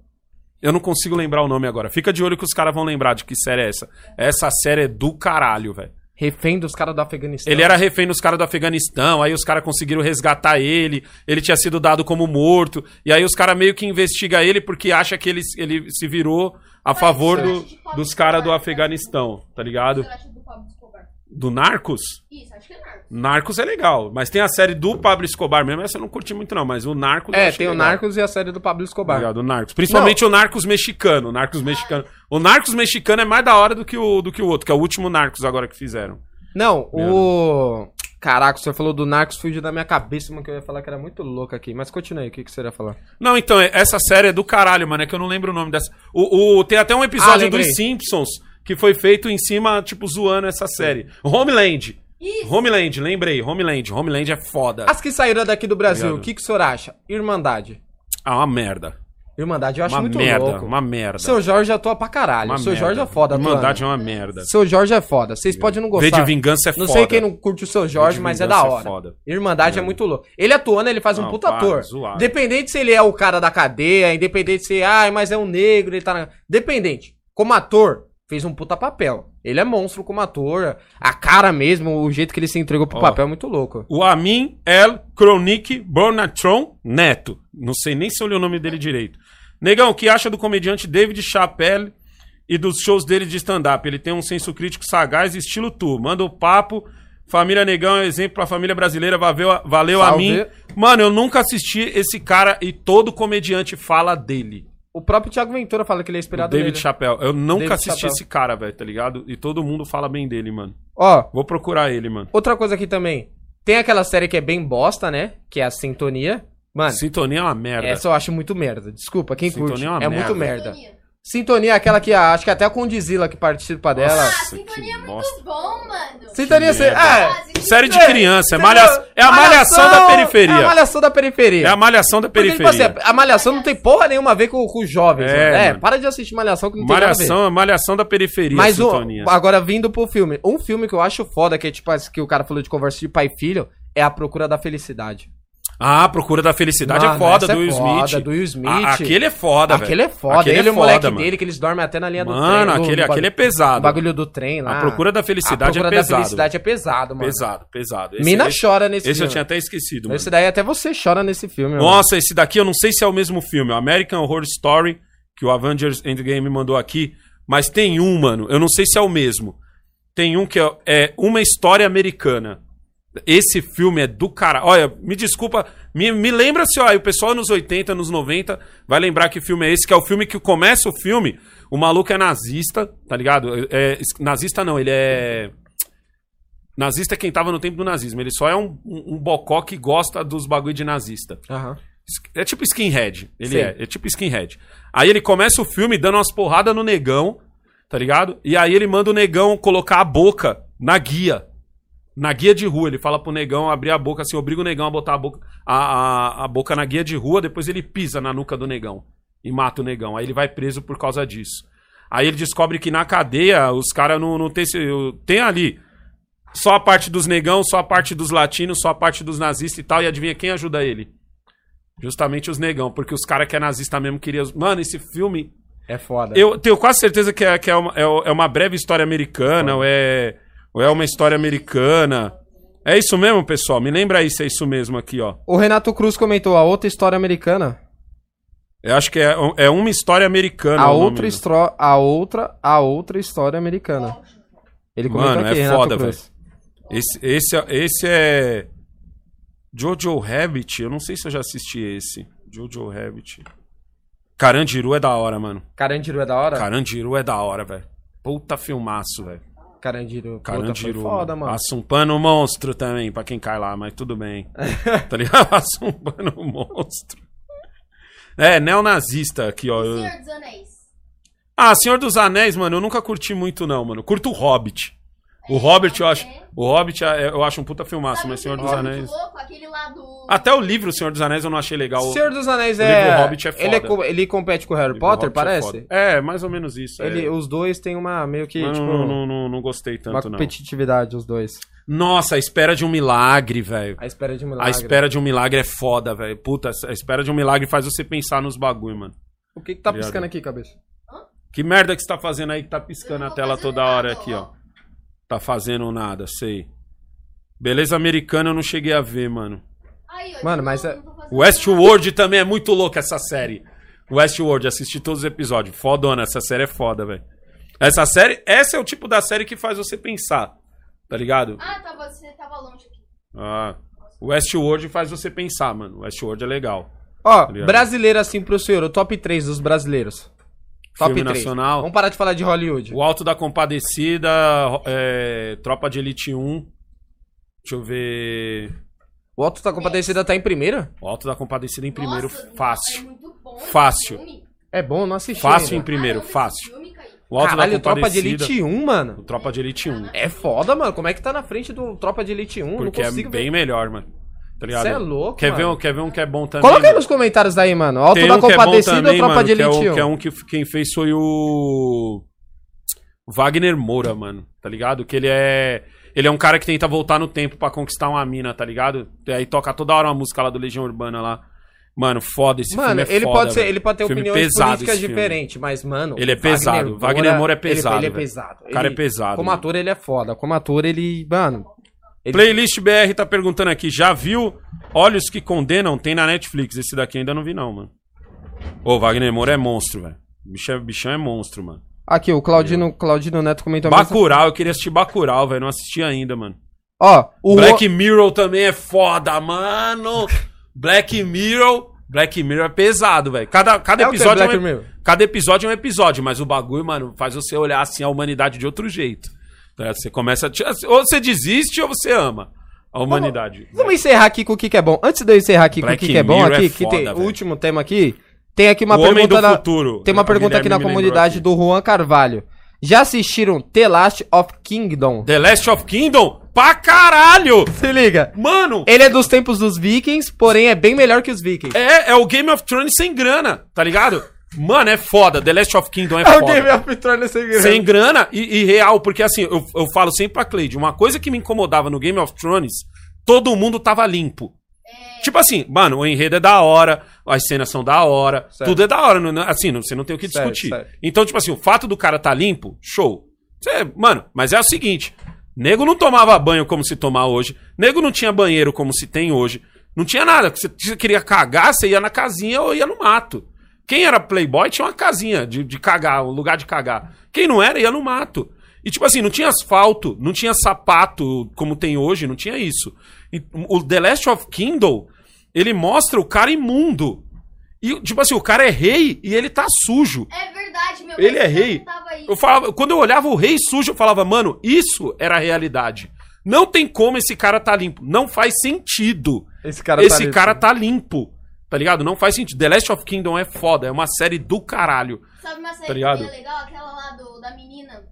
A: Eu não consigo lembrar o nome agora. Fica de olho que os caras vão lembrar de que série é essa. Essa série é do caralho, velho.
B: Refém dos caras do Afeganistão.
A: Ele era refém dos caras do Afeganistão, aí os caras conseguiram resgatar ele, ele tinha sido dado como morto, e aí os caras meio que investigam ele porque acha que ele, ele se virou a favor do- dos caras do Afeganistão, tá ligado?
C: Eu acho do Pablo Escobar.
A: Do Narcos?
C: Isso, acho que é narco.
A: Narcos é legal, mas tem a série do Pablo Escobar mesmo, essa eu não curti muito não, mas o Narcos... eu
J: É,
A: achei
J: tem o
A: legal.
J: Narcos e a série do Pablo
A: Tá
J: Escobar.
A: ligado? O Narcos. Principalmente o Narcos mexicano. o Narcos mexicano. O Narcos mexicano é mais da hora do que o, do que o outro, que é o último Narcos agora que fizeram.
J: Não, o. Caraca, você falou do Narcos, fugiu da minha cabeça, mano, que eu ia falar que era muito louco aqui. Mas continue aí, o que, que você ia falar?
A: Não, então, é- essa série é do caralho, mano. É que eu não lembro o nome dessa. O, o- tem até um episódio
J: Ah, lembrei.
A: dos Simpsons que foi feito em cima, tipo, zoando essa série. Homeland.
C: Isso.
A: Homeland, lembrei. Homeland. Homeland é foda.
J: As que saíram daqui do Brasil,
A: Obrigado.
J: o que, que o senhor acha? Irmandade.
A: Ah, uma merda.
J: Irmandade, eu acho
A: Uma
J: muito
A: merda,
J: louco.
A: uma merda.
J: Seu Jorge atua pra caralho.
A: Uma
J: Seu
A: merda.
J: Jorge é foda,
A: Irmandade
J: atuando.
A: é uma merda.
J: Seu Jorge é foda. Vocês podem não
A: V de
J: gostar.
A: Vingança é
J: não
A: foda.
J: sei quem não curte o seu Jorge,
A: V de
J: mas é da
A: Vingança é
J: hora.
A: foda.
J: Irmandade é. muito louco. Ele atuando, ele faz um
A: Hum. Não,
J: puta
A: para,
J: ator.
A: zoado.
J: Independente se ele é o cara da cadeia, independente se, ai, mas é um negro, ele tá na. Dependente. Como ator, fez um puta papel. Ele é monstro como ator. A cara mesmo, o jeito que ele se entregou pro
A: Ó.
J: papel é muito louco.
A: O Amin El Kronik Bonatron Neto. Não sei nem se eu li o nome dele direito. Negão, o que acha do comediante David Chappelle e dos shows dele de stand-up? Ele tem um senso crítico sagaz, estilo tu. Manda o papo, Família Negão é um exemplo pra família brasileira. Valeu, a- valeu a
B: Salve.
A: mim. Mano, eu nunca assisti esse cara e todo comediante fala dele.
B: O próprio Thiago Ventura fala que ele
A: O
B: é inspirado
A: David
B: nele.
A: Chappelle. Eu nunca
B: David
A: assisti
B: Chappelle.
A: esse cara, velho, tá ligado? E todo mundo fala bem dele, mano.
B: Ó,
A: Vou procurar ele, mano.
B: outra coisa aqui também. Tem aquela série que é bem bosta, né? Que é a Sintonia. Mano,
A: Sintonia é uma merda.
B: essa eu acho muito merda. Desculpa, quem
A: Sintonia
B: curte.
A: é
B: É,
A: uma
B: muito
A: merda.
B: merda.
C: Sintonia.
B: Sintonia é aquela que
J: ah,
B: a- acho que até a Condizila que participa dela.
C: Ah,
A: Nossa, que
C: sintonia é muito
A: bosta.
C: bom, mano.
B: Sintonia,
A: que
B: você.
A: merda.
B: É.
A: Série de
B: É,
A: criança. É,
B: entendeu?
A: malha... é a malhação, da
B: É a
A: periferia.
B: malhação da periferia.
A: É a malhação da
B: Porque, tipo assim,
A: periferia.
B: a malhação não tem porra nenhuma a ver com, com os jovens.
A: É,
B: mano. É,
A: mano.
B: para de assistir malhação que não tem nada a ver.
A: Malhação, é malhação da periferia,
B: Mas o,
A: Sintonia.
B: agora vindo pro filme, um filme que eu acho foda, que é tipo esse que o cara falou de conversa de pai e filho, é A Procura da Felicidade.
A: Ah, a Procura da Felicidade é
B: Mano,
A: foda,
B: essa
A: do Will
B: foda,
A: Smith.
B: do Will Smith.
A: A- aquele é foda, velho.
B: Aquele é foda.
A: Aquele
B: ele
A: é
B: e o moleque
A: foda, mano.
B: dele, que eles dormem até na linha do trem.
A: Mano,
B: do-
A: aquele, aquele
B: do
A: é
B: bagulho-
A: pesado.
B: O bagulho do trem lá.
A: A Procura da Felicidade
B: A Procura
A: é pesado.
B: da Felicidade é pesado, mano.
A: Pesado, pesado. Esse-
B: Mina
A: esse,
B: chora nesse
A: Esse eu
B: filme.
A: tinha até esquecido, mano.
B: Esse é daí até você chora nesse filme, mano.
A: Nossa, esse daqui eu não sei se é o mesmo filme. o American Horror Story, que o Avengers Endgame mandou aqui. Mas tem um, mano. Eu não sei se é o mesmo. Tem um que é, é Uma História Americana. Esse filme é do cara. Olha, me desculpa. Me, me lembra se, ó, o pessoal nos 80, nos 90 vai lembrar que filme é esse, que é o filme que começa o filme. O maluco é nazista, tá ligado? É, é- nazista não, ele é. Nazista é quem tava no tempo do nazismo. Ele só é um, um, um bocó que gosta dos bagulho de nazista.
B: Aham.
A: É tipo skinhead. Ele
B: Sim.
A: é. É tipo skinhead. Aí ele começa o filme dando umas porradas no negão, tá ligado? E aí ele manda o negão colocar a boca na guia. Na guia de rua. Ele fala pro negão abrir a boca, assim, obriga o negão a botar a boca, a, a, a boca na guia de rua, depois ele pisa na nuca do negão e mata o negão. Aí ele vai preso por causa disso. Aí ele descobre que na cadeia os caras não, não tem. esse- Tem ali. Só a parte dos negão, só a parte dos latinos, só a parte dos nazistas e tal. E adivinha quem ajuda ele? Justamente os negão, porque os caras que é nazista mesmo queriam. Mano, esse filme.
B: É foda.
A: Eu tenho quase certeza que é, que é, uma, é o- é uma breve história americana, ou é, ou é uma história americana. É isso mesmo, pessoal? Me lembra aí se é isso mesmo aqui, ó.
B: O Renato Cruz comentou a outra história americana.
A: Eu acho que é, é uma história americana.
B: a
A: o nome
B: outra
A: do-
B: história, a outra, a outra história americana. Ele comentou
A: Mano,
B: aqui,
A: é
B: Renato
A: foda,
B: Cruz.
A: Esse, esse, é- esse é. Jojo Rabbit? Eu não sei se eu já assisti esse. Jojo Rabbit. Carandiru é da hora, mano.
B: Carandiru é da hora?
A: Carandiru é da hora, velho. Puta filmaço, velho.
B: Carandiru. Puta, foi
A: Carandiru.
B: foda, mano.
A: Passa um pano monstro também, pra quem cai lá, mas tudo bem. tá ligado? Passa um pano monstro. É, neonazista aqui, ó. Eu-
C: Senhor dos Anéis.
A: Ah, Senhor dos Anéis, mano, eu nunca curti muito, não, mano. Curto o Hobbit. O Hobbit, eu acho. O Hobbit é- eu acho um puta filmaço,
C: Sabe
A: mas
C: um
A: Senhor
C: filme
A: dos
C: muito
A: Anéis.
C: Louco, aquele lá do...
A: Até o livro Senhor dos Anéis eu não achei legal.
B: Senhor dos Anéis
A: o
B: é,
A: livro Hobbit é
B: ele,
A: foda.
B: co- ele compete com o
A: O
B: Harry
A: livro
B: Potter,
A: Hobbit é
B: parece?
A: foda. É, mais ou menos isso. é.
B: ele, os dois têm uma meio que,
A: Mas
B: tipo,
A: não, não, não, não gostei
B: uma
A: tanto, não.
B: competitividade os dois.
A: Nossa, a espera de um milagre, velho.
B: A espera de um
A: A
B: milagre.
A: espera de um milagre é foda, velho. Puta, a espera de um milagre faz você pensar nos bagulho, mano.
B: O que que tá
A: Obrigado.
B: piscando aqui, cabeça?
A: Que merda que você tá fazendo aí que tá piscando
C: Eu
A: a
C: não tô
A: tela
C: fazendo
A: toda hora
C: nada,
A: aqui,
C: ó.
A: ó. Tá fazendo nada, sei. Beleza americana eu não cheguei a ver, mano.
C: Aí, ó, de
B: Mano,
C: novo,
B: mas é-
C: não tô fazendo
A: Westworld também é muito louca essa série. Westworld, assisti todos os episódios. Fodona, essa série é foda, velho. Essa série, essa é o tipo da série que faz você pensar, tá ligado?
C: Ah, tá, você tava longe aqui.
A: Ah, Westworld faz você pensar, mano. Westworld é legal.
B: Ó,
A: Obrigado.
B: brasileiro assim pro senhor, o top 3 dos brasileiros. Top
A: Filme
B: 3.
A: nacional.
B: Vamos parar de falar de Hollywood.
A: O Alto da Compadecida, é, Tropa de Elite 1. Deixa eu ver.
B: O Alto da Compadecida tá em primeira?
A: O Alto da Compadecida em primeiro,
C: Nossa, É
A: fácil.
C: muito bom esse
A: Fácil.
C: filme.
B: É bom, não assisti.
A: Fácil
B: ainda.
A: em primeiro,
C: Caramba, esse
A: fácil.
C: filme, Kaique.
A: O Alto
B: Caralho,
A: da Compadecida.
B: Tropa de Elite 1, mano.
A: O Tropa de Elite 1.
B: É foda, mano. Como é que tá na frente do Tropa de Elite 1?
A: Porque é bem melhor, mano. Tá ligado?
B: Cê é louco,
A: quer Ver
B: mano.
A: um, quer ver um que é bom também?
B: Coloca aí
A: mano?
B: nos comentários daí, mano. Alto
A: Tem
B: da
A: um que é bom
B: Compadecida
A: também,
B: ou Tropa
A: mano,
B: de
A: que é o-
B: Elite 1?
A: Que é um que f- quem fez foi o. Wagner Moura, mano. Tá ligado? Que ele é. Ele é um cara que tenta voltar no tempo pra conquistar uma mina, tá ligado? E aí toca toda hora uma música lá do Legião Urbana lá. Mano, foda esse
B: Mano,
A: filme. é
B: ele,
A: foda,
B: pode ser,
A: velho.
B: ele pode ter
A: Filme
B: opiniões
A: pesado
B: políticas
A: esse filme.
B: diferentes, mas, mano.
A: Ele é pesado. Wagner Moura é pesado,
B: Ele, ele é
A: velho.
B: pesado.
A: O cara
B: Ele-
A: é pesado,
B: Como
A: mano.
B: ator, ele é foda. Como ator, ele. Mano. Ele-
A: Playlist BR tá perguntando aqui, já viu Olhos que Condenam? Tem na Netflix. Esse daqui ainda não vi, não, mano. Ô, Wagner Moura é monstro, velho. Bichão, bichão é monstro, mano.
B: Aqui, o Claudino, Claudino Neto comentou a mesma-
A: Bacurau, eu queria assistir Bacurau, velho. Não assisti ainda, mano.
B: Ó, o
A: Black Mirror também é foda, mano. Black Mirror. Black Mirror é pesado, velho. Cada, cada,
J: É o que,
A: episódio é
J: Black
A: um-
J: Mirror?
A: cada episódio é um episódio, mas o bagulho, mano, faz você olhar assim a humanidade de outro jeito. Tá? Você começa a. te- Ou você desiste ou você ama a humanidade.
B: Vamos encerrar aqui com o que, que é bom. Antes de eu encerrar aqui com o
A: Black
B: que, que é bom
A: Mirror é
B: aqui, que
A: foda,
B: tem o
A: velho.
B: último tema aqui, tem aqui uma
A: o homem
B: pergunta
A: do
B: da,
A: futuro.
B: tem uma
A: O
B: pergunta aqui
A: Guilherme
B: na
A: me lembrou
B: comunidade
A: aqui.
B: do Juan Carvalho. Já assistiram The Last of Kingdom?
A: The Last of Kingdom? Pra caralho!
B: Se liga.
A: Mano,
B: Ele é dos tempos dos Vikings, porém é bem melhor que os Vikings.
A: é, é o Game of Thrones sem grana, tá ligado? Mano, é foda. The Last of Kingdom é,
B: É
A: foda.
B: o Game of Thrones sem grana.
A: Sem grana e, e real, porque assim, eu, eu falo sempre pra Cleide, uma coisa que me incomodava no Game of Thrones, todo mundo tava limpo. Tipo assim, mano, o enredo é da hora, as cenas são da hora, tudo é da hora, não- não- assim, não- você não tem o que
B: Certo,
A: discutir.
B: certo.
A: Então, tipo assim, o fato do cara tá limpo, show. Cê- mano, mas é o seguinte, nego não tomava banho como se tomar hoje, nego não tinha banheiro como se tem hoje, não tinha nada, você, você queria cagar, você ia na casinha ou ia no mato. Quem era playboy tinha uma casinha de, de cagar, um lugar de cagar. Quem não era ia no mato. E tipo assim, não tinha asfalto, não tinha sapato como tem hoje, não tinha isso. E o The Last of Kindle, ele mostra o cara imundo. E tipo assim, o cara é rei e ele tá sujo.
C: É verdade, meu
A: Ele é
C: pai
A: rei.
C: perguntava isso.
A: Eu falava, quando eu olhava o rei sujo, eu falava, mano, isso era a realidade. Não tem como esse cara tá limpo. Não faz sentido.
B: Esse cara
A: esse
B: tá ali.
A: cara tá limpo. Tá ligado? Não faz sentido. The Last of Kingdom é foda, é uma série do caralho.
C: Sabe uma série
A: Tá ligado?
C: que é legal? Aquela lá do, da menina.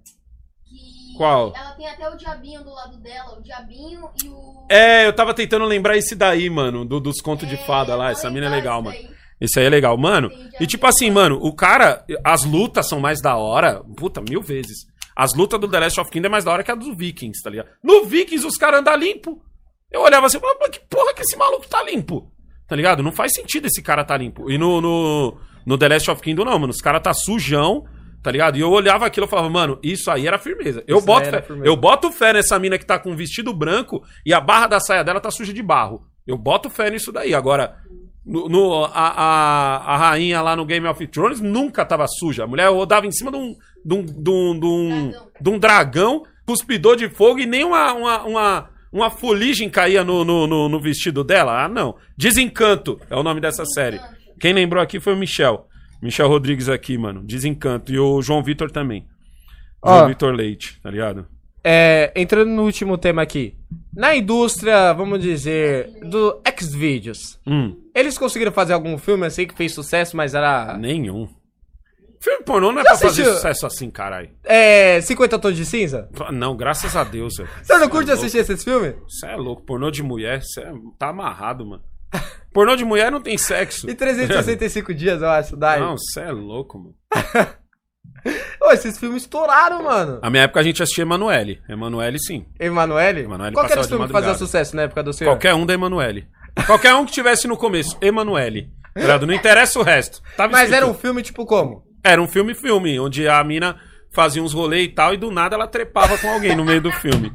C: Que
A: Qual?
C: Ela tem até o diabinho do lado dela. O diabinho e o.
A: É, eu tava tentando lembrar esse daí, mano, do- dos contos de fada lá. Essa mina é legal, mano. Esse aí é legal, mano. E tipo assim, mano, o cara, as lutas são mais da hora, puta, mil vezes. As lutas do The Last of Kingdom é mais da hora que a dos Vikings, tá ligado? No Vikings os caras andam limpo. Eu olhava assim, mas que porra que esse maluco tá limpo? Tá ligado? Não faz sentido esse cara tá limpo. E no, no, no The Last of Kingdom não, mano, os caras tá sujão, tá ligado? E eu olhava aquilo e falava, mano, isso aí era firmeza. Eu
B: Isso
A: boto
B: aí era
A: fé,
B: firmeza.
A: eu boto fé nessa mina que tá com um vestido branco e a barra da saia dela tá suja de barro. Eu boto fé nisso daí. Agora, no, no- a, a, a rainha lá no Game of Thrones nunca tava suja. A mulher rodava em cima de um, de um, de um, de um,
C: Dragão.
A: de um dragão, cuspidor de fogo e nem uma, uma, uma, uma fuligem caía no, no, no, no vestido dela. Ah, não. Desencanto é o nome dessa série. Quem lembrou aqui foi o Michel. Michel Rodrigues aqui, mano. Desencanto. E o João Vitor também. João
B: Ó.
A: Vitor Leite, tá ligado?
B: É, entrando no último tema aqui. Na indústria, vamos dizer, do Xvideos.
A: Hum.
B: Eles conseguiram fazer algum filme assim que fez sucesso, mas era.
A: Nenhum. Filme pornô não é pra fazer
B: assistiu?
A: sucesso assim, caralho.
B: É. 50 tons de cinza?
A: Não, graças a Deus, velho.
B: Você não curte assistir esses filmes?
A: Você é louco, pornô de mulher, você tá amarrado, mano. Pornô de mulher não tem sexo.
B: E 365 dias, eu acho, daí.
A: Não, você é louco, mano.
B: Ô, esses filmes estouraram, mano.
A: Na minha época a gente assistia Emanuele. Emanuele, sim.
B: Emanuele?
A: Emanuele
B: Qual que
A: passava
B: era o
A: de
B: filme que fazia
A: madrugada.
B: sucesso na época do senhor?
A: Qualquer um da Emanuele. Qualquer um que tivesse no começo, Emanuele. Tá ligado? Não interessa o resto. Tava
B: Mas
A: escrito.
B: era um filme tipo como?
A: Era um filme filme, onde a mina fazia uns rolês e tal, e do nada ela trepava com alguém no meio do filme.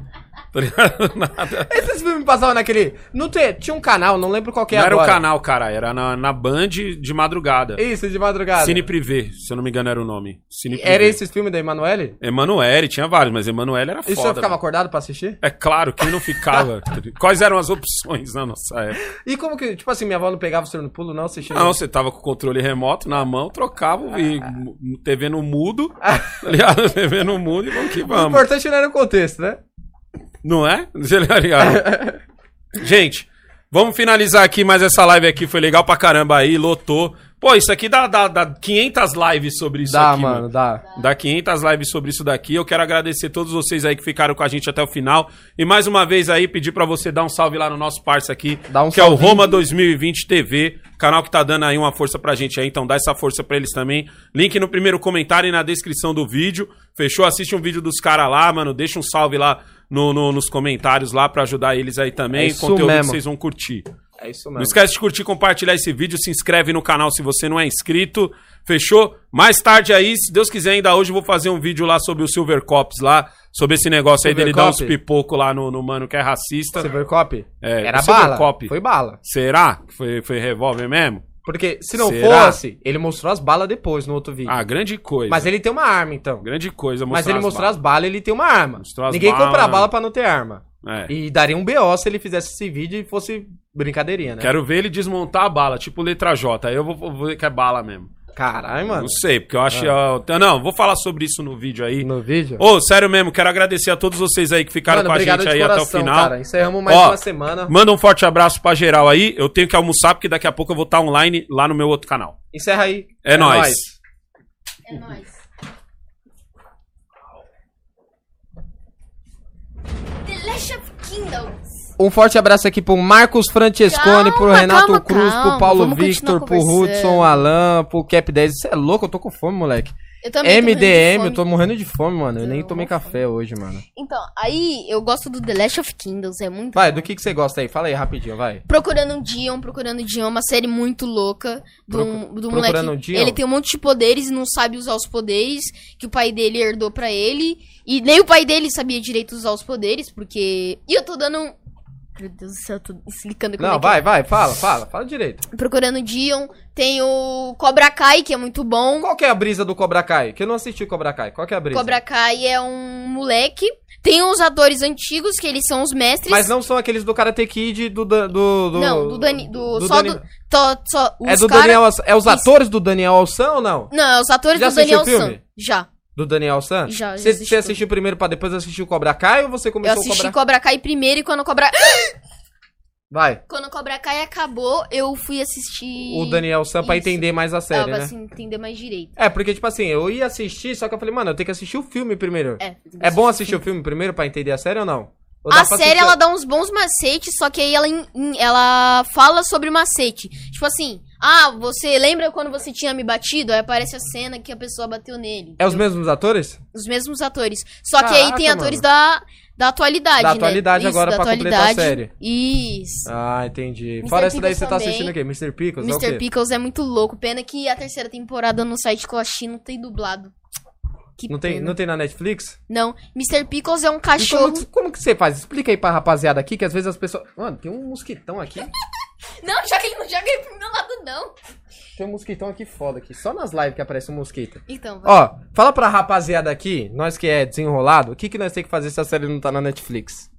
A: Tá ligado? Do Nada.
B: Esses filmes passavam naquele. Não te... Tinha um canal, não lembro qual que é
A: não era
B: agora.
A: o canal, cara, era na, na Band de madrugada.
B: Isso, de madrugada.
A: Cine Privé, se eu não me engano era o nome. Cine Privé.
B: Era esses filmes da Emanuele?
A: Emanuele, tinha vários, mas Emanuele era
B: E o
A: foda.
B: senhor ficava
A: velho.
B: acordado pra assistir?
A: É claro, quem não ficava? Quais eram as opções na nossa época? Ah,
B: E como que, tipo assim, minha avó não pegava o senhor no pulo, não assistia?
A: Não, você tava com o controle remoto na mão, trocava e
B: Ah.
A: mu- TV no mudo, tá ligado? TV no mudo e vamos que
B: O
A: vamos.
B: importante não era o contexto, né?
A: Não é? Você tá ligado? Gente, vamos finalizar aqui, mas essa live aqui foi legal pra caramba aí, lotou. Pô, isso aqui dá, dá, dá 500 lives sobre isso
B: dá,
A: aqui,
B: mano, dá.
A: Dá 500 lives sobre isso daqui. Eu quero agradecer todos vocês aí que ficaram com a gente até o final. E mais uma vez aí, pedir pra você dar um salve lá no nosso parça aqui,
B: Dá um
A: que é o
B: salvinho.
A: Roma 2020 TV, canal que tá dando aí uma força pra gente aí, então dá essa força pra eles também. Link no primeiro comentário e na descrição do vídeo. Fechou? Assiste um vídeo dos caras lá, mano. Deixa um salve lá no- no- nos comentários lá pra ajudar eles aí também.
B: É isso
A: Conteúdo que
B: mesmo.
A: vocês vão curtir.
B: É isso
A: Não esquece de curtir, compartilhar esse vídeo, se inscreve no canal se você não é inscrito. Fechou? Mais tarde aí, se Deus quiser, ainda hoje eu vou fazer um vídeo lá sobre o Silver Cops lá, sobre esse negócio aí
B: Silver
A: dele dar uns
B: Cop?
A: pipocos lá no, no mano que é racista.
B: Silvercop?
A: É,
B: era
A: o Silver
B: bala.
A: Cop.
B: Foi bala.
A: Será que foi, foi revólver mesmo?
B: Porque se não
A: Será?
B: fosse, ele mostrou as balas depois no outro vídeo.
A: Ah, grande coisa.
B: Mas ele tem uma arma, então.
A: Grande coisa.
B: Mas ele
A: as
B: mostrou
A: balas.
B: as balas, ele tem uma arma.
A: Mostrou as
B: Ninguém
A: balas,
B: compra a bala
A: mano.
B: pra não ter arma.
A: É.
K: E daria um BO se ele fizesse esse vídeo e fosse brincadeirinha, né?
A: Quero ver ele desmontar a bala, tipo letra J. Aí eu vou, vou ver que é bala mesmo.
K: Caralho, mano.
A: Não sei, porque eu
B: Ah.
A: acho. eu- não, vou falar sobre isso no vídeo aí.
K: No vídeo?
A: Ô, sério mesmo, quero agradecer a todos vocês aí que ficaram com a gente aí até o final.
K: Encerramos mais
A: Ó,
K: uma semana.
A: Manda um forte abraço pra geral aí. Eu tenho que almoçar, porque daqui a pouco eu vou estar online lá no meu outro canal.
K: Encerra aí.
A: É, nóis.
L: É nóis. Deletion Kingdoms.
B: Um forte abraço aqui pro Marcos Francescone, pro
C: Calma,
B: Renato
C: calma,
B: Cruz, pro
C: calma.
B: Paulo
C: Vamos continuar
B: Victor, pro
C: conversando.
B: Hudson Alan, pro Cap 10. Você é louco, eu tô com fome, moleque.
C: Eu também tô morrendo de
B: MDM, eu
C: fome.
B: tô morrendo de fome, mano. Eu
C: Eu
B: nem
C: tô
B: tomei
C: com fome.
B: café hoje, mano.
C: Então, aí eu gosto do The Last of Kingdoms, é muito.
B: Vai, do que, que você gosta aí? Fala aí rapidinho, vai.
C: Procurando um Dion, procurando um Dion, uma série muito louca do, um- do moleque.
B: Procurando um Dion?
C: Ele tem um monte de poderes e não sabe usar os poderes que o pai dele herdou pra ele. E nem o pai dele sabia direito usar os poderes, porque. E eu tô dando um. Meu Deus do céu, eu tô explicando como é
B: Não,
C: que é.
B: vai, vai, fala, fala, fala direito.
C: Procurando um Dion. Tem o Cobra Kai, que é muito bom.
B: Qual que é a brisa do Cobra Kai? Que eu não assisti o Cobra Kai. Qual que é a brisa?
C: Cobra Kai é um moleque. Tem os atores antigos, que eles são os mestres.
B: Mas não são aqueles do Karate Kid do. da- do, do
C: Não, do Dani. Do,
B: do
C: só
B: Dani-
C: do. to- só, os
B: É do
C: cara-
B: Daniel. Alça- É os
C: Isso.
B: atores do Daniel Alção ou não?
C: Não, é os atores
B: Já
C: do
B: assistiu
C: Daniel
B: o filme?
C: San. Já.
B: Do Daniel Alção?
C: Já, já
B: Você
C: assisti
B: você
C: tudo.
B: assistiu primeiro pra depois assistir o Cobra Kai ou você
C: Eu
B: começou o
C: assisti
B: Cobra
C: Cobra... Kai primeiro e quando Cobra.
B: Vai.
C: Quando Cobra Kai acabou, eu fui assistir.
B: O Daniel Sam pra
C: Isso.
B: entender mais a
C: Ah,
B: série,
C: pra
B: né?
C: se entender mais direito.
B: É, porque, tipo assim, eu ia assistir, só que eu falei, mano, eu tenho que assistir o filme primeiro.
C: É.
B: É, bom assistir o filme primeiro pra entender a série ou não? Ou dá
C: A
B: pra
C: série,
B: assistir-
C: ela dá uns bons macetes, só que aí ela, em- em- ela fala sobre macete. Tipo assim, ah, você lembra quando você tinha me batido? Aí aparece a cena que a pessoa bateu nele.
B: É os mesmos atores?
C: Os mesmos atores. Só que aí tem
B: Caraca,
C: atores
B: mano.
C: da, da atualidade,
B: Da
C: né?
B: atualidade agora pra completar a série.
C: Isso.
B: Ah, entendi.
C: Mr.
B: Fora essa daí,
C: Pickles
B: você tá
C: também.
B: assistindo o quê? Mr. Pickles? é o
C: Mr.
B: quê?
C: Pickles é muito louco. Pena que a terceira temporada no site que eu achei não tem dublado. Que
B: Não tem,
C: pena.
B: não tem na Netflix?
C: Não, Mr. Pickles é um
B: E
C: cachorro.
B: Como, que- como que você faz? Explica aí pra rapaziada aqui, que às vezes as pessoas... Mano, tem um mosquitão aqui.
C: Não, já que ele não joga ele pro meu lado, não.
B: Tem um mosquitão aqui foda aqui. Só nas lives que aparece um mosquito.
C: Então, vai.
B: Ó, fala pra rapaziada aqui, nós que é desenrolado, o que, que nós tem que fazer se a série não tá na Netflix?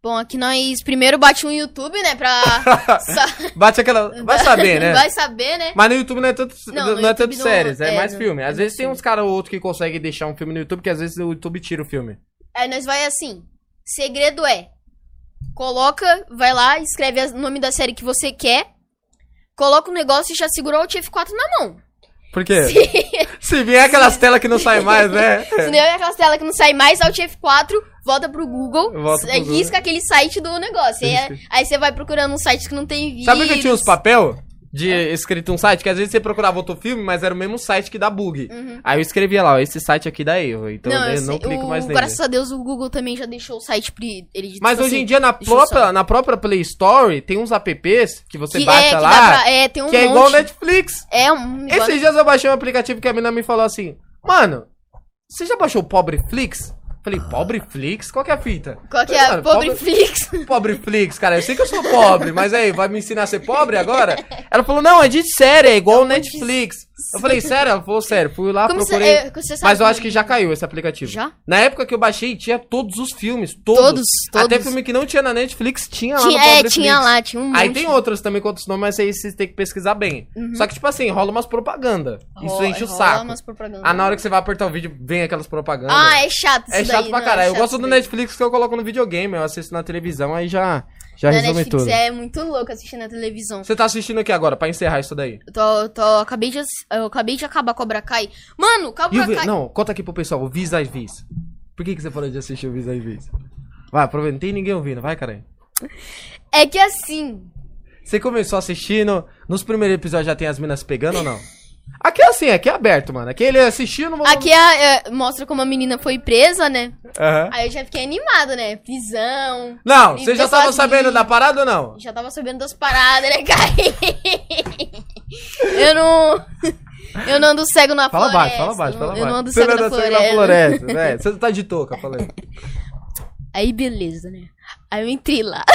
C: Bom, aqui nós primeiro bate um YouTube, né? Pra. sa-
B: Bate aquela. Vai saber, né?
C: Vai saber, né?
B: Mas no YouTube não é tanto, não,
C: Não, no
B: é tanto
C: YouTube não-
B: séries, é,
C: é,
B: mais
C: não-
B: filme. Às
C: é
B: vezes
C: mais
B: tem uns caras ou outro que consegue deixar um filme no YouTube, que às vezes o YouTube tira o filme.
C: Aí nós vai assim. Segredo é. Coloca, vai lá, escreve as- o nome da série que você quer. Coloca o negócio e já segura o Alt F4 na mão.
B: Por quê? Se vier aquelas telas que não saem mais, né?
C: Senão é aquela tela que não sai mais, Alt F4, volta pro Google,
B: Volta pro
C: eh,
B: Google.
C: risca aquele site do negócio. Aí, é-
B: Risca.
C: aí você vai procurando um site que não tem vídeo.
B: Sabe que tinha uns papel? De escrito um site, que às vezes você procurava outro filme, mas era o mesmo site que dá bug. Aí eu escrevia lá, ó, esse site aqui dá erro, então
C: Uhum. Não,
B: eu
C: eu
B: não
C: sei,
B: clico
C: o-
B: mais nele.
C: Graças a Deus o Google também já deixou o site pra ele. ele-
B: Mas
C: tipo
B: hoje em
C: assim,
B: dia na
C: deixa eu só-
B: própria, na própria Play Store tem uns apps que você
C: que é,
B: baixa
C: que dá
B: lá,
C: pra- é, tem um
B: que é
C: monte.
B: igual Netflix.
C: É um igual-
B: Esses dias eu baixei um aplicativo que a menina me falou assim: Mano, você já baixou o Pobreflix? Falei, Pobreflix? Qual que é a fita?
C: Qual que
B: Falei,
C: é?
B: "Mano,
C: Pobreflix.
B: pobre- Pobreflix, cara, eu sei que eu sou pobre, mas aí, vai me ensinar a ser pobre agora? Ela falou, não, é de série, é igual o Netflix. Eu falei, sério? Ela falou, sério, fui lá,
C: Como você,
B: procurei.
C: é, como você sabe
B: Mas eu
C: como-
B: acho que já caiu esse aplicativo.
C: Já?
B: Na época que eu baixei, tinha todos os filmes, todos.
C: Todos, todos.
B: Até filme que não tinha na Netflix, tinha lá
C: Tinha,
B: no
C: é,
B: Pobreflix.
C: tinha lá, tinha um monte.
B: Aí tem outros também com outros nomes, mas aí vocês têm que pesquisar bem. Só que, tipo assim, rola umas propaganda. um, Isso
C: Rola-
B: enche o
C: rola
B: saco.
C: umas propagandas.
B: Ah, na hora que você vai apertar o vídeo, vem aquelas propagandas.
C: Ah, é chato isso
B: é chato
C: daí,
B: pra
C: não, é
B: caralho. eu
C: chato
B: gosto
C: isso
B: do
C: daí.
B: Netflix que eu coloco no videogame, eu assisto na televisão, aí já, já
C: Na
B: resume
C: Netflix
B: tudo.
C: é muito louco assistir na televisão.
B: Você tá assistindo o que agora, pra encerrar isso daí?
C: Eu tô, eu tô- eu acabei de, ass- eu acabei de acabar Cobra Kai. Mano,
B: E o
C: Cobra
B: vi-
C: Kai.
B: Não, conta aqui pro pessoal, o Vis a Vis. Por que, que você falou de assistir o Vis a Vis? Vai, aproveita, não tem ninguém ouvindo, vai, caralho.
C: É que assim,
B: Você começou assistindo, nos primeiros episódios já tem as minas pegando ou não? Aqui é assim, aqui é aberto, mano. Aqui ele assistindo... vamos-
C: aqui é- é- mostra como a menina foi presa, né?
B: Aham.
C: Aí eu já fiquei animado, né? Prisão.
B: É? Não,
C: E
B: você já
C: pessoal
B: tava
C: de-
B: sabendo da parada ou não?
C: Já tava sabendo das paradas, né, Kai? eu não. Eu não ando cego na
B: Fala baixo,
C: floresta.
B: fala baixo,
C: eu
B: fala
C: não-
B: baixo.
C: Eu não ando
B: Você
C: cego na
B: anda
C: floresta.
B: cego na floresta, né? Você tá de touca, falei.
C: Aí beleza, né? Aí eu entrei lá.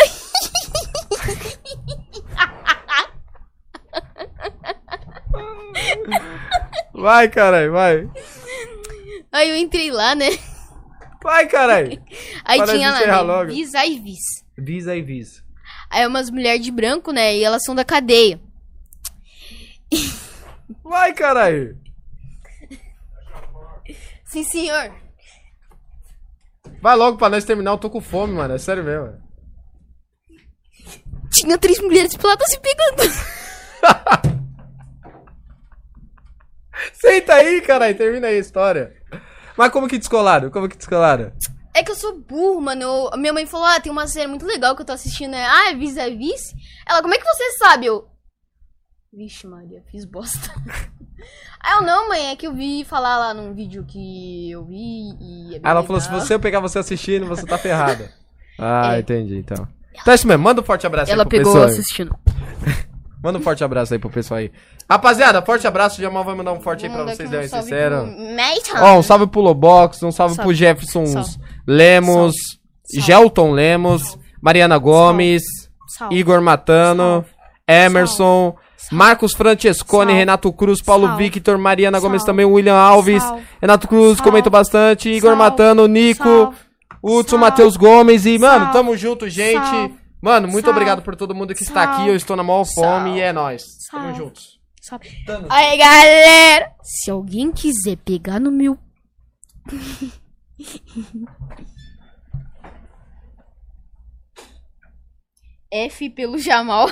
B: Vai, caralho, vai.
C: Aí eu entrei lá, né?
B: Vai, caralho.
C: Aí
B: Para
C: tinha
B: de encerrar
C: lá, né,
B: logo.
C: vis a vis.
B: Vis aí, vis.
C: Aí é umas mulheres de branco, né? E elas são da cadeia.
B: Vai, caralho.
C: Sim, senhor.
B: Vai logo pra nós terminar, eu tô com fome, mano. É sério mesmo.
C: Tinha três mulheres peladas se pegando.
B: Senta aí, caralho. Termina aí a história. Mas como que descolaram? Como que descolaram?
C: É que eu sou burro, mano. Eu- a minha mãe falou: Ah, tem uma série muito legal que eu tô assistindo. É, ah, é vis a vis. Ela, como é que você sabe? Eu. Vixe, Maria, fiz bosta. Aí eu não, mãe, é que eu vi falar lá num vídeo que eu vi e. é bem
B: Aí ela falou: se
C: legal."
B: você eu pegar você assistindo, você tá ferrada. Ah,
C: É.
B: entendi, então. Então é isso mesmo, manda um forte abraço
C: Ela
B: aí pro
C: pegou
B: pessoal. aí.
C: assistindo.
B: Manda um forte abraço aí pro pessoal aí. Rapaziada, forte abraço. O Jamal vai mandar um forte aí pra
C: Manda
B: vocês,
C: aqui
B: Deus
C: salve
B: sincero.
C: pro Nathan.
B: Ó, um salve pro Lobox, um salve,
C: Salve.
B: pro Jefferson
C: Salve.
B: Lemos,
C: Salve.
B: Gelton Lemos, Mariana Gomes,
C: Salve.
B: Igor Matano, Emerson, Marcos Francescone,
C: Salve.
B: Renato Cruz, Paulo
C: Salve.
B: Victor, Mariana Gomes
C: Salve.
B: também, William Alves,
C: Salve.
B: Renato Cruz,
C: Salve.
B: comenta bastante, Igor
C: Salve.
B: Matano, Nico,
C: Salve.
B: Hudson,
C: Salve.
B: Matheus Gomes e, mano,
C: Salve.
B: tamo junto, gente.
C: Salve.
B: Mano, muito
C: Salve.
B: obrigado por todo mundo que está aqui.
C: Salve.
B: Eu estou na maior fome
C: Salve.
B: e é nóis. Tamo
C: Salve.
B: juntos.
C: Sabe? Aí, galera! Se alguém quiser pegar no meu. F pelo Jamal.